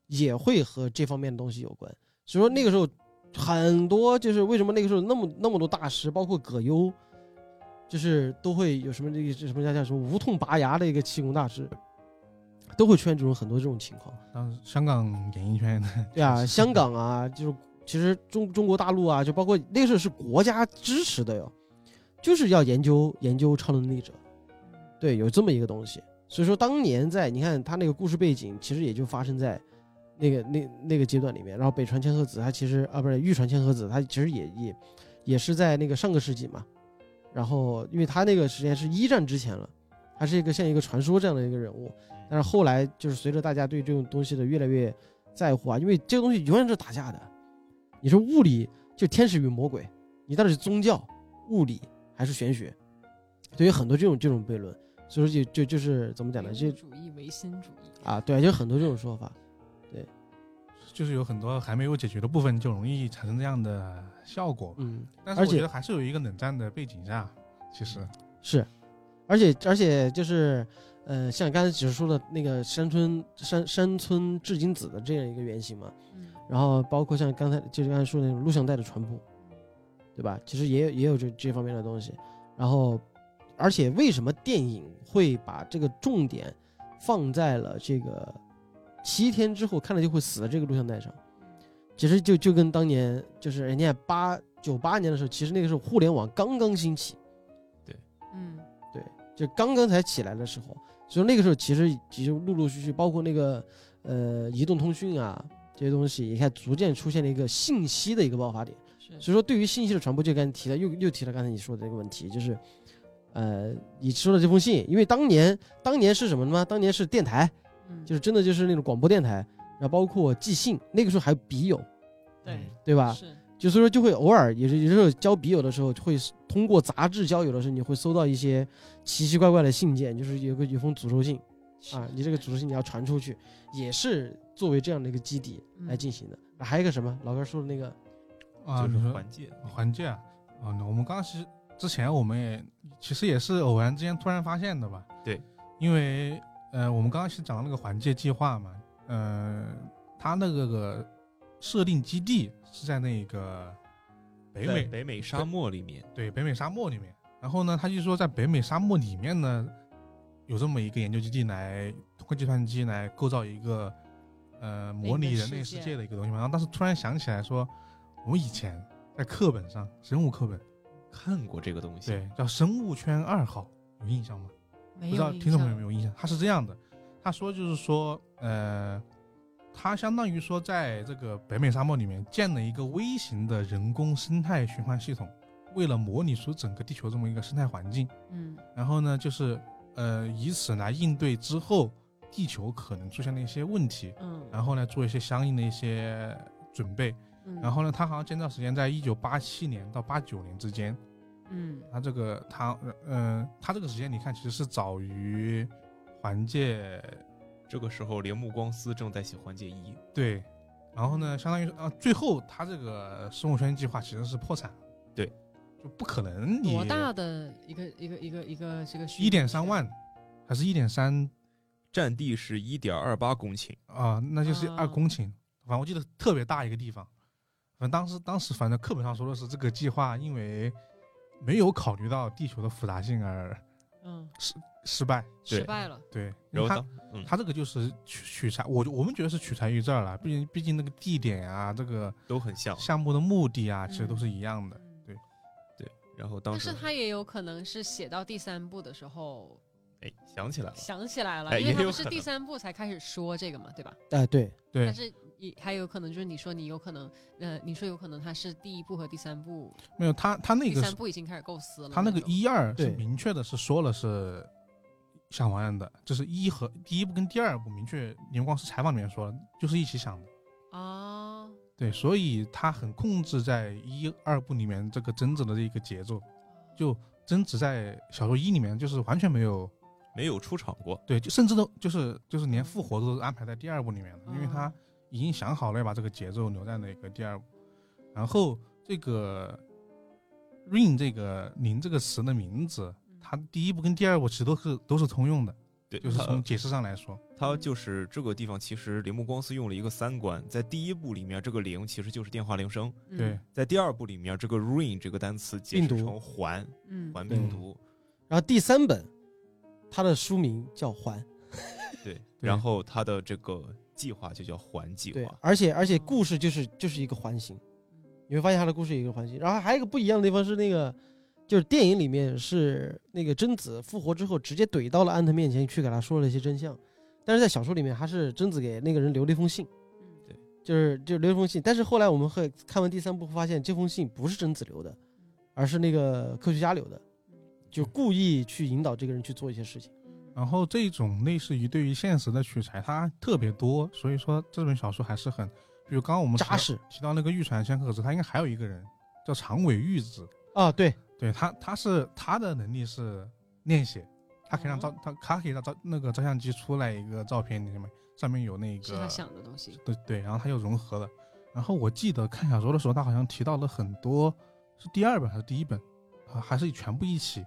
Speaker 1: 也会和这方面的东西有关。所以说那个时候很多就是为什么那个时候那么那么多大师，包括葛优，就是都会有什么这个什么叫叫什么无痛拔牙的一个气功大师，都会出现这种很多这种情况。
Speaker 2: 当时香港演艺圈 [LAUGHS] 的
Speaker 1: 对啊，
Speaker 2: 确实
Speaker 1: 香港啊，就是其实中中国大陆啊，就包括那个时候是国家支持的哟，就是要研究研究超能力者，对，有这么一个东西。所以说当年在你看他那个故事背景，其实也就发生在那个那那个阶段里面。然后北川千鹤子他其实啊不是玉川千鹤子，他其实也也也是在那个上个世纪嘛。然后因为他那个时间是一战之前了，他是一个像一个传说这样的一个人物。但是后来就是随着大家对这种东西的越来越在乎啊，因为这个东西永远是打架的，你说物理就天使与魔鬼，你到底是宗教、物理还是玄学？对于很多这种这种悖论，所以说就就就是怎么讲呢？
Speaker 3: 民
Speaker 1: 就
Speaker 3: 族主义、唯心主义，
Speaker 1: 啊，对，就很多这种说法。
Speaker 2: 就是有很多还没有解决的部分，就容易产生这样的效果。
Speaker 1: 嗯，
Speaker 2: 但
Speaker 1: 而
Speaker 2: 是我
Speaker 1: 且
Speaker 2: 觉得还是有一个冷战的背景下，其实
Speaker 1: 是，而且而且就是，呃，像刚才只是说的那个山村山山村至今子的这样一个原型嘛，
Speaker 3: 嗯，
Speaker 1: 然后包括像刚才就是刚才说的那种录像带的传播，对吧？其实也有也有这这方面的东西。然后，而且为什么电影会把这个重点放在了这个七天之后看了就会死的这个录像带上？其实就就跟当年就是人家八九八年的时候，其实那个时候互联网刚刚兴起，
Speaker 3: 嗯，
Speaker 1: 就刚刚才起来的时候，所以那个时候其实其实陆陆续续，包括那个呃移动通讯啊这些东西，也开始逐渐出现了一个信息的一个爆发点。
Speaker 3: 是
Speaker 1: 所以说，对于信息的传播，就刚才提到又又提到刚才你说的这个问题，就是呃你收到这封信，因为当年当年是什么呢？当年是电台，
Speaker 3: 嗯，
Speaker 1: 就是真的就是那种广播电台，然后包括寄信，那个时候还有笔友，
Speaker 3: 对，
Speaker 1: 对吧？
Speaker 3: 是，
Speaker 1: 就所以说就会偶尔也是有时候交笔友的时候，会通过杂志交友的时候，你会收到一些奇奇怪怪的信件，就是有个有封诅咒信啊，你这个诅咒信你要传出去，也是作为这样的一个基底
Speaker 3: 嗯
Speaker 1: 来进行的。啊还有一个什么老哥说的那个，
Speaker 2: 啊，
Speaker 4: 就
Speaker 2: 你
Speaker 4: 是
Speaker 2: 说
Speaker 4: 环界。
Speaker 2: 环界啊，啊，那我们刚是之前我们也其实也是偶然之间突然发现的吧？
Speaker 4: 对，
Speaker 2: 因为呃，我们刚刚是讲到那个环界计划嘛，呃，它那个个设定基地是在那个北
Speaker 4: 在
Speaker 2: 美，
Speaker 4: 北美沙漠里面，
Speaker 2: 对，北美沙漠里面。然后呢，他就说在北美沙漠里面呢，有这么一个研究基地来通过计算机来构造一个呃模拟人类世界的一个东西嘛。然后当时突然想起来说，我们以前在课本上生物课本，
Speaker 4: 看过这个东西。
Speaker 2: 对，叫生物圈二号，有印象吗？
Speaker 3: 没
Speaker 2: 不知道
Speaker 3: 有
Speaker 2: 听众朋友有没有印象？他是这样的，他说就是说，呃，他相当于说在这个北美沙漠里面建了一个微型的人工生态循环系统，为了模拟出整个地球这么一个生态环境，
Speaker 3: 嗯
Speaker 2: 然后呢，就是呃以此来应对之后地球可能出现的一些问题，
Speaker 3: 嗯，
Speaker 2: 然后呢做一些相应的一些准备，
Speaker 3: 嗯
Speaker 2: 然后呢，他好像建造时间在一九八七年到八九年之间。
Speaker 3: 嗯
Speaker 2: 它这个它呃，它这个时间你看其实是早于环界
Speaker 4: 这个时候铃木光司正在写环界一，
Speaker 2: 对，然后呢，相当于啊，最后它这个生物圈计划其实是破产，
Speaker 4: 对，
Speaker 2: 就不可能你
Speaker 3: 多大的一个一个一个一个这个需
Speaker 2: 一点
Speaker 3: 求
Speaker 2: 三万，还是一点三
Speaker 4: 占地是一点二八公顷，
Speaker 2: 啊，那就是
Speaker 3: 啊
Speaker 2: 二公顷，反正我记得特别大一个地方，反正当时当时反正课本上说的是这个计划因为没有考虑到地球的复杂性而
Speaker 3: 嗯，
Speaker 2: 失败，
Speaker 4: 对
Speaker 3: 失败了，
Speaker 2: 对，因
Speaker 4: 然
Speaker 2: 为
Speaker 4: 后
Speaker 2: 它
Speaker 4: 当嗯
Speaker 2: 它这个就是取取材，我我们觉得是取材于这儿了，毕竟毕竟那个地点啊，这个
Speaker 4: 都很像。
Speaker 2: 项目的目的啊，其实都是一样的。对
Speaker 4: 然后当
Speaker 3: 嗯但
Speaker 4: 时
Speaker 3: 是他也有可能是写到第三部的时候
Speaker 4: 哎想起来
Speaker 2: 啊
Speaker 4: 了，
Speaker 3: 想起来了，
Speaker 4: 哎
Speaker 3: 因为
Speaker 4: 也
Speaker 3: 他
Speaker 4: 有
Speaker 3: 不是
Speaker 4: 可
Speaker 3: 第
Speaker 4: 能
Speaker 3: 三部才开始说这个嘛，对吧？
Speaker 1: 哎，对，
Speaker 2: 对，
Speaker 3: 但是也还有可能就是你说你有可能，呃，你说有可能他是第一部和第三部，
Speaker 2: 没有他他那
Speaker 3: 第
Speaker 2: 个
Speaker 3: 三
Speaker 2: 是
Speaker 3: 部已经开始构思了种。
Speaker 2: 他那个一二
Speaker 1: 对
Speaker 2: 是明确的是说了是想方案的，就是一和第一部跟第二部明确，林光是采访里面说了，就是一起想的。
Speaker 3: 啊，
Speaker 2: 对，所以他很控制在一二部里面这个争执的这个节奏，就争执在小说一里面就是完全没有
Speaker 4: 没有出场过，
Speaker 2: 对，就甚至都就是就是连复活都是安排在第二部里面的，因为他
Speaker 1: 哦
Speaker 3: 嗯
Speaker 2: 已经想好了要把这个节奏留在那个第二部。然后这个 “ring” 这个“铃”这个词的名字，
Speaker 1: 嗯
Speaker 2: 它第一部跟第二部其实都是都是通用的，
Speaker 4: 对，
Speaker 2: 就是
Speaker 4: 他
Speaker 2: 从
Speaker 1: 哦
Speaker 2: 解释上来说，
Speaker 4: 他就是这个地方，其实铃木光司用了一个三观，在第一部里面，这个铃其实就是电话铃声；
Speaker 3: 嗯
Speaker 2: 对，
Speaker 4: 在第二部里面，这个 ring 这个单词解释
Speaker 1: 病毒
Speaker 4: 成环
Speaker 3: 嗯，
Speaker 4: 环病毒，
Speaker 1: 然后第三本，它的书名叫《还》，
Speaker 4: 对。然后他的这个计划就叫环计
Speaker 1: 对
Speaker 4: 划，，
Speaker 1: 而且而且故事就是就是一个环形，你会发现它的故事有一个环形。然后还有一个不一样的地方是那个，就是电影里面是那个贞子复活之后直接怼到了安藤面前去给他说了一些真相，但是在小说里面还是贞子给那个人留了一封信，
Speaker 2: 嗯
Speaker 4: 对，
Speaker 1: 就是就留了一封信。但是后来我们会看完第三部会发现这封信不是贞子留的，而是那个科学家留的，
Speaker 2: 嗯
Speaker 1: 就故意去引导这个人去做一些事情。
Speaker 2: 然后这种类似于对于现实的取材，它特别多，所以说这本小说还是很比如刚刚我们提到
Speaker 1: 扎实
Speaker 2: 提到那个玉川香克子，他应该还有一个人叫长尾玉子，
Speaker 1: 啊，对，
Speaker 2: 对他他是他的能力是练写，他
Speaker 3: 哦
Speaker 2: 可以让照他他可以让照那个照相机出来一个照片，里面上面有那
Speaker 3: 是他
Speaker 2: 个
Speaker 3: 想的东西。
Speaker 2: 对对，然后他又融合了。然后我记得看小说的时候，他好像提到了很多，是第二本还是第一本，啊还是全部一起。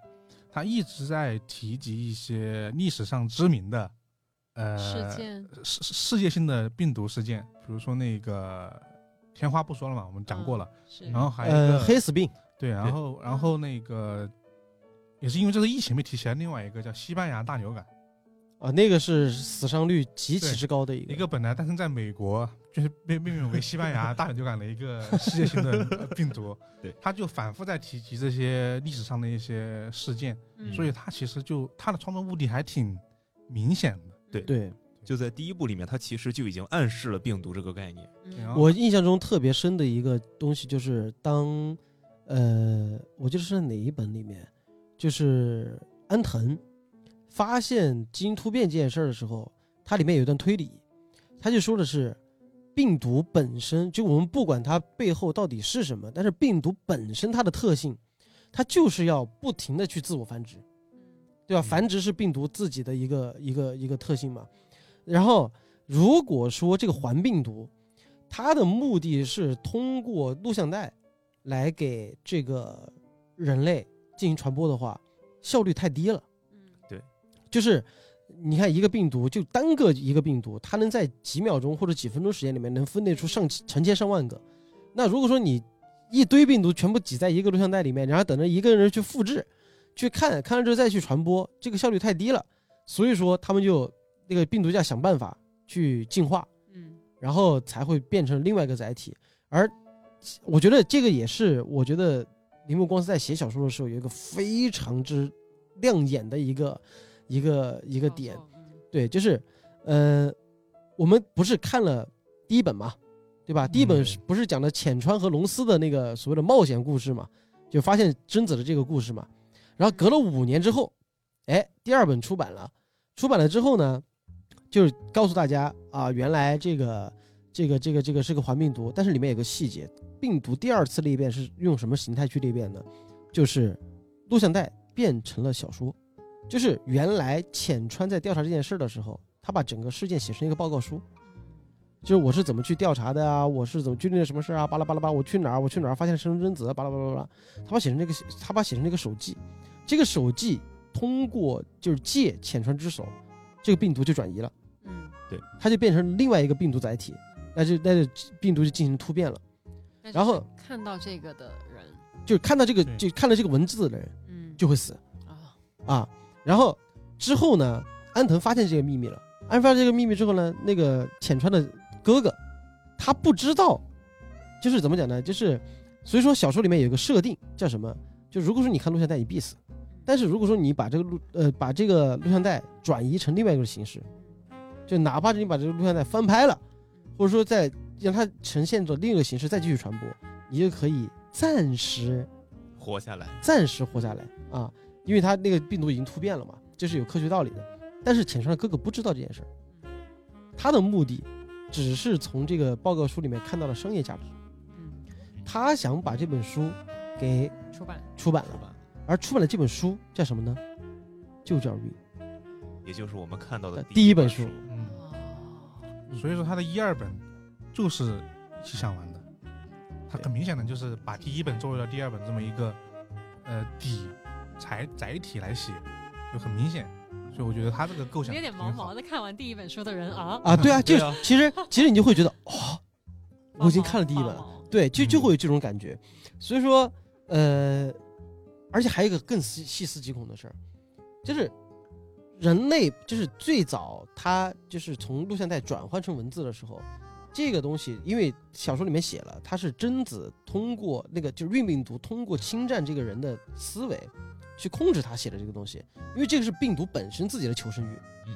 Speaker 2: 他一直在提及一些历史上知名的，呃，
Speaker 3: 事件
Speaker 2: 世世界性的病毒事件，比如说那个天花不说了嘛，我们讲过了。
Speaker 3: 嗯是，
Speaker 2: 然后还有一个、
Speaker 1: 呃，黑死病，
Speaker 2: 对，然后然后那个也是因为这个疫情被提起来，另外一个叫西班牙大流感，
Speaker 1: 啊，那个是死伤率极其
Speaker 2: 对
Speaker 1: 之高的一个，
Speaker 2: 一个本来诞生在美国，就是被被命名为西班牙大流感的一个世界性的呃病毒，
Speaker 4: 对，
Speaker 2: 他就反复在提及这些历史上的一些事件，
Speaker 3: 嗯
Speaker 2: 所以他其实就他的创作目的还挺明显的。
Speaker 3: 嗯
Speaker 1: 对
Speaker 4: 就在第一部里面，它其实就已经暗示了病毒这个概念。
Speaker 3: 嗯
Speaker 2: 然后
Speaker 1: 我印象中特别深的一个东西就是当，呃，我记得是在哪一本里面，就是安藤发现基因突变这件事儿的时候，它里面有一段推理，他就说的是病毒本身，就我们不管它背后到底是什么，但是病毒本身它的特性，它就是要不停的去自我繁殖，对吧？繁殖是病毒自己的一个一个一个特性嘛。然后如果说这个环病毒，它的目的是通过录像带来给这个人类进行传播的话，效率太低了。
Speaker 3: 嗯
Speaker 1: 就是你看一个病毒，就单个一个病毒，它能在几秒钟或者几分钟时间里面能分裂出上千成千上万个。那如果说你一堆病毒全部挤在一个录像带里面，然后等着一个人去复制、去看，看了之后再去传播，这个效率太低了。所以说他们就那个病毒就要想办法去进化，
Speaker 3: 嗯
Speaker 1: 然后才会变成另外一个载体。而我觉得这个也是，我觉得铃木光司在写小说的时候有一个非常之亮眼的一个一个一个点，，
Speaker 3: 嗯
Speaker 1: 对，就是呃，我们不是看了第一本嘛，对吧？第一本是不是讲的浅川和龙司的那个所谓的冒险故事嘛，就发现贞子的这个故事嘛。然后隔了五年之后，哎，第二本出版了，出版了之后呢，就是告诉大家啊，原来这个这个这个这个是个环病毒，但是里面有个细节，病毒第二次裂变是用什么形态去裂变呢？就是录像带变成了小说。就是原来浅川在调查这件事的时候，他把整个事件写成一个报告书，就是我是怎么去调查的啊，我是怎么经历了什么事啊，巴拉巴拉巴拉，我去哪儿，我去哪儿，发现了生真子，巴拉巴拉巴拉，他把写成这个，他把写成这个手记，这个手记通过就是借浅川之手，这个病毒就转移了，
Speaker 3: 嗯，
Speaker 1: 它就变成另外一个病毒载体，那就那就病毒就进行突变了，
Speaker 3: 那
Speaker 1: 然后
Speaker 3: 就是看到这个的人，
Speaker 1: 就是看到这个
Speaker 2: 对
Speaker 1: 就看到这个文字的人
Speaker 3: 嗯，
Speaker 1: 就会死，
Speaker 3: 啊，
Speaker 1: 啊，然后之后呢，安藤发现这个秘密了。安藤发现这个秘密之后呢，那个浅川的哥哥，他不知道，就是怎么讲呢？就是所以说小说里面有一个设定叫什么？就如果说你看录像带，你必死；但是如果说你把这个录呃把这个录像带转移成另外一个形式，就哪怕是你把这个录像带翻拍了，或者说再让它呈现着另一个形式再继续传播，你就可以暂时
Speaker 4: 活下来，
Speaker 1: 暂时活下来啊，因为他那个病毒已经突变了嘛，这是有科学道理的。但是浅川的哥哥不知道这件事儿，他的目的只是从这个报告书里面看到了商业价值，
Speaker 3: 嗯，
Speaker 1: 他想把这本书给
Speaker 3: 出版，
Speaker 1: 出版
Speaker 4: 是
Speaker 1: 了，
Speaker 4: 吧？
Speaker 1: 而出版的这本书叫什么呢？就叫《Re》
Speaker 4: 也就是我们看到的
Speaker 1: 呃第一本
Speaker 4: 书
Speaker 1: 书。
Speaker 2: 嗯，
Speaker 3: 哦，
Speaker 2: 所以说他的一二本就是一起想完的，他很明显的就是把第一本作为了第二本这么一个呃底载载体来写，就很明显。所以我觉得他这个构想
Speaker 3: 有点毛
Speaker 2: 挺好
Speaker 3: 毛的。看完第一本书的人啊，
Speaker 1: 啊，对啊，就
Speaker 4: [LAUGHS] 对
Speaker 1: 是
Speaker 4: 啊
Speaker 1: 其实其实你就会觉得，哦，我已经
Speaker 3: 毛
Speaker 1: 看了第一
Speaker 3: 毛
Speaker 1: 本了，
Speaker 3: 毛
Speaker 1: 对，就就
Speaker 2: 嗯
Speaker 1: 会有这种感觉。所以说，呃，而且还有一个更细细思极恐的事儿，就是人类就是最早它就是从录像带转换成文字的时候，这个东西因为小说里面写了，它是贞子通过那个就是运病毒通过侵占这个人的思维去控制他写的这个东西，因为这个是病毒本身自己的求生欲，
Speaker 4: 嗯，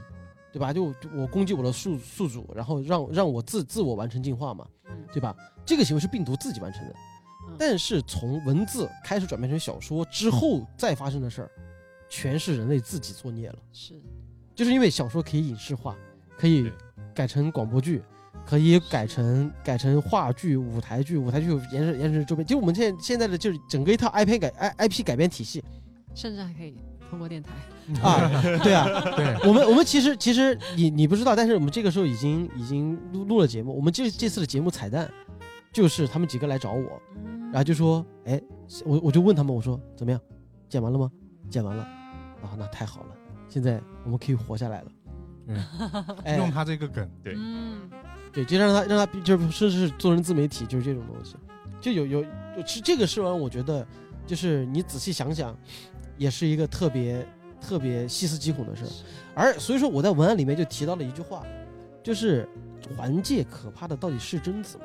Speaker 1: 对吧？就就我攻击我的宿宿主，然后让让我自自我完成进化嘛，
Speaker 3: 嗯
Speaker 1: 对吧？这个行为是病毒自己完成的
Speaker 3: 嗯，
Speaker 1: 但是从文字开始转变成小说之后再发生的事儿，全是人类自己作孽了。
Speaker 3: 是，
Speaker 1: 就是因为小说可以影视化，可以
Speaker 4: 对
Speaker 1: 改成广播剧，可以改成改成话剧、舞台剧、舞台剧延伸延伸周边，就我们现现在的就是整个一套 IP 改 I IP 改编体系
Speaker 3: 甚至还可以通过电台。
Speaker 1: 啊，对啊，
Speaker 2: 对，
Speaker 1: 我们我们其实其实你你不知道，但是我们这个时候已经已经录录了节目，我们这这次的节目彩蛋就是他们几个来找我，然后就说，哎，我我就问他们，我说怎么样，剪完了吗？剪完了，啊，那太好了，现在我们可以活下来了。哎
Speaker 2: 用他这个梗，
Speaker 4: 对
Speaker 3: 嗯，
Speaker 1: 对，就让他让他就是甚至是做成自媒体，就是这种东西，就有有有，其实这个事完，我觉得就是你仔细想想，也是一个特别特别细思极恐的事儿。而所以说我在文案里面就提到了一句话，就是环界可怕的到底是贞子吗？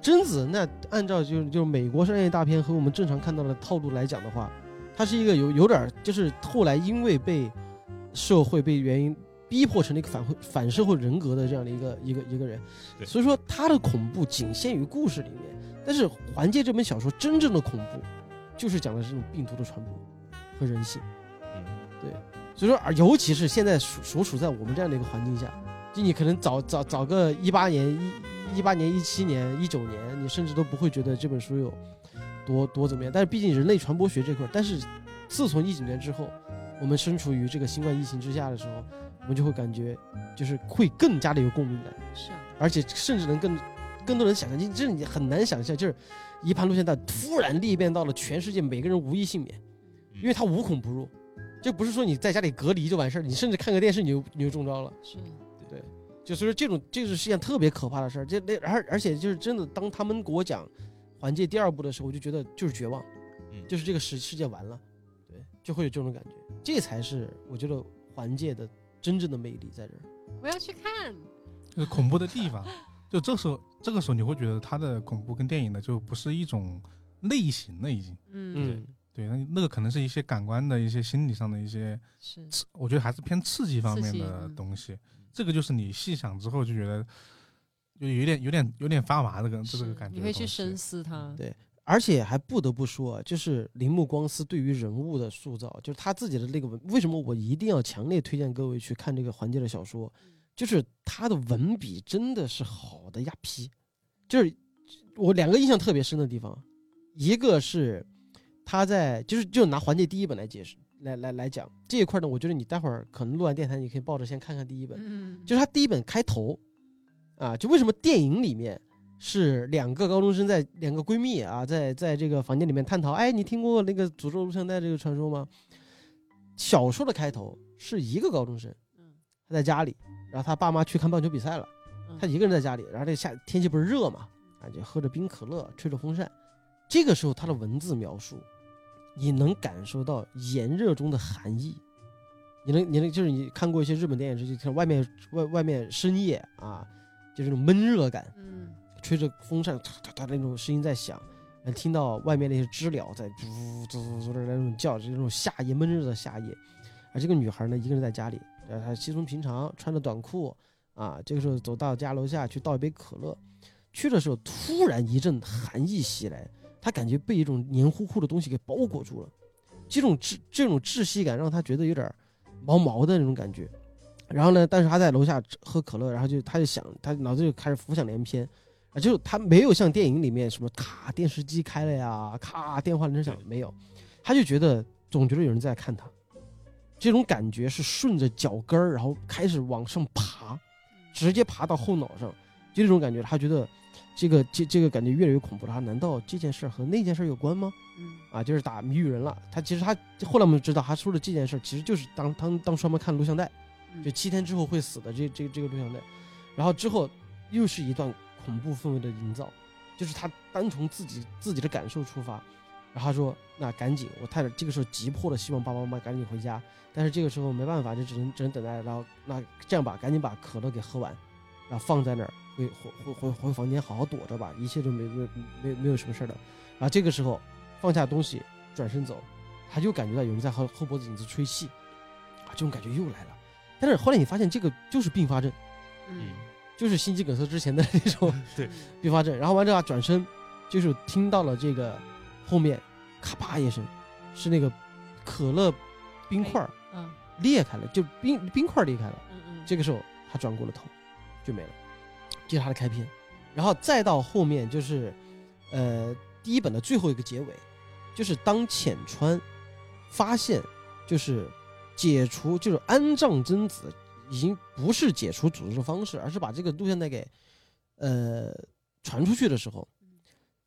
Speaker 1: 贞子那按照就就是美国商业大片和我们正常看到的套路来讲的话，它是一个有有点儿就是后来因为被社会被原因逼迫成了一个反会反社会人格的这样的一个一个一个人，
Speaker 4: 对
Speaker 1: 所以说他的恐怖仅限于故事里面，但是《环界》这本小说真正的恐怖，就是讲的是这种病毒的传播和人性。
Speaker 4: 嗯
Speaker 1: 所以说，而尤其是现在所所处在我们这样的一个环境下，就你可能早早早个一八年、一一八年、一七年、一九年，你甚至都不会觉得这本书有多多怎么样。但是毕竟人类传播学这块儿，但是自从一九年之后，我们身处于这个新冠疫情之下的时候，我们就会感觉就是会更加的有共鸣感。
Speaker 3: 是啊，
Speaker 1: 而且甚至能更更多人想象，就是你很难想象，就是一盘录像带突然裂变到了全世界每个人无一幸免，因为它无孔不入，就不是说你在家里隔离就完事儿，你甚至看个电视你就你就中招了。
Speaker 3: 是
Speaker 1: 就所以说这种这是一件特别可怕的事儿，这那而而且就是真的，当他们给我讲《环界》第二部的时候，我就觉得就是绝望，
Speaker 4: 嗯
Speaker 1: 就是这个世世界完了，对，就会有这种感觉，这才是我觉得《环界》的真正的魅力在这儿。
Speaker 3: 我要去看。
Speaker 2: 就是恐怖的地方。就这时候，这个时候你会觉得他的恐怖跟电影呢，就不是一种类型了，已经。
Speaker 3: 嗯，
Speaker 2: 对，那那个可能是一些感官的一些心理上的一些，
Speaker 3: 是
Speaker 2: 刺我觉得还是偏刺激方
Speaker 3: 刺
Speaker 2: 面
Speaker 3: 激
Speaker 2: 的
Speaker 3: 嗯
Speaker 2: 东西。这个就是你细想之后就觉得，就有点有点有点发麻这个这
Speaker 3: 是
Speaker 2: 个感觉的东西。
Speaker 3: 你会去深思它。
Speaker 1: 而且还不得不说啊，就是铃木光司对于人物的塑造，就是他自己的那个文，为什么我一定要强烈推荐各位去看这个环节的小说，就是他的文笔真的是好的呀批，就是我两个印象特别深的地方，一个是他在就是就拿环节第一本来解释来来来讲这一块呢，我觉得你待会儿可能录完电台，你可以抱着先看看第一本，
Speaker 3: 嗯，
Speaker 1: 就是他第一本开头，啊，就为什么电影里面是两个高中生在两个闺蜜啊，在在这个房间里面探讨，哎，你听过那个诅咒录像带这个传说吗？小说的开头是一个高中生，
Speaker 3: 嗯
Speaker 1: 他在家里，然后他爸妈去看棒球比赛了，
Speaker 3: 嗯
Speaker 1: 他一个人在家里，然后这夏天气不是热嘛，啊，就喝着冰可乐，吹着风扇，这个时候他的文字描述，你能感受到炎热中的寒意。你能，你能，就是你看过一些日本电影，就看外面外外面深夜啊，就这种闷热感，
Speaker 3: 嗯
Speaker 1: 吹着风扇，哒哒哒那种声音在响，然后听到外面那些知了在嘟嘟嘟嘟的那种叫，就是那种夏夜闷热的夏夜。啊而这个女孩呢，一个人在家里，呃，她稀松平常，穿着短裤啊，这个时候走到家楼下去倒一杯可乐，去的时候突然一阵寒意袭来，她感觉被一种黏糊糊的东西给包裹住了，这种窒这种窒息感让她觉得有点儿毛毛的那种感觉。然后呢，但是她在楼下喝可乐，然后就她就想，她脑子就开始浮想联翩。啊，就是他没有像电影里面什么咔电视机开了呀，咔电话铃响了没有，他就觉得总觉得有人在看他，这种感觉是顺着脚跟儿，然后开始往上爬，直接爬到后脑上，就这种感觉，他觉得这个这这个感觉越来越恐怖了。他难道这件事儿和那件事儿有关吗？
Speaker 3: 嗯
Speaker 1: 啊，就是打谜语人了。他其实他后来我们知道，他说的这件事儿其实就是当当当双方看录像带。
Speaker 3: 嗯
Speaker 1: 就七天之后会死的这这这个录像带，然后之后又是一段恐怖氛围的营造，就是他单从自己自己的感受出发，然后他说那赶紧，我太太这个时候急迫的希望爸爸妈妈赶紧回家，但是这个时候没办法，就只能只能等待，然后那这样吧，赶紧把可乐给喝完，然后放在那儿回回回回回房间好好躲着吧，一切都没没没没有什么事儿的，然后这个时候放下东西转身走，他就感觉到有人在后后脖子影子吹气，啊，这种感觉又来了。但是后来你发现这个就是并发症，
Speaker 3: 嗯
Speaker 1: 就是心肌梗塞之前的那种
Speaker 4: 对
Speaker 1: 并发症。然后完之后转身，就是听到了这个后面咔吧一声，是那个可乐冰块儿
Speaker 3: 嗯
Speaker 1: 裂开了，就冰冰块儿裂开了。
Speaker 3: 嗯嗯，
Speaker 1: 这个时候他转过了头，就没了。这是它的开篇，然后再到后面就是，呃，第一本的最后一个结尾，就是当浅川发现就是解除就是安葬贞子已经不是解除诅咒的方式，而是把这个录像带给呃传出去的时候，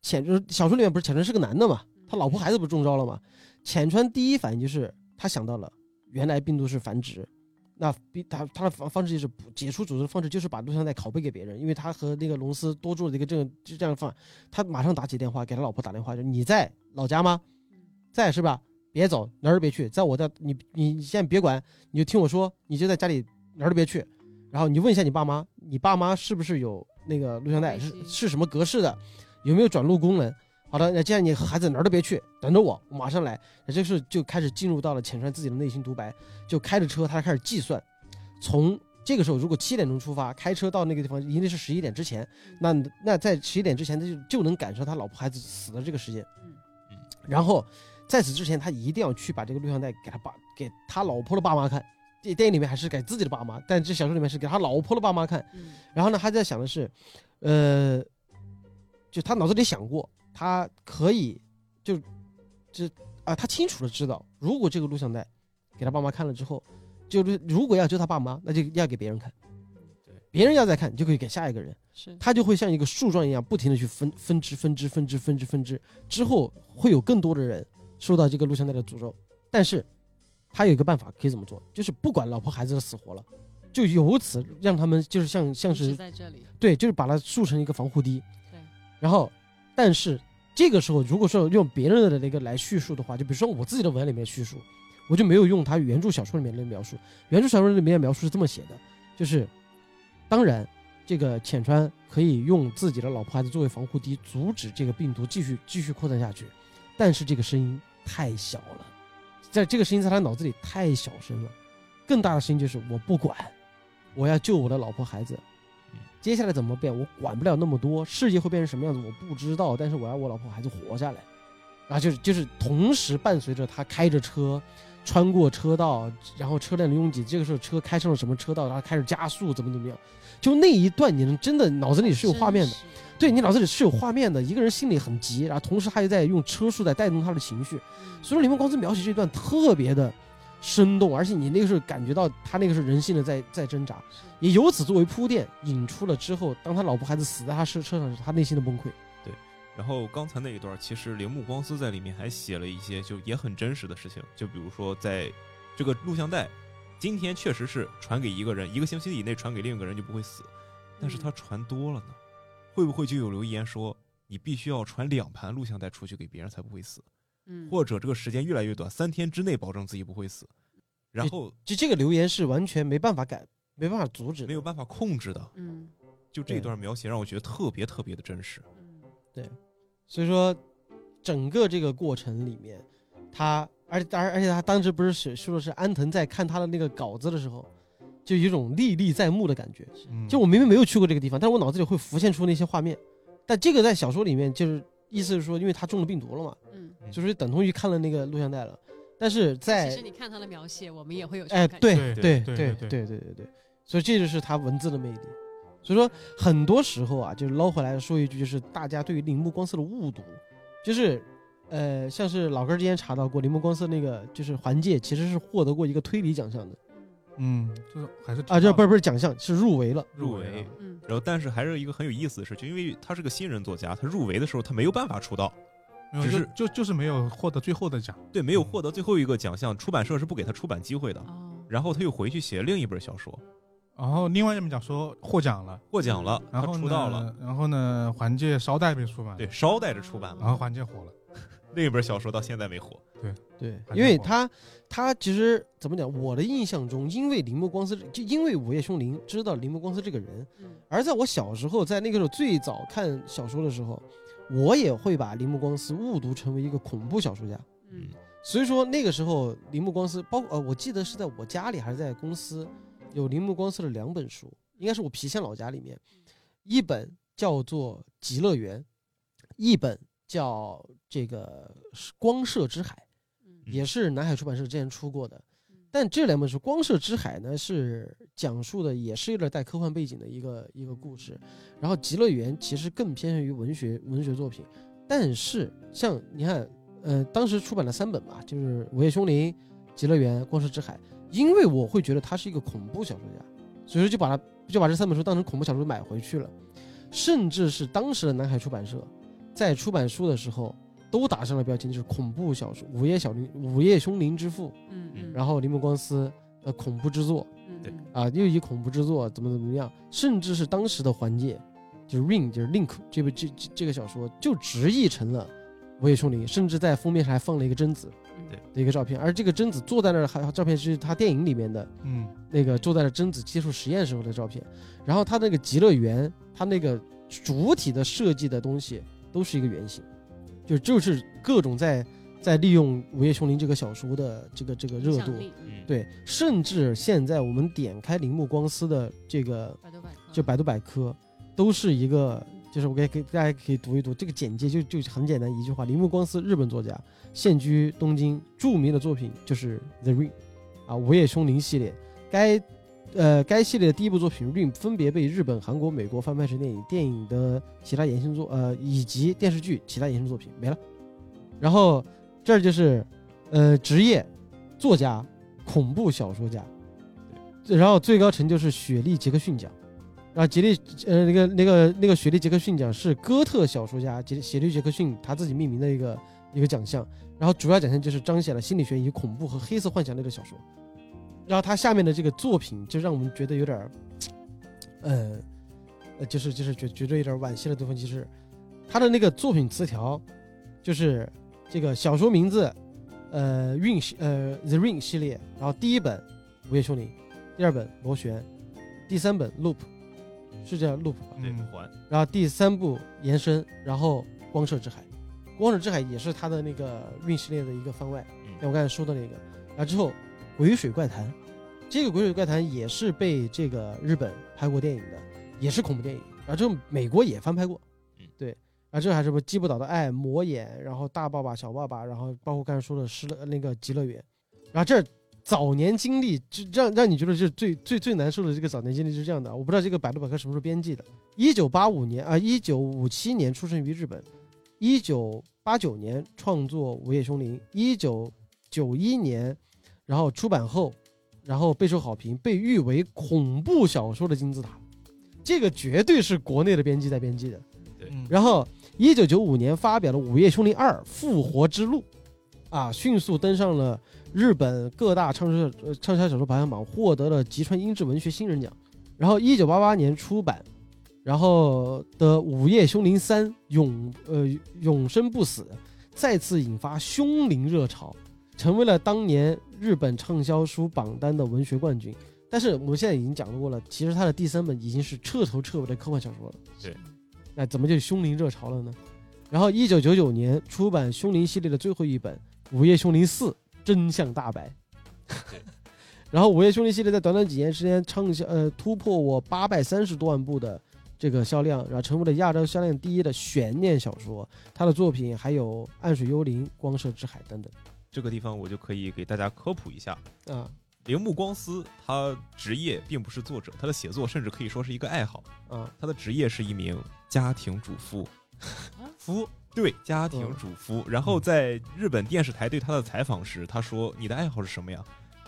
Speaker 1: 浅就是小说里面不是浅川是个男的嘛，他老婆孩子不是中招了嘛，浅川第一反应就是他想到了原来病毒是繁殖，那比他他的方方式就是不解除诅咒的方式就是把录像带拷贝给别人，因为他和那个龙司多住了一个这个就这样放，他马上打起电话给他老婆打电话，就你在老家吗？在是吧？别走，哪儿都别去，在我这你你你现在别管，你就听我说，你就在家里哪儿都别去，然后你问一下你爸妈，你爸妈是不是有那个录像带，是是什么格式的，有没有转录功能？好的，那既然你孩子哪儿都别去，等着我，我马上来。那这是就开始进入到了浅川自己的内心独白，就开着车，他开始计算，从这个时候如果七点钟出发，开车到那个地方一定是十一点之前，那那在十一点之前他就就能赶上他老婆孩子死的这个时间
Speaker 3: 嗯。
Speaker 1: 然后在此之前，他一定要去把这个录像带给他爸给他老婆的爸妈看。电电影里面还是给自己的爸妈，但这小说里面是给他老婆的爸妈看。
Speaker 3: 嗯
Speaker 1: 然后呢，他在想的是，呃，就他脑子里想过，他可以就这啊，他清楚的知道，如果这个录像带给他爸妈看了之后，就是如果要救他爸妈，那就要给别人看，别人要再看，你就可以给下一个人，
Speaker 3: 是
Speaker 1: 他就会像一个树状一样，不停的去分分支、分支、分支、分支、分支，之后会有更多的人受到这个录像带的诅咒，但是。他有一个办法可以怎么做，就是不管老婆孩子的死活了，就由此让他们就是像像
Speaker 3: 一
Speaker 1: 是
Speaker 3: 直在这里，
Speaker 1: 对，就是把它竖成一个防护堤。
Speaker 3: 对。
Speaker 1: 然后，但是这个时候，如果说用别人的那个来叙述的话，就比如说我自己的文案里面叙述，我就没有用他原著小说里面的描述。原著小说里面的描述是这么写的，就是，当然，这个浅川可以用自己的老婆孩子作为防护堤，阻止这个病毒继续继续扩散下去。但是这个声音太小了，在这个声音在他脑子里太小声了。更大的声音就是我不管，我要救我的老婆孩子，接下来怎么变，我管不了那么多，世界会变成什么样子我不知道，但是我要我老婆孩子活下来。然后就是就是同时伴随着他开着车，穿过车道，然后车辆的拥挤，这个时候车开上了什么车道，然后开始加速，怎么怎么样，就那一段你能真的脑子里是有画面的
Speaker 3: 真，是，
Speaker 1: 对你脑子里是有画面的，一个人心里很急，然后同时他又在用车速在带动他的情绪，
Speaker 3: 嗯
Speaker 1: 所以说李梦光子描写这段特别的生动，而且你那个时候感觉到他那个是人性的在在挣扎，
Speaker 3: 是
Speaker 1: 也由此作为铺垫，引出了之后，当他老婆孩子死在他车车上时，他内心的崩溃。
Speaker 4: 然后刚才那一段，其实铃木光司在里面还写了一些就也很真实的事情，就比如说在这个录像带，今天确实是传给一个人，一个星期以内传给另一个人就不会死，但是他传多了呢，会不会就有留言说你必须要传两盘录像带出去给别人才不会死，
Speaker 3: 嗯
Speaker 4: 或者这个时间越来越短，三天之内保证自己不会死，然后
Speaker 1: 就这个留言是完全没办法改，没办法阻止的，
Speaker 4: 没有办法控制的，
Speaker 3: 嗯
Speaker 4: 就这段描写让我觉得特别特别的真实。
Speaker 3: 嗯
Speaker 1: 所以说，整个这个过程里面，他而而而且他当时不是是说是安藤在看他的那个稿子的时候，就有一种历历在目的感觉。
Speaker 2: 嗯
Speaker 1: 就我明明没有去过这个地方，但是我脑子里会浮现出那些画面。但这个在小说里面就是意思是说，因为他中了病毒了嘛，
Speaker 3: 嗯，
Speaker 1: 就是等同于看了那个录像带了。但是在
Speaker 3: 其实你看他的描写，我们也会有这
Speaker 1: 哎，
Speaker 3: 种感
Speaker 1: 对
Speaker 2: 对
Speaker 3: 觉
Speaker 1: 对
Speaker 2: 对
Speaker 1: 对对
Speaker 2: 对
Speaker 1: 对对，所以这就是他文字的魅力。所以说，很多时候啊，就是捞回来说一句，就是大家对于铃木光司的误读，就是，呃，像是老哥之前查到过，铃木光司那个就是环界其实是获得过一个推理奖项的
Speaker 2: 嗯，就是还是
Speaker 1: 啊，这不
Speaker 2: 是
Speaker 1: 是不是奖项，是入围了。
Speaker 4: 入围，
Speaker 3: 嗯
Speaker 4: 然后但是还是一个很有意思的事，就因为他是个新人作家，他入围的时候他没有办法出道，
Speaker 2: 没有
Speaker 4: 只是
Speaker 2: 就就就是没有获得最后的奖。
Speaker 4: 对，没有获得最后一个奖项，出版社是不给他出版机会的。
Speaker 3: 哦，
Speaker 4: 然后他又回去写另一本小说，
Speaker 2: 然后另外一本小说获奖了，
Speaker 4: 获奖了，他
Speaker 2: 然后
Speaker 4: 出
Speaker 2: 呢
Speaker 4: 道了，，
Speaker 2: 然后呢，环界捎带被出版，
Speaker 4: 对，，捎带着出版了。
Speaker 2: 然后环界火了，
Speaker 4: 另一本小说到现在没火，
Speaker 1: 对，
Speaker 2: 还
Speaker 1: 因
Speaker 2: 挺
Speaker 1: 为
Speaker 2: 好
Speaker 1: 他他其实怎么讲，我的印象中，因为铃木光司，就因为午夜凶铃知道铃木光司这个人，
Speaker 3: 嗯
Speaker 1: 而在我小时候，在那个时候最早看小说的时候，我也会把铃木光司误读成为一个恐怖小说家。
Speaker 3: 嗯
Speaker 1: 所以说那个时候，铃木光司，包括呃，我记得是在我家里还是在公司，有铃木光司的两本书，应该是我郫县老家里面，一本叫做《极乐园》，一本叫这个《光射之海》，
Speaker 3: 嗯
Speaker 1: 也是南海出版社之前出过的。但这两本书《光色之海》呢，是讲述的也是有点带科幻背景的一个一个故事。然后《极乐园》其实更偏向于文学文学作品，但是像你看，呃，当时出版了三本吧，就是《午夜凶铃》《极乐园》《光色之海》，因为我会觉得他是一个恐怖小说家，所以说就把他就把这三本书当成恐怖小说买回去了，甚至是当时的南海出版社在出版书的时候都打上了标签，就是恐怖小说《午夜小铃》《午夜凶铃之父》。
Speaker 3: 嗯嗯，
Speaker 1: 然后林本光司的恐怖之作
Speaker 3: 嗯
Speaker 4: 对
Speaker 1: 啊，又以恐怖之作怎么怎么样，甚至是当时的环界，就是 Ring 就是 Link 这部这这这个小说就直译成了《午夜凶铃》，甚至在封面上还放了一个贞子
Speaker 3: 嗯
Speaker 4: 对
Speaker 1: 的一个照片，而这个贞子坐在那儿，还照片是他电影里面的
Speaker 2: 嗯，
Speaker 1: 那个坐在那贞子接受实验时候的照片，然后他那个极乐园，他那个主体的设计的东西都是一个原型，就就是各种在在利用《午夜凶铃》这个小说的这个这个热度。
Speaker 4: 嗯，
Speaker 1: 对，甚至现在我们点开铃木光司的这个
Speaker 3: 百度百科
Speaker 1: 就百度百科，都是一个，就是我给给大家可以读一读这个简介就，就很简单一句话：铃木光司，日本作家，现居东京，著名的作品就是《The Ring》啊，《午夜凶铃》系列。该呃该系列的第一部作品《Ring》分别被日本、韩国、美国翻拍成电影，电影的其他延伸作呃以及电视剧其他延伸作品没了。然后这儿就是呃职业作家、恐怖小说家，然后最高成就是雪莉·杰克逊奖。然后杰利，呃，那个那个那个雪莉·杰克逊奖是哥特小说家杰雪莉·杰克逊他自己命名的一个一个奖项。然后主要奖项就是彰显了心理学以及恐怖和黑色幻想类的小说。然后他下面的这个作品就让我们觉得有点儿，呃，呃，就是就是觉觉得有点惋惜的地方，就是他的那个作品词条，就是这个小说名字，呃，Ring 系呃 The Ring 系列，然后第一本《午夜凶铃》，第二本《螺旋》，第三本《Loop》，是这样 Loop 吧？
Speaker 4: 对
Speaker 2: 嗯
Speaker 4: 还
Speaker 1: 然后第三部延伸，然后光射之海，光射之海也是他的那个 Ring 系列的一个番外，
Speaker 4: 嗯
Speaker 1: 像我刚才说的那个。然后之后鬼水怪谈，这个鬼水怪谈也是被这个日本拍过电影的，也是恐怖电影。然后之后美国也翻拍过，
Speaker 4: 嗯
Speaker 1: 对。然后之后还有什么击不倒的爱、魔眼，然后大爸爸、小爸爸，然后包括刚才说的失乐那个极乐园，然后这儿早年经历，就让让你觉得是最最最难受的这个早年经历是这样的啊，我不知道这个百度百科什么时候编辑的。一九八五年啊，一九五七年出生于日本，一九八九年创作《午夜凶铃》，一九九一年，然后出版后，然后备受好评，被誉为恐怖小说的金字塔。这个绝对是国内的编辑在编辑的。
Speaker 2: 嗯
Speaker 1: 然后，一九九五年发表了《午夜凶铃二：复活之路》，啊，迅速登上了日本各大畅销呃畅销小说排行榜，获得了吉川英治文学新人奖。然后，一九八八年出版，然后的《午夜凶铃三：永呃永生不死》再次引发凶灵热潮，成为了当年日本畅销书榜单的文学冠军。但是我们现在已经讲过了，其实他的第三本已经是彻头彻尾的科幻小说了。
Speaker 4: 对，
Speaker 1: 那怎么就凶灵热潮了呢？然后，一九九九年出版凶灵系列的最后一本《午夜凶铃四：真相大白》
Speaker 4: 对。
Speaker 1: 然后，《午夜凶铃》系列在短短几年时间畅销，呃，突破我八百三十多万部的这个销量，然后成为了亚洲销量第一的悬念小说。他的作品还有《暗水幽灵》《光射之海》等等
Speaker 4: 这个地方我就可以给大家科普一下，
Speaker 1: 啊
Speaker 4: 铃木光司他职业并不是作者，他的写作甚至可以说是一个爱好。
Speaker 1: 啊，
Speaker 4: 他的职业是一名家庭主妇，夫对
Speaker 1: 哦
Speaker 4: 家庭主
Speaker 1: 嗯
Speaker 4: 妇。然后在日本电视台对他的采访时，他说：“你的爱好是什么呀？”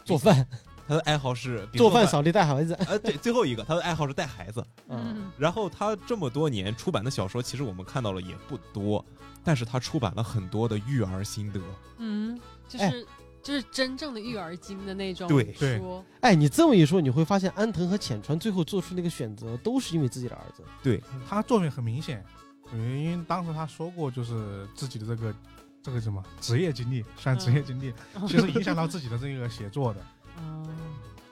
Speaker 1: 做饭、
Speaker 4: 他的爱好是比
Speaker 1: 做饭、
Speaker 4: 饭、
Speaker 1: 扫地、带孩子
Speaker 4: 呃，对，最后一个他的爱好是带孩子。
Speaker 3: 嗯
Speaker 1: 啊，
Speaker 4: 然后他这么多年出版的小说，其实我们看到了也不多，但是他出版了很多的育儿心得。
Speaker 3: 嗯，就
Speaker 1: 哎
Speaker 3: 是就是真正的育儿经的那种哦
Speaker 4: 对
Speaker 2: 对
Speaker 3: 说，
Speaker 1: 哎，你这么一说，你会发现安藤和浅川最后做出那个选择，都是因为自己的儿子。
Speaker 2: 他作品很明显，因为当时他说过，就是自己的这个这个什么职业经历，算职业经
Speaker 3: [LAUGHS]
Speaker 2: 历，其实影响到自己的这个写作的。
Speaker 3: 嗯，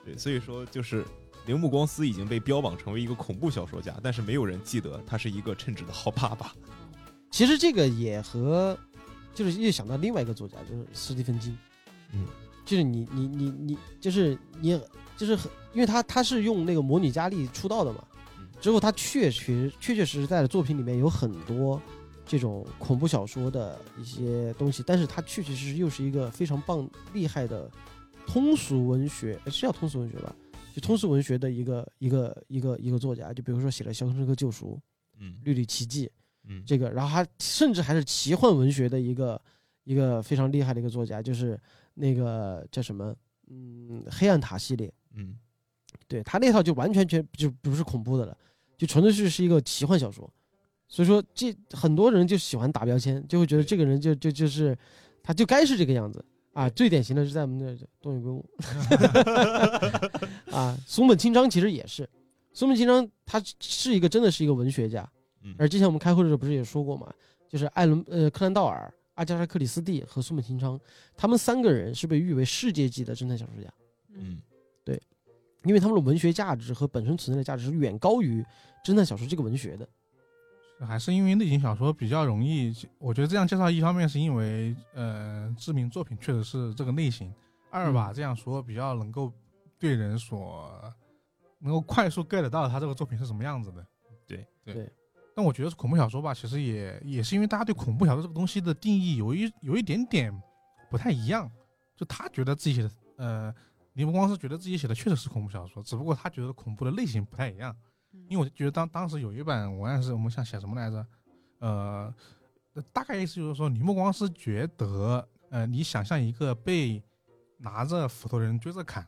Speaker 4: 对，所以说就是铃木光司已经被标榜成为一个恐怖小说家，但是没有人记得他是一个称职的好爸爸。
Speaker 1: 其实这个也和，就是又想到另外一个作家，就是斯蒂芬金，
Speaker 4: 嗯，
Speaker 1: 就是你你你你，就是你就是很，因为他他是用那个魔女佳丽出道的嘛
Speaker 4: 嗯，
Speaker 1: 之后他确实确确实实在的作品里面有很多这种恐怖小说的一些东西，但是他确确实实又是一个非常棒厉害的。通俗文学呃是叫通俗文学吧？就通俗文学的一个一个一个一个作家，就比如说写了《肖申克的救赎》
Speaker 4: 嗯
Speaker 1: 《绿里奇迹》
Speaker 4: 嗯，
Speaker 1: 这个，然后还甚至还是奇幻文学的一个一个非常厉害的一个作家，就是那个叫什么，嗯，黑暗塔系列，
Speaker 4: 嗯
Speaker 1: 对他那套就完全全就不是恐怖的了，就纯粹是是一个奇幻小说。所以说这很多人就喜欢打标签，就会觉得这个人就就就是他就该是这个样子啊。最典型的是在我们这东野圭吾 [LAUGHS] 啊，松本清张其实也是，松本清张他是一个真的是一个文学家，
Speaker 4: 嗯
Speaker 1: 而之前我们开会的时候不是也说过嘛，就是艾伦呃柯南道尔、阿加莎克里斯蒂和松本清张，他们三个人是被誉为世界级的侦探小说家。
Speaker 4: 嗯
Speaker 1: 因为他们的文学价值和本身存在的价值是远高于侦探小说这个文学的。
Speaker 2: 还是因为类型小说比较容易，我觉得这样介绍一方面是因为呃知名作品确实是这个类型，二吧这样说比较能够对人所能够快速 get 到他这个作品是什么样子的。
Speaker 4: 对
Speaker 2: 对
Speaker 1: 对
Speaker 2: 但我觉得恐怖小说吧，其实也也是因为大家对恐怖小说这个东西的定义有一有一点点不太一样，就他觉得自己写的呃，你不光是觉得自己写的确实是恐怖小说，只不过他觉得恐怖的类型不太一样。嗯因为我觉得当当时有一版文案是我们想写什么来着，呃，大概意思就是说，你不光是觉得，呃，你想象一个被拿着斧头的人追着砍，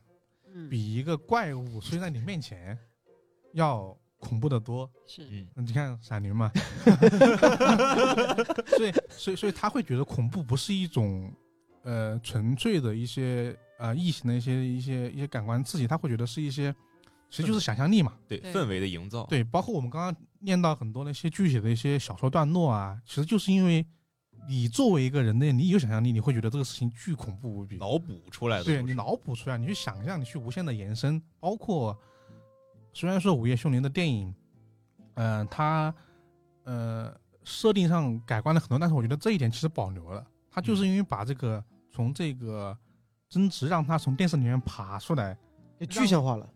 Speaker 3: 嗯
Speaker 2: 比一个怪物出现在你面前要恐怖的多。
Speaker 3: 是
Speaker 4: 嗯
Speaker 2: 你看《闪灵》嘛， [LAUGHS] 所以所以所以他会觉得恐怖不是一种呃纯粹的一些呃异形的一些一些一些感官刺激，他会觉得是一些其实就是想象力嘛。
Speaker 4: 对
Speaker 3: 对
Speaker 4: 氛围的营造，
Speaker 2: 对，包括我们刚刚念到很多那些具体的一些小说段落啊，其实就是因为你作为一个人类，你有想象力，你会觉得这个事情巨恐怖无比。
Speaker 4: 脑补出来的，
Speaker 2: 对你脑补出来，你去想象，你去无限的延伸，包括虽然说《午夜凶铃》的电影，嗯、它呃设定上改观了很多，但是我觉得这一点其实保留了。它就是
Speaker 4: 嗯
Speaker 2: 因为把这个从这个争执让它从电视里面爬出来，
Speaker 1: 也具象化了，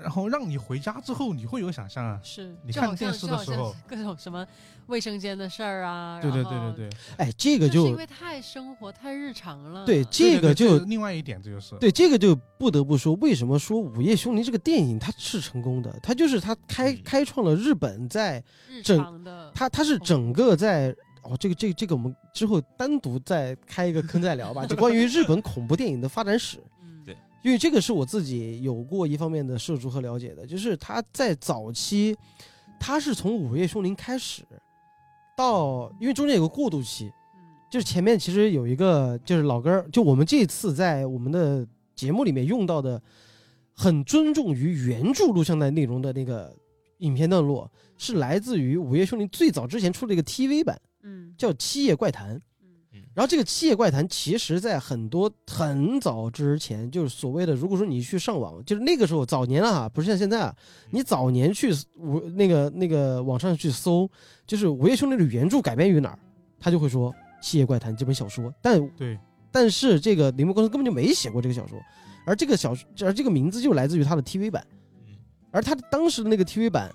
Speaker 2: 然后让你回家之后你会有想象啊。
Speaker 3: 是，
Speaker 2: 你
Speaker 3: 就
Speaker 2: 看
Speaker 3: 好像
Speaker 2: 电视
Speaker 3: 就
Speaker 2: 的
Speaker 3: 好
Speaker 2: 时
Speaker 3: 像
Speaker 2: 候
Speaker 3: 各种什么卫生间的事儿啊，
Speaker 2: 对对
Speaker 3: 然
Speaker 2: 对
Speaker 3: 后
Speaker 2: 对对。
Speaker 1: 哎，这个
Speaker 3: 就
Speaker 1: 就
Speaker 3: 是因为太生活太日常了。
Speaker 1: 对
Speaker 2: 对
Speaker 1: 这
Speaker 2: 对
Speaker 1: 个
Speaker 2: 对这
Speaker 1: 就是
Speaker 2: 另外一点，这就是
Speaker 1: 对这个就不得不说，为什么说《午夜凶铃》这个电影它是成功的？它就是它开
Speaker 4: 嗯
Speaker 1: 开创了日本在
Speaker 3: 日
Speaker 1: 整
Speaker 3: 常的，
Speaker 1: 它它是整个在哦，这个这个这个我们之后单独再开一个坑再聊吧，就关于日本恐怖电影的发展史。
Speaker 3: 嗯
Speaker 4: 对
Speaker 1: 因为这个是我自己有过一方面的涉足和了解的，就是他在早期，他是从《午夜凶铃》开始，到因为中间有个过渡期，
Speaker 3: 嗯
Speaker 1: 就是前面其实有一个就是老根儿，就我们这次在我们的节目里面用到的，很尊重于原著录像带内容的那个影片段落，是来自于《午夜凶铃》最早之前出的一个 TV 版，
Speaker 3: 嗯
Speaker 1: 叫《七夜怪谈》。
Speaker 3: 嗯
Speaker 1: 然后这个《七夜怪谈》其实，在很多很早之前，就是所谓的，如果说你去上网，就是那个时候早年啊，不是像现在啊，你早年去我那个那个网上去搜，就是《午夜凶铃》的原著改编于哪儿，他就会说《七夜怪谈》这本小说，但
Speaker 2: 对
Speaker 1: 但是这个铃木公司根本就没写过这个小说，而这个小而这个名字就来自于他的 TV 版，
Speaker 4: 嗯
Speaker 1: 而他当时的那个 TV 版，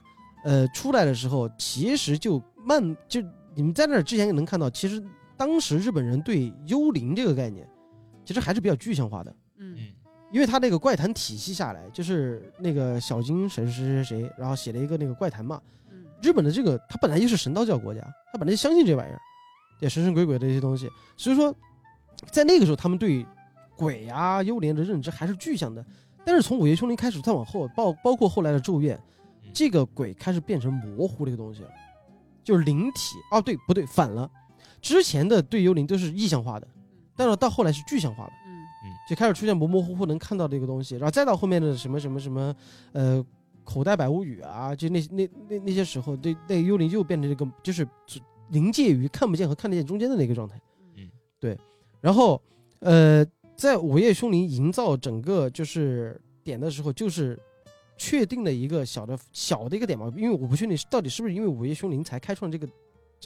Speaker 1: 呃，出来的时候，其实就慢就你们在那儿之前也能看到，其实当时日本人对幽灵这个概念，其实还是比较具象化的，
Speaker 3: 嗯
Speaker 4: 嗯
Speaker 1: 因为他那个怪谈体系下来，就是那个小金谁谁谁谁，然后写了一个那个怪谈嘛，
Speaker 3: 嗯
Speaker 1: 日本的这个，它本来就是神道教国家，它本来就相信这玩意儿，对神神鬼鬼的一些东西，所以说，在那个时候，他们对鬼啊、幽灵的认知还是具象的。但是从《午夜凶铃》开始，再往后，包包括后来的《咒怨》，这个鬼开始变成模糊的一个东西了，就是灵体。哦，对，不对，反了，之前的对幽灵都是意象化的，但是到后来是具象化的。
Speaker 3: 嗯
Speaker 1: 就开始出现模模糊糊能看到的一个东西，然后再到后面的什么什么什么，呃，口袋百物语啊，就那那那那些时候，对那个幽灵就变成这个就是临界于看不见和看得见中间的那个状态。
Speaker 4: 嗯，
Speaker 1: 对。然后，呃，在《午夜凶铃》营造整个就是点的时候，就是确定了一个小的小的一个点嘛，因为我不确定到底是不是因为《午夜凶铃》才开创这个，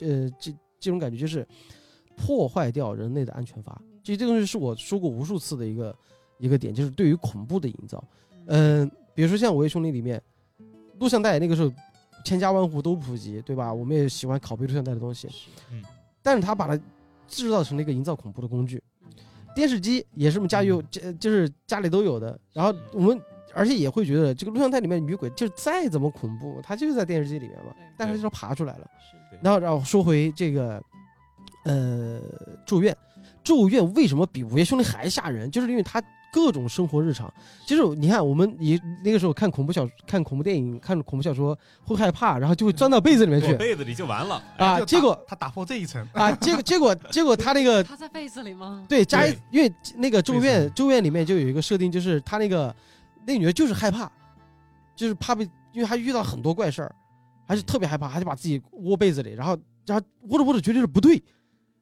Speaker 1: 呃，这这种感觉就是破坏掉人类的安全阀。这这东西是我说过无数次的一个一个点，就是对于恐怖的营造。嗯、比如说像《午夜凶铃》里面，录像带那个时候千家万户都普及，对吧？我们也喜欢拷贝录像带的东西，
Speaker 3: 是
Speaker 1: 但是他把它制造成了一个营造恐怖的工具。电视机也是我们家有，这就是家里都有的。然后我们而且也会觉得这个录像带里面女鬼就是再怎么恐怖，它就是在电视机里面嘛
Speaker 3: 嗯对，
Speaker 1: 但是就爬出来了。
Speaker 3: 是
Speaker 1: 然后然后说回这个，呃，咒怨，咒怨为什么比《午夜凶铃》还吓人？就是因为它各种生活日常。其实你看，我们也那个时候看恐怖小看恐怖电影、看恐怖小说会害怕，然后就会钻到被子里面
Speaker 4: 躲
Speaker 1: 去
Speaker 4: 被子里就完了。
Speaker 1: 啊
Speaker 2: 就打
Speaker 1: 结果
Speaker 2: 他打破这一层，
Speaker 1: 啊。结果结果结果他那个
Speaker 3: 他在被子里吗？
Speaker 1: 对加一
Speaker 2: 对，
Speaker 1: 因为那个咒
Speaker 2: 被子
Speaker 1: 怨
Speaker 2: 里
Speaker 1: 咒怨里面就有一个设定，就是他那个那女的就是害怕，就是怕被，因为她遇到很多怪事儿，还是特别害怕，还就把自己窝被子里，然后然后窝着窝着觉得是不对，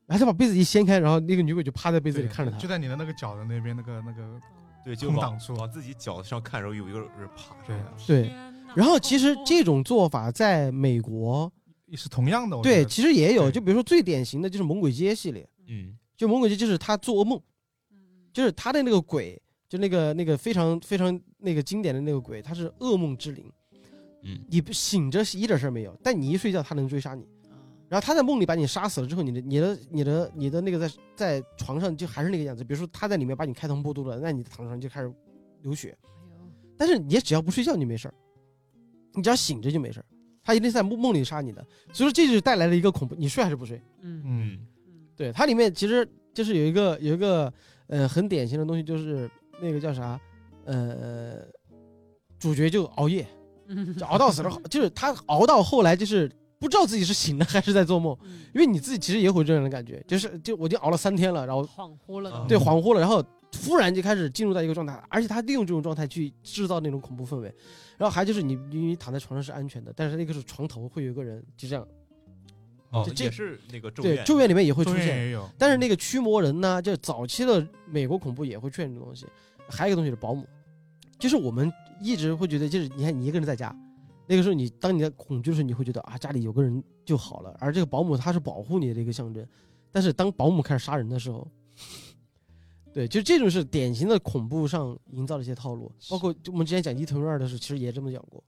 Speaker 1: 然后她把被子一掀开，然后那个女鬼就趴在被
Speaker 2: 被
Speaker 1: 子里看着她
Speaker 2: 就。在你的那个脚的那边，那个那个
Speaker 4: 对，就
Speaker 2: 空
Speaker 4: 往
Speaker 2: 档处，
Speaker 4: 往自己脚上看，然后有一个人爬上
Speaker 2: 对啊
Speaker 4: 来。
Speaker 1: 对，
Speaker 3: 天哪
Speaker 1: 然后其实
Speaker 3: 好恐怖
Speaker 1: 这种做法在美国，
Speaker 2: 也是同样的。我
Speaker 1: 对，
Speaker 2: 觉得
Speaker 1: 其实也有，
Speaker 2: 对
Speaker 1: 就比如说最典型的就是《猛鬼街》系列，
Speaker 4: 嗯，
Speaker 1: 就《猛鬼街》就是他做噩梦，就是他的那个鬼，就那个那个非常非常那个经典的那个鬼，他是噩梦之灵。
Speaker 4: 嗯，
Speaker 1: 你不醒着一点事儿没有，但你一睡觉，他能追杀你。然后他在梦里把你杀死了之后，你的、你的、你的、你的那个在在床上就还是那个样子。比如说他在里面把你开膛破肚了，那你躺床上就开始流血。
Speaker 3: 哎
Speaker 1: 但是你只要不睡觉，你没事儿，你只要醒着就没事儿。他一定在梦梦里杀你的，所以说这就是带来了一个恐怖。你睡还是不睡？
Speaker 3: 嗯
Speaker 2: 嗯，
Speaker 3: 嗯
Speaker 1: 对，它里面其实就是有一个有一个呃很典型的东西，就是那个叫啥呃，主角就熬夜，
Speaker 3: 嗯
Speaker 1: 就熬到死了， [LAUGHS] 就是他熬到后来就是不知道自己是醒了还是在做梦，
Speaker 3: 嗯
Speaker 1: 因为你自己其实也会有这样的感觉，就是就我已经熬了三天了，然后
Speaker 3: [LAUGHS] 恍惚了
Speaker 4: 啊
Speaker 3: 都，
Speaker 2: 嗯
Speaker 1: 对恍惚了，然后突然就开始进入到一个状态，而且他利用这种状态去制造那种恐怖氛围，然后还就是你你你躺在床上是安全的，但是那个是床头会有一个人就这样，
Speaker 4: 哦
Speaker 1: 这，这
Speaker 4: 也是那个咒
Speaker 1: 对，
Speaker 4: 怨，
Speaker 1: 咒怨里面也会出
Speaker 2: 中
Speaker 1: 现
Speaker 2: 间。也有，
Speaker 1: 但是那个驱魔人呢，就是早期的美国恐怖也会出现这种东西。还有一个东西是保姆，就是我们一直会觉得，就是你看你一个人在家，那个时候你当你在恐惧的时候，你会觉得啊家里有个人就好了。而这个保姆她是保护你的一个象征，但是当保姆开始杀人的时候，对，就这种是典型的恐怖上营造的一些套路，包括就我们之前讲一屯二的时候，其实也这么讲过。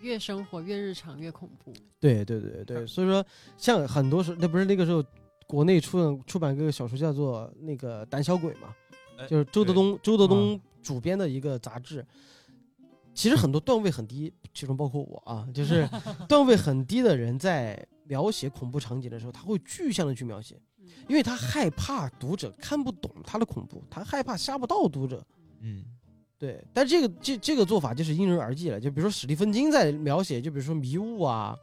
Speaker 3: 越生活越日常越恐怖。
Speaker 1: 对对对对，
Speaker 2: 嗯
Speaker 1: 所以说像很多时候，那不是那个时候国内出版出版一个小说叫做那个《胆小鬼》嘛，
Speaker 4: 哎
Speaker 1: 就是周德
Speaker 4: 对
Speaker 1: 东周德东主编的一个杂志。其实很多段位很低，其中包括我啊，就是段位很低的人在描写恐怖场景的时候，他会具象的去描写，
Speaker 3: 嗯
Speaker 1: 因为他害怕读者看不懂他的恐怖，他害怕吓不到读者，
Speaker 4: 嗯，
Speaker 1: 对，但这个这这个做法就是因人而异了。就比如说史蒂芬金在描写，就比如说迷雾啊，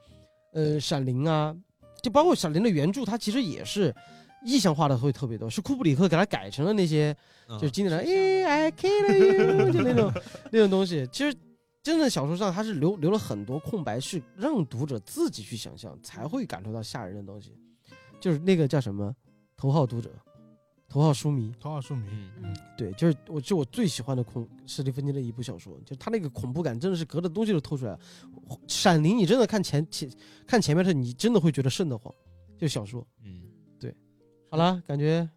Speaker 1: 呃，闪灵啊，就包括闪灵的原著，它其实也是意象化的会特别多，是库布里克给它改成了那些
Speaker 4: 嗯
Speaker 1: 就是经典的
Speaker 3: 啊是这
Speaker 1: 哎
Speaker 3: 样
Speaker 1: I kill you 就那种那种东西。其实真的小说上它是留留了很多空白，是让读者自己去想象才会感受到吓人的东西。就是那个叫什么头号读者，头号书迷，
Speaker 2: 头号书迷，
Speaker 4: 嗯
Speaker 3: 嗯
Speaker 1: 对，就是我就我最喜欢的恐史蒂芬金的一部小说，就他那个恐怖感真的是隔着东西都透出来了。闪灵，你真的看前前看前面的，你真的会觉得瘆得慌。就小说，
Speaker 4: 嗯，
Speaker 1: 好了，感觉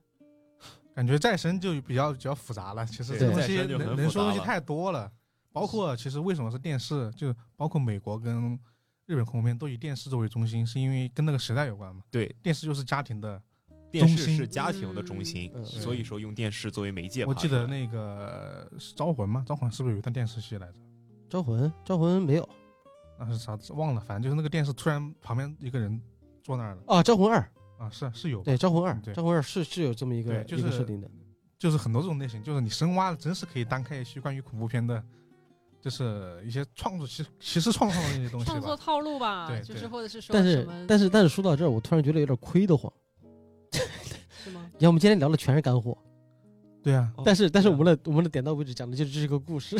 Speaker 2: 感觉再生就比较比较复杂了。其实
Speaker 4: 对
Speaker 2: 这东
Speaker 4: 再
Speaker 2: 西
Speaker 4: 生就很
Speaker 2: 能
Speaker 4: 复杂
Speaker 2: 能说的东西
Speaker 4: 了
Speaker 2: 太多了，包括其实为什么是电视，就包括美国跟日本恐怖片都以电视作为中心，是因为跟那个时代有关嘛。
Speaker 4: 对，
Speaker 2: 电视就是家庭的。
Speaker 4: 电视
Speaker 2: 中心
Speaker 4: 是家庭的中心，
Speaker 1: 嗯
Speaker 4: 所以说用电视作为媒介爬
Speaker 2: 我
Speaker 4: 出来。
Speaker 2: 记得那个呃是《招魂》嘛，《招魂》是不是有一段电视剧来着？
Speaker 1: 招魂，招魂没有
Speaker 2: 那是啥忘了，反正就是那个电视突然旁边一个人坐那儿了
Speaker 1: 啊？招魂二，
Speaker 2: 啊，是是有吧，
Speaker 1: 对，招魂二
Speaker 2: 嗯，对
Speaker 1: 招魂二是是有这么一个
Speaker 2: 对就
Speaker 1: 一个
Speaker 2: 是
Speaker 1: 设定的。
Speaker 2: 就是很多这种类型，就是你深挖了，真是可以单开一期关于恐怖片的，就是一些创作，其实其实创作的那些东西
Speaker 3: 创作
Speaker 2: 吧。
Speaker 3: 套路吧，
Speaker 2: 对
Speaker 3: 就
Speaker 2: 对
Speaker 3: 是或者是说
Speaker 1: 但
Speaker 3: 什
Speaker 1: 是
Speaker 3: 么，
Speaker 1: 但是但是说到这儿，我突然觉得有点亏得慌。
Speaker 3: 是吗？
Speaker 1: 你看我们今天聊的全是干货，
Speaker 2: 对啊，
Speaker 4: 哦
Speaker 1: 但是但是
Speaker 4: 对
Speaker 1: 我
Speaker 4: 啊
Speaker 1: 们的我们的点到为止讲的就是这是个故事。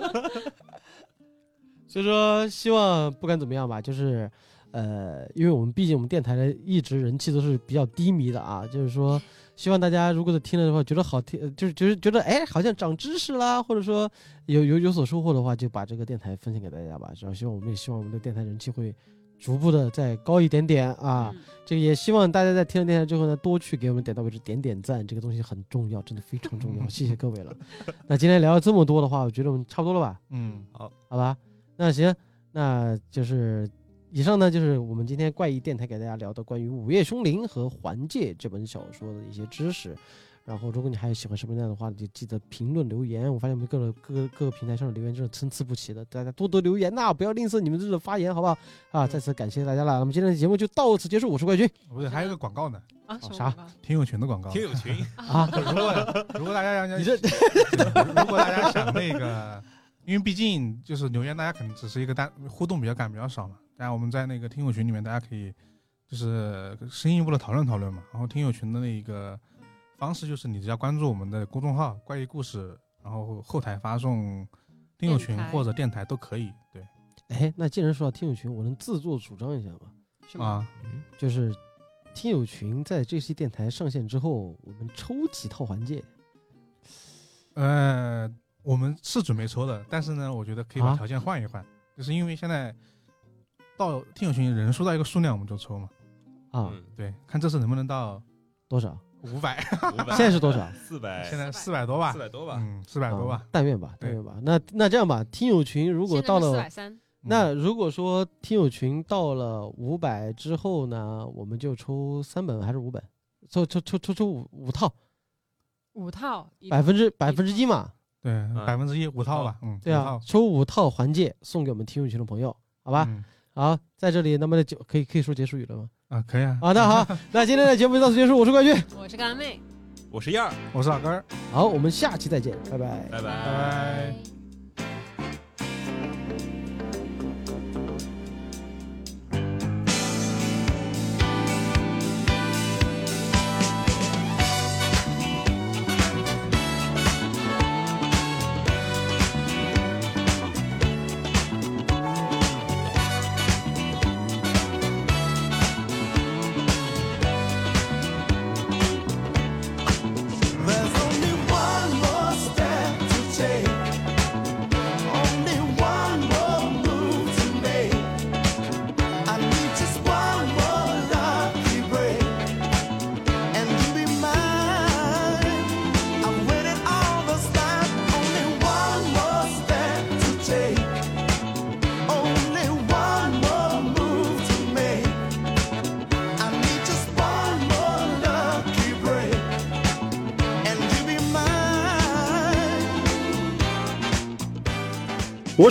Speaker 1: [LAUGHS] 所以说，希望不管怎么样吧，就是，呃，因为我们毕竟我们电台的一直人气都是比较低迷的啊，就是说，希望大家如果是听了的话，觉得好听，呃就是觉得觉得哎，好像长知识啦，或者说有有有所收获的话，就把这个电台分享给大家吧。然后希望我们也希望我们的电台人气会逐步的再高一点点啊。
Speaker 3: 嗯，
Speaker 1: 这个也希望大家在听了电台之后呢，多去给我们点到为止，点点赞，这个东西很重要，真的非常重要，谢谢各位了。那今天聊了这么多的话，我觉得我们差不多了吧？
Speaker 2: 嗯，
Speaker 1: 好吧，那行，那就是以上呢就是我们今天怪异电台给大家聊的关于《午夜凶铃》和《环界》这本小说的一些知识。然后，如果你还有喜欢什么样的话，你就记得评论留言。我发现我们各个各个各个平台上的留言真的参差不齐的，大家多多留言呐、不要吝啬你们这种发言，好不好？啊，再次感谢大家了。那么今天的节目就到此结束，我是怪君
Speaker 2: 不是还有一个广告呢，
Speaker 3: 啊什么
Speaker 1: 啥
Speaker 3: 广告？
Speaker 2: 听友群的广告。
Speaker 4: 听友群，
Speaker 1: 啊，
Speaker 2: 如果如果大家想，
Speaker 1: 你这
Speaker 2: 如果大家想那个， [LAUGHS] 因为毕竟就是留言，大家可能只是一个单互动比较感比较少嘛。当然我们在那个听友群里面，大家可以就是深一步的讨论讨论嘛。然后听友群的那个方式就是，你只要关注我们的公众号“怪异故事”，然后后台发送听友群
Speaker 3: 电台
Speaker 2: 或者电台都可以。对
Speaker 1: 哎，那既然说到听友群，我能自作主张一下吗？
Speaker 3: 是吗？
Speaker 2: 啊，
Speaker 1: 就是听友群在这期电台上线之后，我们抽几套环界
Speaker 2: 呃，我们是准备抽的，但是呢，我觉得可以把
Speaker 1: 啊
Speaker 2: 条件换一换，就是因为现在到听友群人数到一个数量我们就抽嘛。
Speaker 1: 啊，
Speaker 4: 嗯，
Speaker 2: 对，看这次能不能到
Speaker 1: 多少？
Speaker 2: 五百，
Speaker 4: 五百
Speaker 1: 现在是多少？
Speaker 4: 四百，
Speaker 2: 现在四百多吧
Speaker 4: 哎四，百多吧，
Speaker 2: 嗯，四百多吧
Speaker 1: 啊。但愿吧，
Speaker 2: 对
Speaker 1: 但愿吧。那那这样吧，听友群如果到
Speaker 3: 四
Speaker 1: 了
Speaker 3: 百，三，
Speaker 1: 嗯
Speaker 2: 嗯
Speaker 1: 那如果说听友群到了五百之后呢，我们就抽三本还是五本？抽抽抽抽抽五五套，
Speaker 3: 五套，一
Speaker 1: 百分之百分之一嘛，
Speaker 2: 对百分之一五套吧，嗯，
Speaker 1: 对
Speaker 2: 五
Speaker 1: 啊
Speaker 2: 套，，
Speaker 1: 抽五套环界送给我们听友群的朋友，好吧？
Speaker 2: 嗯
Speaker 1: 好，在这里，那么就可以可以说结束语了吗？
Speaker 2: 啊，可以啊。
Speaker 1: 啊，那好，那今天的节目就到此结束，我是冠军，
Speaker 3: 我是干妹，
Speaker 1: 嗯
Speaker 4: 我是燕儿，
Speaker 2: 我是老根儿，
Speaker 1: 好，我们下期再见，拜拜。
Speaker 4: 拜
Speaker 2: 拜
Speaker 4: 拜。
Speaker 2: 拜。
Speaker 7: There's only one more step to take, only one more move to make. I need just one more lucky break, and you'll be mine. I've waited all this time. Only one more step to take, only one more move to make. I need just one more lucky break and you be mine.
Speaker 8: 我